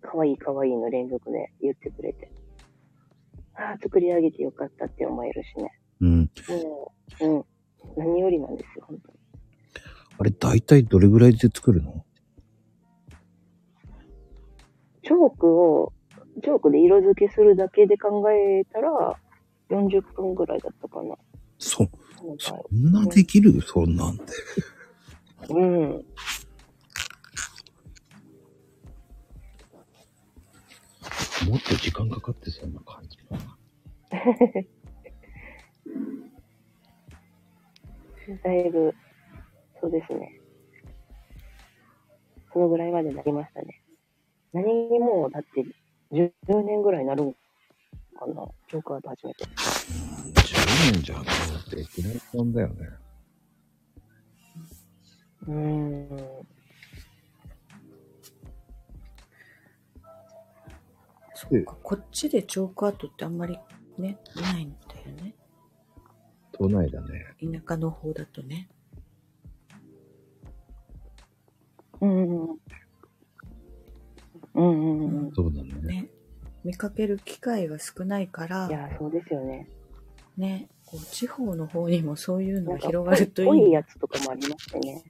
S4: 可愛い可愛いの連続で言ってくれて、ああ、作り上げてよかったって思えるしね。
S1: うん。
S4: もう、うん。何よりなんですよ、本当に。
S1: あれ、大体どれぐらいで作るの
S4: チョークを、チョークで色付けするだけで考えたら、40分ぐらいだったかな。
S1: そ、
S4: なんか
S1: そんなできるそんなんで。
S4: うん。
S1: もっと時間かかってそんな感じかな。
S4: だいぶ、そうですね。そのぐらいまでなりましたね。何にも、だって、10年ぐらいになるんかな。ジョーカーと始めて。
S1: 10年じゃもうできないもんだよね。
S4: うーん。
S5: そうか、こっちでチョークアートってあんまりね、ないんだよね。
S1: 都内だね。
S5: 田舎の方だとね。
S4: うんうんうん。うんうんうん。
S1: そうだね。
S5: ね。見かける機会が少ないから
S4: い、や、そうですよね。
S5: ね、こう地方の方にもそういう
S4: な
S5: のが
S4: んか
S5: 広がるとい
S4: 濃い濃
S5: い
S4: い。やつとかもありまして
S5: [LAUGHS]
S4: ね。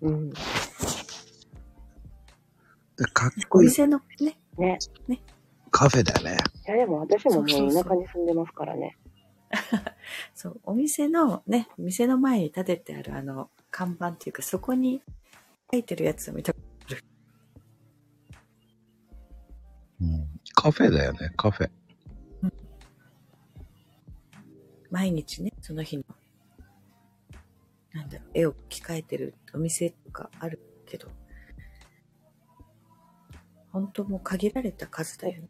S4: うん。
S1: でかっ
S5: お
S1: こいい
S5: 店のね、
S4: ね。
S1: カフェだよね。
S4: いや、でも私ももう
S5: そうそうそう
S4: 田舎に住んでますからね。
S5: そう、お店のね、店の前に立ててあるあの、看板っていうか、そこに書いてるやつを見た。
S1: うん。カフェだよね、カフェ。
S5: 毎日ね、その日の、なんだろう、絵を着替えてるお店とかあるけど、本当もう限られた数だよね。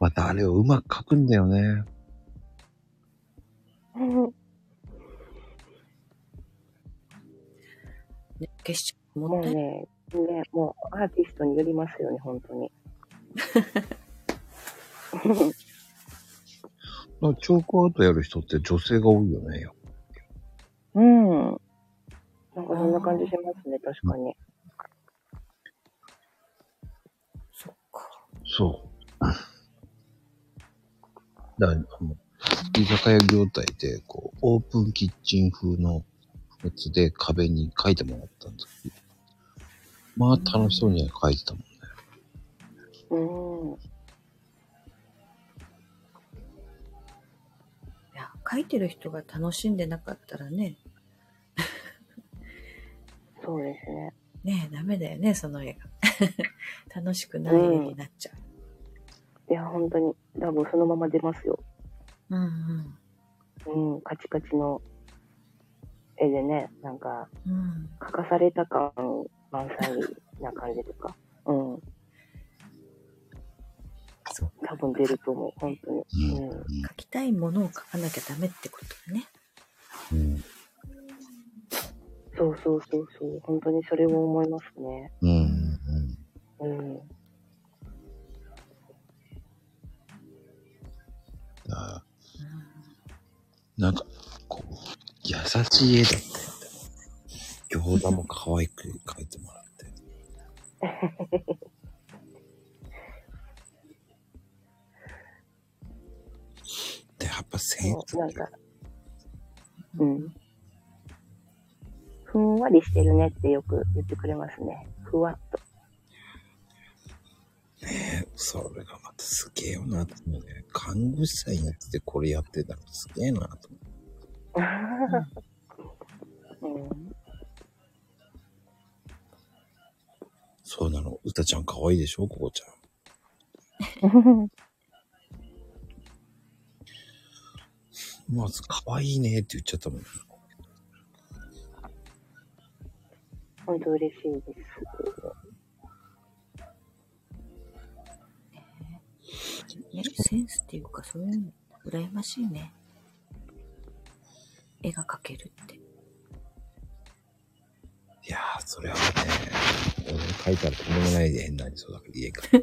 S1: またあれをうまく描くんだよね。
S5: ね決しても
S4: も
S5: っ
S4: う
S5: たいない。
S4: ね、ね、もうアーティストによりますよね、本当に。
S1: まあ、チョークアートやる人って女性が多いよね。
S4: うん。なんかそんな感じしますね、確かに。
S5: そっか。
S1: そう。だから、あの、居酒屋業態で、こう、オープンキッチン風のやつで壁に書いてもらったんだけど、まあ楽しそうには書いてたもんね。
S4: うん。
S5: いや、書いてる人が楽しんでなかったらね、
S4: そうですね。
S5: ねえ、ダメだよね、その絵が。 [LAUGHS] 楽しくない絵になっちゃ
S4: いや、本当に、多分そのまま出ますよ。
S5: う。うんうん。
S4: うん、カチカチの絵でね、なんか、
S5: うん、
S4: 描かされた感満載な感じとか。うん。
S5: そう
S4: 多分出ると思う、本当に。うん。
S5: 書きたいものを書かなきゃダメってことだね。
S1: うん。
S4: そうそうそうそう。本当にそれを思いますね。
S1: うん。うん。
S4: うん。
S1: だからなんか、こう、優しい絵だったよね。餃子も可愛く描いてもらって。で、やっぱセンス
S4: そうなん
S1: だよ
S4: か、うん。ふんわりしてるねってよく言ってくれますね。ふわっと。
S1: ね。それがまたすげえよな、と思うね。看護師さんになっててこれやってたのすげえな、と思う。
S4: うん。
S1: そうなの。うたちゃん可愛いでしょ、ここちゃん。まず、可愛いねって言っちゃったもん。
S4: 本当嬉しいです。
S5: ね、センスっていうか、そういうの、羨ましいね。絵が描けるって。
S1: いやー、それはね、俺書いたらとんでもない絵になりそうだけど、家から。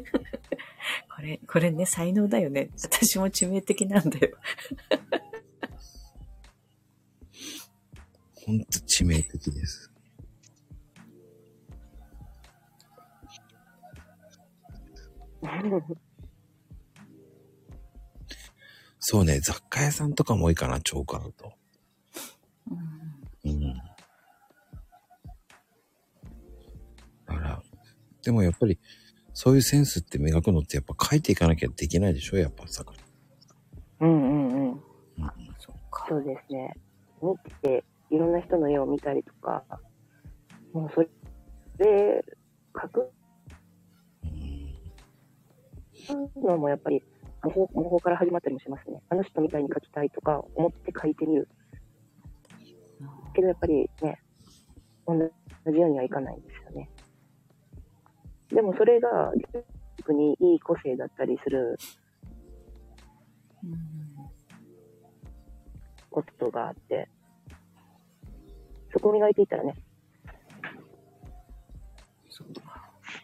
S5: これ、これね、才能だよね。私も致命的なんだよ。
S1: ほんと致命的です。そうね、雑貨屋さんとかも多いかな、超過だと。うん。だから、でもやっぱり、そういうセンスって磨くのってやっぱ書いていかなきゃできないでしょ、やっぱさ。
S4: うんうんうん。
S5: そっか。
S4: そうですね。見て、いろんな人の絵を見たりとか、もうそれで、描く
S1: うん。
S4: のもやっぱり模倣、模倣から始まったりもしますね。あの人みたいに描きたいとか、思って描いてみる。けどやっぱりね、同じようにはいかないんですよね。でもそれが、逆にいい個性だったりすることがあって、そこを磨いていったらね、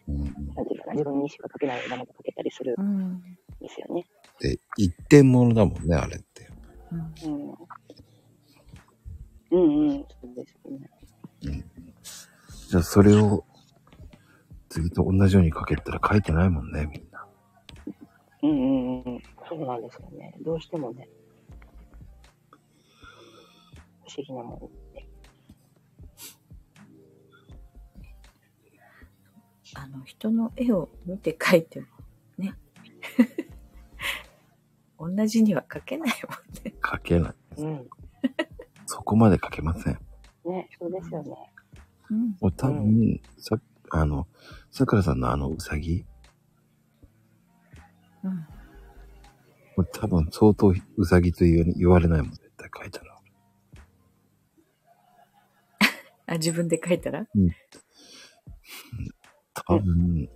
S1: うん、
S4: なんていうかな、自分にしか描けないようなものが描けたりする
S5: うん。
S4: んですよね。
S1: で、一点物だもんね、あれって。
S5: うん
S4: うん。うんうん、そうですね。
S1: じゃあそれを、次と同じように書けたら書いてないもんね、みんな。
S4: うんうんうん。そうなんですよね。どうしてもね、不思議なも
S5: あの、人の絵を見て描いても、ね。 [LAUGHS] 同じには描けないもんね。
S1: 書けない。
S4: の。
S1: そこまで書けません。
S4: うん。ね、そうですよね。
S5: うん。
S1: もう多分、
S4: う
S1: さ、あの、さくらさんのあのうさぎ、
S5: うん。
S1: もう多分相当うさぎと言う言われないもん、絶対書いたら。
S5: あ、自分で描いたら
S1: 多分、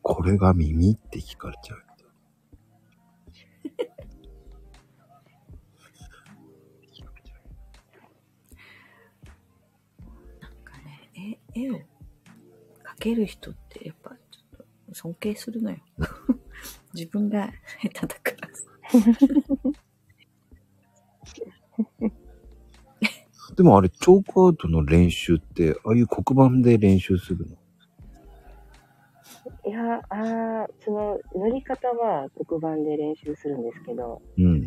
S1: これが耳って聞かれちゃう。
S5: なんかね、絵絵を描ける人ってやっぱちょっと尊敬す [LAUGHS] るのよ。自分が下手だから。
S1: でもあれ、チョークアウトの練習って、ああいう黒板で練習するの
S4: いや、ああ、その、塗り方は黒板で練習するんですけど、
S1: うん。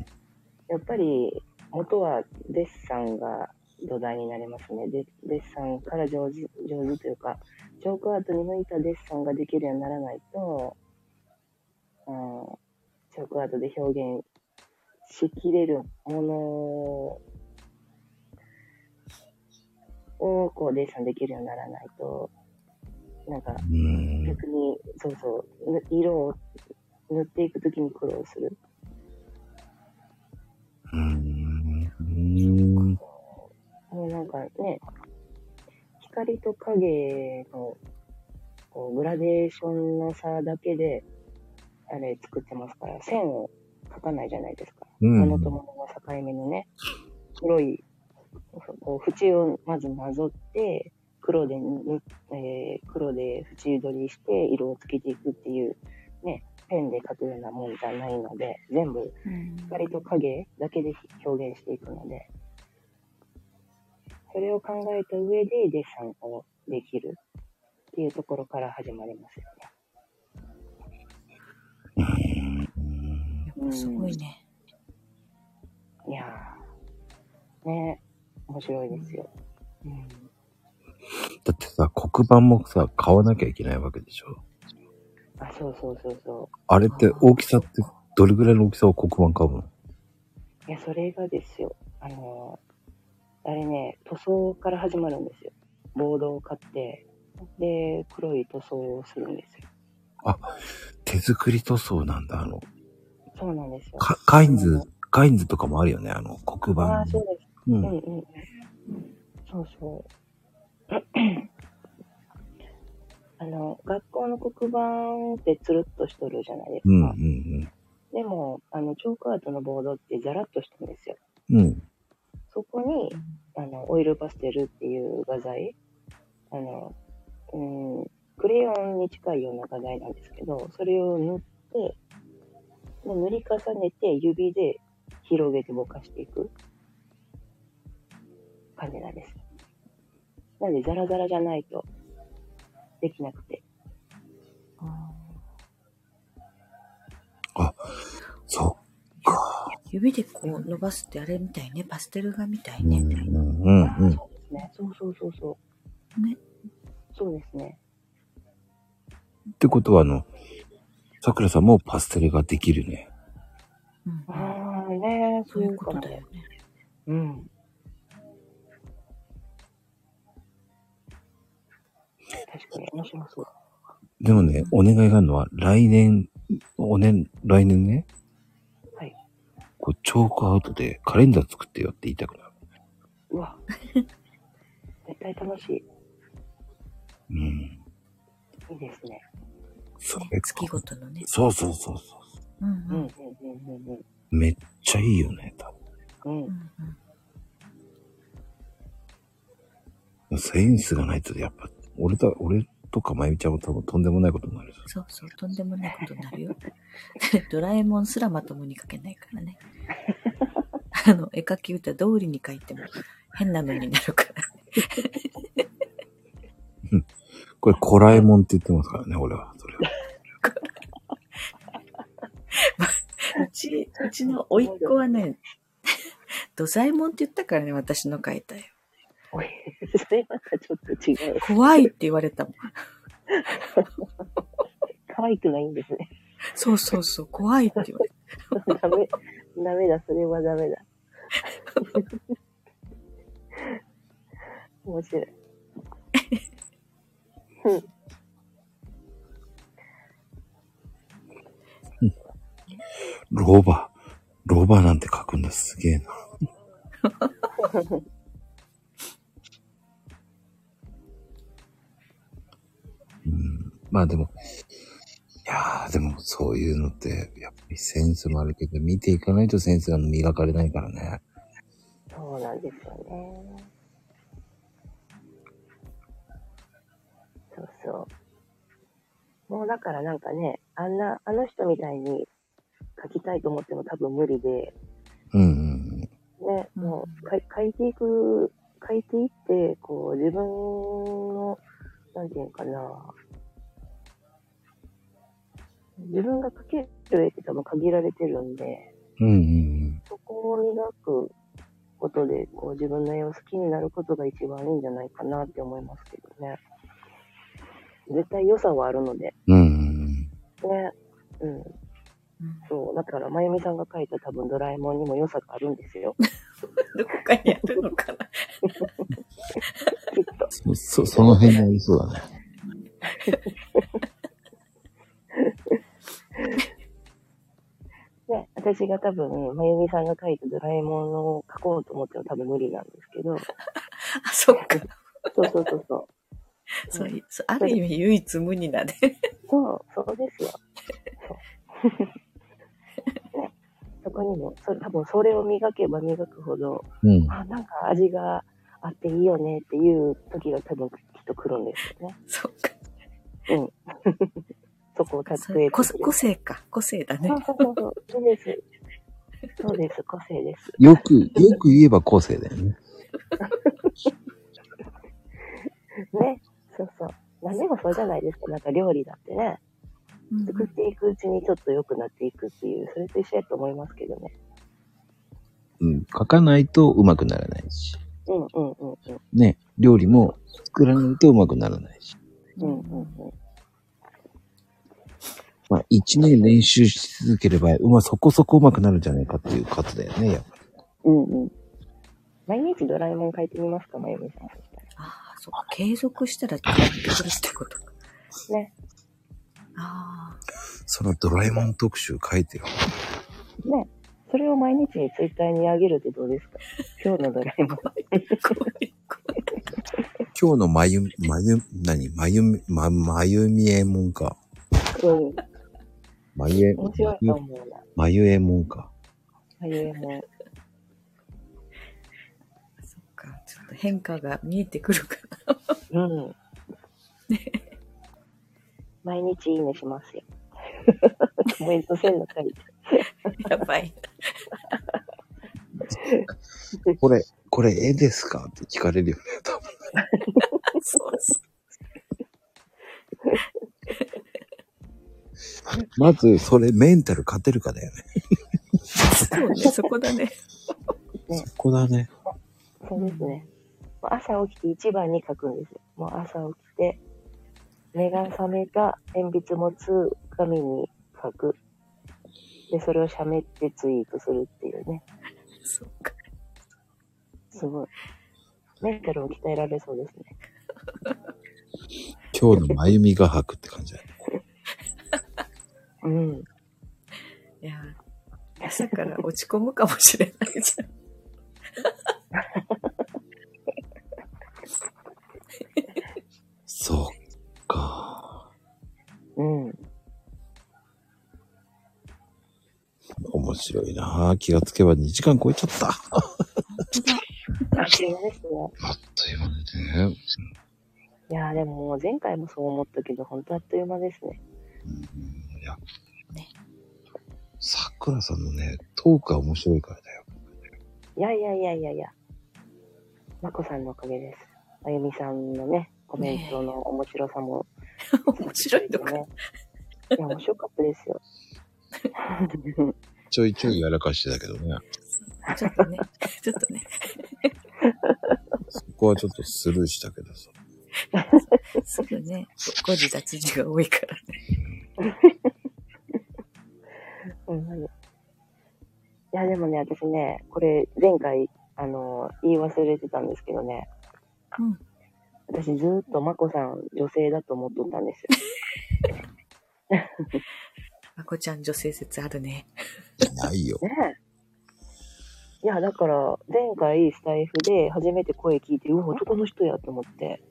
S4: やっぱり元はデッサンが土台になりますね。デデッサンから上手上手というか、チョークアートに向いたデッサンができるようにならないと、うん、チョークアートで表現しきれるものをこうデッサンできるようにならないと、なんか
S1: うん。
S4: 逆に、そうそう、ぬ色を塗っていくときに苦労する。
S1: うん。うん。
S4: もうなんかね、光と影のこうグラデーションの差だけで、あれ作ってますから、線を描かないじゃないですか。
S1: うん
S4: 物と物の境目のね、黒い、こう縁をまずなぞって、黒でぬ、えー黒で縁取りして色をつけていくっていう、ね、ペンで描くようなもんじゃないので、全部光と影だけで表現していくので、それを考えた上でデッサンをできるっていうところから始まりますよね。
S5: やっぱすごいね。
S4: いやー、ね面白いですよ。うん、
S1: だってさ、黒板もさ、買わなきゃいけないわけでしょ。
S4: あ、そうそうそうそ
S1: あれって大きさってどれぐらいの大きさを黒板買うの
S4: う。いや、それがですよ。あのーあれね、塗装から始まるんですよ。ボードを買って、で、黒い塗装をするんですよ。
S1: 手作り塗装なんだ、あの、
S4: そうなんですよ。
S1: カカインズ、カインズとかもあるよね、あの、黒板
S4: ああ、。そうです。
S1: う
S4: うん
S1: ん。
S4: うん。そうそう。 [CLEARS THROAT] あの、学校の黒板ってつるっとしとるじゃないです
S1: うん、う
S4: か。
S1: ん、
S4: でも、あの、チョークアートのボードってザラっとしてるんですよ。
S1: うん。うん。。
S4: そこに、あの、オイルパステルっていう画材、あの、うん、クレヨンに近いような画材なんですけど、それを塗って、もう塗り重ねて指で広げてぼかしていく感じなんです。なんでザラザラじゃないとできなくて。
S7: そ
S5: 指でこう伸ばすってあれみたいね。パステル画みたいう
S1: う
S5: ね。
S1: んうんうんうん。
S4: ね、そうそうそうそう。
S5: ね。
S4: そうですね。
S1: ってことは、あの、桜さんもパステルができるね。
S5: うん
S4: ああ、ね
S5: そういうことだよね。
S4: うん。確かに面白そう。
S1: でもね、お願いがあるのは、来年、お年、来年ね。
S4: はい。
S1: こう、チョークアウトでカレンダー作ってよって言いたくなる。
S4: うわ。絶対楽しい。
S1: うん。
S4: いいですね。
S1: それ
S5: 月ごとのね。
S1: そうそうそうそ
S5: うん
S4: う、
S5: うん
S4: うんん、うん、
S1: う。めっちゃいいよね、多
S4: うん、う。
S5: うんんうん。
S1: 分。センスがないと、やっぱ、俺だ、俺とかまゆみちゃんも多分とんでもないことになる。
S5: そうそう、とんでもないことになるよ。 [LAUGHS] ドラえもんすらまともに描けないから [LAUGHS] ね。あの、絵描き歌通りに描いても変なのになるから。
S1: これ、コラえもんって言ってますからね、俺は。それは。
S5: うち、うちの甥っ子はね、ドサえもんって言ったからね、私の描いたよ。
S4: おい、それまたちょっと違う。
S5: 怖いって言われたもん。
S4: 可愛くないんですね。 [LAUGHS]
S5: そうそうそう、怖いって言われた。
S4: ダメ、ダメだ、それはダメだ。面白い。
S1: ロバ。ロバなんて書くんだ、すげえな。 [LAUGHS] うん、まあでも、いやーでもそういうのって、やっぱりセンスもあるけど、見ていかないとセンスが磨かれないからね。
S4: そうなんですよね。そうそう。もうだからなんかね、あんな、あの人みたいに書きたいと思っても多分無理で、
S1: うんうん
S4: ね、
S5: うん
S4: もうか書いていく、書いていって、こう自分の、なんていうのかな、自分が書ける絵って多分限られてるんで、
S1: うん。うんうん
S4: そこを磨くことで、こう自分の絵を好きになることが一番いいんじゃないかなって思いますけどね。絶対良さはあるので。
S1: うん。うんうん
S4: ね。うん。
S5: うん
S4: そう。だから、まゆみさんが描いた多分ドラえもんにも良さがあるんです
S5: [LAUGHS]
S4: よ。
S5: どこかにあるのかな。
S4: きっと。
S1: うん。そ、そその辺もいそうだね。
S4: ね。私が多分、まゆみさんが描いたドラえもんを描こうと思っても多分無理なんですけど。
S5: あ、そっか。
S4: そうそうそうそう。
S5: [LAUGHS] そういそうある意味唯一無二だね。 [LAUGHS]
S4: そう、そうですよ。そう。 [LAUGHS] ね。そこにも、それ多分それを磨けば磨くほど、
S1: うん。
S4: あ、なんか味があっていいよねっていう時が多分きっと来るんですよね。
S5: そっか。
S4: そこを例
S5: そ
S4: え
S5: れ
S4: てく
S5: 個
S4: れる。
S5: 個性か。個性だね
S4: そう。そうそうそう。そうです。そうです、個性です。
S1: よく、よく言えば個性だよね。
S4: ね。そうそう。何でもそうじゃないですか。なんか料理だってね。
S5: うん
S4: 作っていくうちにちょっと良くなっていくっていう、それと一緒やと思いますけどね。
S1: うん。書かないと上手くならないし。
S4: うんうんうんうん。
S1: ね、料理も作らないとうまくならないし。
S4: うんうんうん。
S1: まあ、一年練習し続ければ、うま、そこそこうまくなるんじゃないかっていう数だよね、やっぱり。
S4: うんうん。毎日ドラえもん書いてみますか、まゆみさん。
S5: ああ、そっか。継続したらちょっと来るってことか。
S4: ね。
S5: あ
S1: そのドラえもん特集書いてよ。
S4: ね。それを毎日ツイッターにあげるってどうですか今日のドラえもん。
S5: あ、怖い。
S1: 今日のまゆ、まゆ、なに、まゆみ、ま、まゆみえもんか。
S4: うん。
S1: まゆえ、
S4: 面白いと思うな。
S1: まゆえもんか。
S4: まゆえも。
S5: そっか。ちょっと変化が見えてくるかな。
S4: うん。
S5: ね。
S4: 毎日いいねしますよ。コメントせんのかい。
S5: やばい。
S1: これ、これ絵ですかって聞かれるよね、多分。
S5: そうです。
S1: まず、それメンタル勝てるかだよね。
S5: そうね、 [LAUGHS] そこだね。
S1: そこだね。
S4: そうですね。もう朝起きて一番に書くんですよ。もう朝起きて、目が覚めた鉛筆持つ紙に書く。で、それをしゃべってツイートするっていうね。
S5: そうか。
S4: すごい。メンタルを鍛えられそうですね。
S1: 今日のまゆみ画伯って感じだね。
S4: うん。
S5: いや、朝から落ち込むかもしれないじゃ [LAUGHS] ん。
S1: そっか。
S4: うん。
S1: 面白いなぁ。気がつけば2時間超えちゃった。あ
S4: あっという間で
S1: っ
S4: すね。
S1: という間でね。
S4: いやーでももう前回もそう思ったけど、本当あっという間ですね。
S1: うん、いや。
S5: ね
S1: さくらさんのね、トークが面白いからだよ。
S4: いやいやいやいやいや。まこさんのおかげです。あゆみさんのね、コメントの面白さも、
S5: 面白いのか。
S4: ね。いや、面白かったです
S5: [LAUGHS]
S4: よ。
S1: ちょいちょいやらかしてたけどね。
S5: ちょっとね、ちょっとね、
S1: そこはちょっとスルーしたけどさ。
S5: すぐね、誤字脱字が多いからね。
S4: ほんまに。いや、でもね、私ね、これ前回、あのー言い忘れてたんですけどね。
S5: うん
S4: 私ずーっとまこさん女性だと思っとったんですよ。
S5: まこちゃん女性説あるね。
S1: ないよ。
S4: ねえ。いや、だから、前回、スタイフで初めて声聞いて、うわ、男の人やと思って。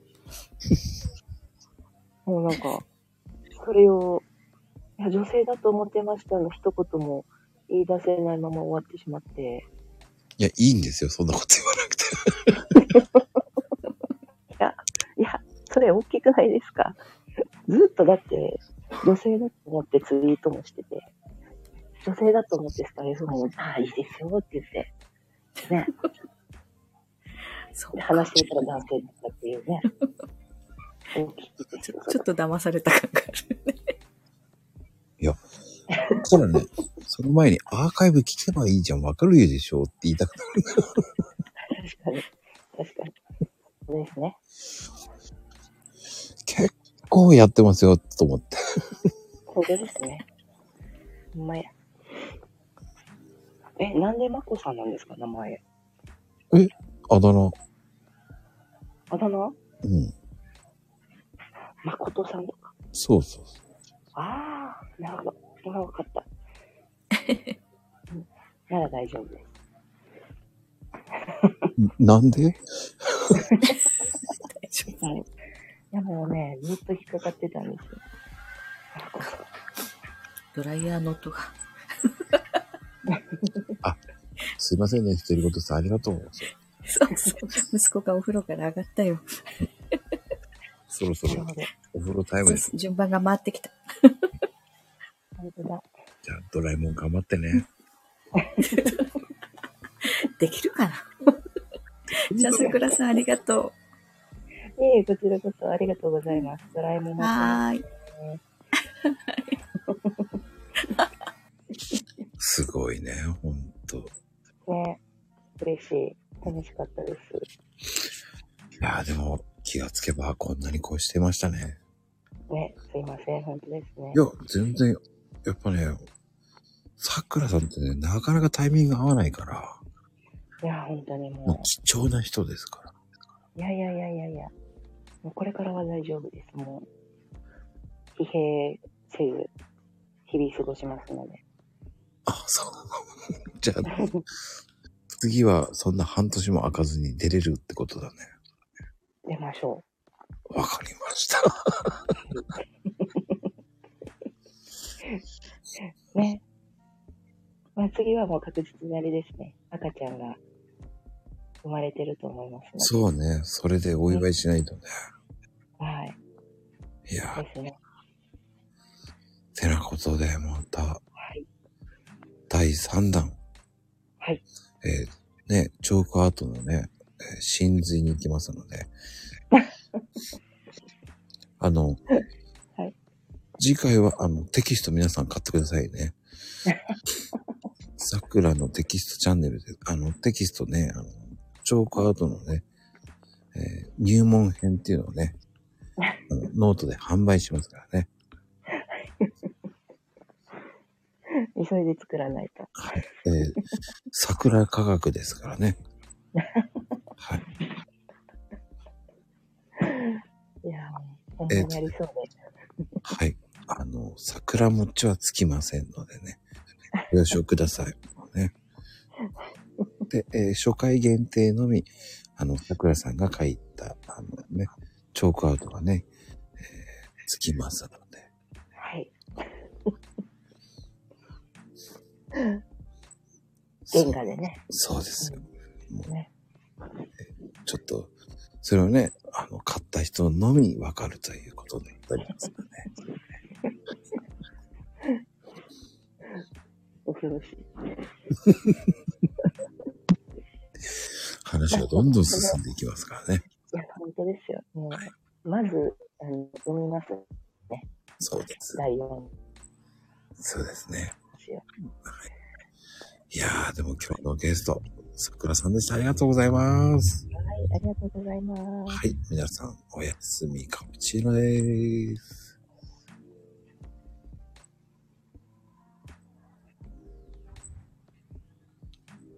S4: [LAUGHS] もうなんか、それを、いや、女性だと思ってましたの一言も言い出せないまま終わってしまって。
S1: いや、いいんですよ。そんなこと言わなくて。
S4: いや、それ大きくないですか [LAUGHS] ずっとだって、女性だと思ってツイートもしてて、女性だと思ってスタイフも、ああ、いいですよって言って、ね、
S5: そう
S4: 話してたら男性だったっていう [LAUGHS] ね。大きくて
S5: ちょちょっと騙された感がある。
S1: ほらね、その前にアーカイブ聞けばいいじゃん。わかるでしょって言いたくなる。
S4: 確かに。確かに。そうですね。
S1: 結構やってますよ、と思って。
S4: そうですね。ほんまや。え、なんでマコさんなんですか名前。
S1: あだ名。
S4: あだ名
S1: うん。
S4: マコトさんとか。
S1: そうそうそう。
S4: ああ、なるほど。今わかった。うんなら大丈夫です。
S1: なんで
S5: 大丈夫
S4: はい。いや、もうね、ずっと引っかかってたんですよ。マコさん
S5: ドライヤーの音が。
S1: すいませんね、独り言さんありがとう。
S5: そうそう。息子がお風呂から上がったよ。
S1: そろそ
S4: なる
S1: ろ
S4: ほど。
S1: お風呂タイムです。
S5: 順番が回ってきた。
S4: 本当だ。
S1: じゃあ、ドラえもん頑張ってね。
S5: できるかなじゃあ、桜さんありがと
S4: いえいえ、こちらこそありがとうございます。ドラえもん
S5: う。
S4: もね
S5: はーい。
S1: すごいね、ほんと。い
S4: ね、嬉しい。楽しかったです。
S1: やーでも、気がつけばこんなにこうしてましたね。
S4: ね、すいません、本当ですね
S1: い。や、全然、やっぱね、さくらさんってね、なかなかタイミング合わないから、
S4: いや、本当にも
S1: もう
S4: う。
S1: 貴重な人ですから。
S4: いやいやいやいやいや。もうこれからは大丈夫です。もう、疲弊せず、日々過ごしますので。
S1: あ、そう。 [LAUGHS] じゃあ、次はそんな半年も開かずに出れるってことだね。
S4: 出ましょ
S1: わかりました。
S4: う。ね。まあ次はもう確実にあれですね。赤ちゃんが生まれてると思いますの
S1: そうね、それでお祝いしないとね。
S4: で。はい。
S1: いやー
S4: ですね。
S1: てなことで、また、
S4: はい。
S1: 第3弾。
S4: はい。
S1: えーね、チョークアートのね、えー真髄に行きますの
S4: [LAUGHS]
S1: で。あの、
S4: はい
S1: 次回は、あの、テキスト皆さん買ってください
S4: [LAUGHS]
S1: ね。さくらのテキストチャンネルで、あの、テキストね、あの、チョークアートのね、えー入門編っていうのをね、あのノートで販売しますからね。
S4: 急いで作らないと。
S1: はい。えー、桜科学ですから
S4: [LAUGHS]
S1: ね。はい。
S4: いやー、本当にやりそうです。
S1: はい。あの、桜餅はつきませんのでね。ご了承ください。ね。で、えー初回限定のみ、あの、桜さんが書いた、あのね、チョークアウトがね、えーつきますので。
S4: はい。
S1: そ
S4: 原
S1: う
S4: 画でね。
S1: そうですよ。もう
S4: ね
S1: ちょっと、それをね、あの、買った人のみわかるということになっておりますので。
S4: 恐ろしい。
S1: 話がどんどん進んでいきますからね。
S4: いや、本当ですよ。もう
S1: はい
S4: まず、あの、読みます。
S1: そうです。
S4: 第4
S1: そうですね。
S4: 章。
S1: いやー、でも今日のゲスト、桜さんでした。ありがとうございます。
S4: はい、ありがとうございます。
S1: はい、皆さん、おやすみカプチーノです。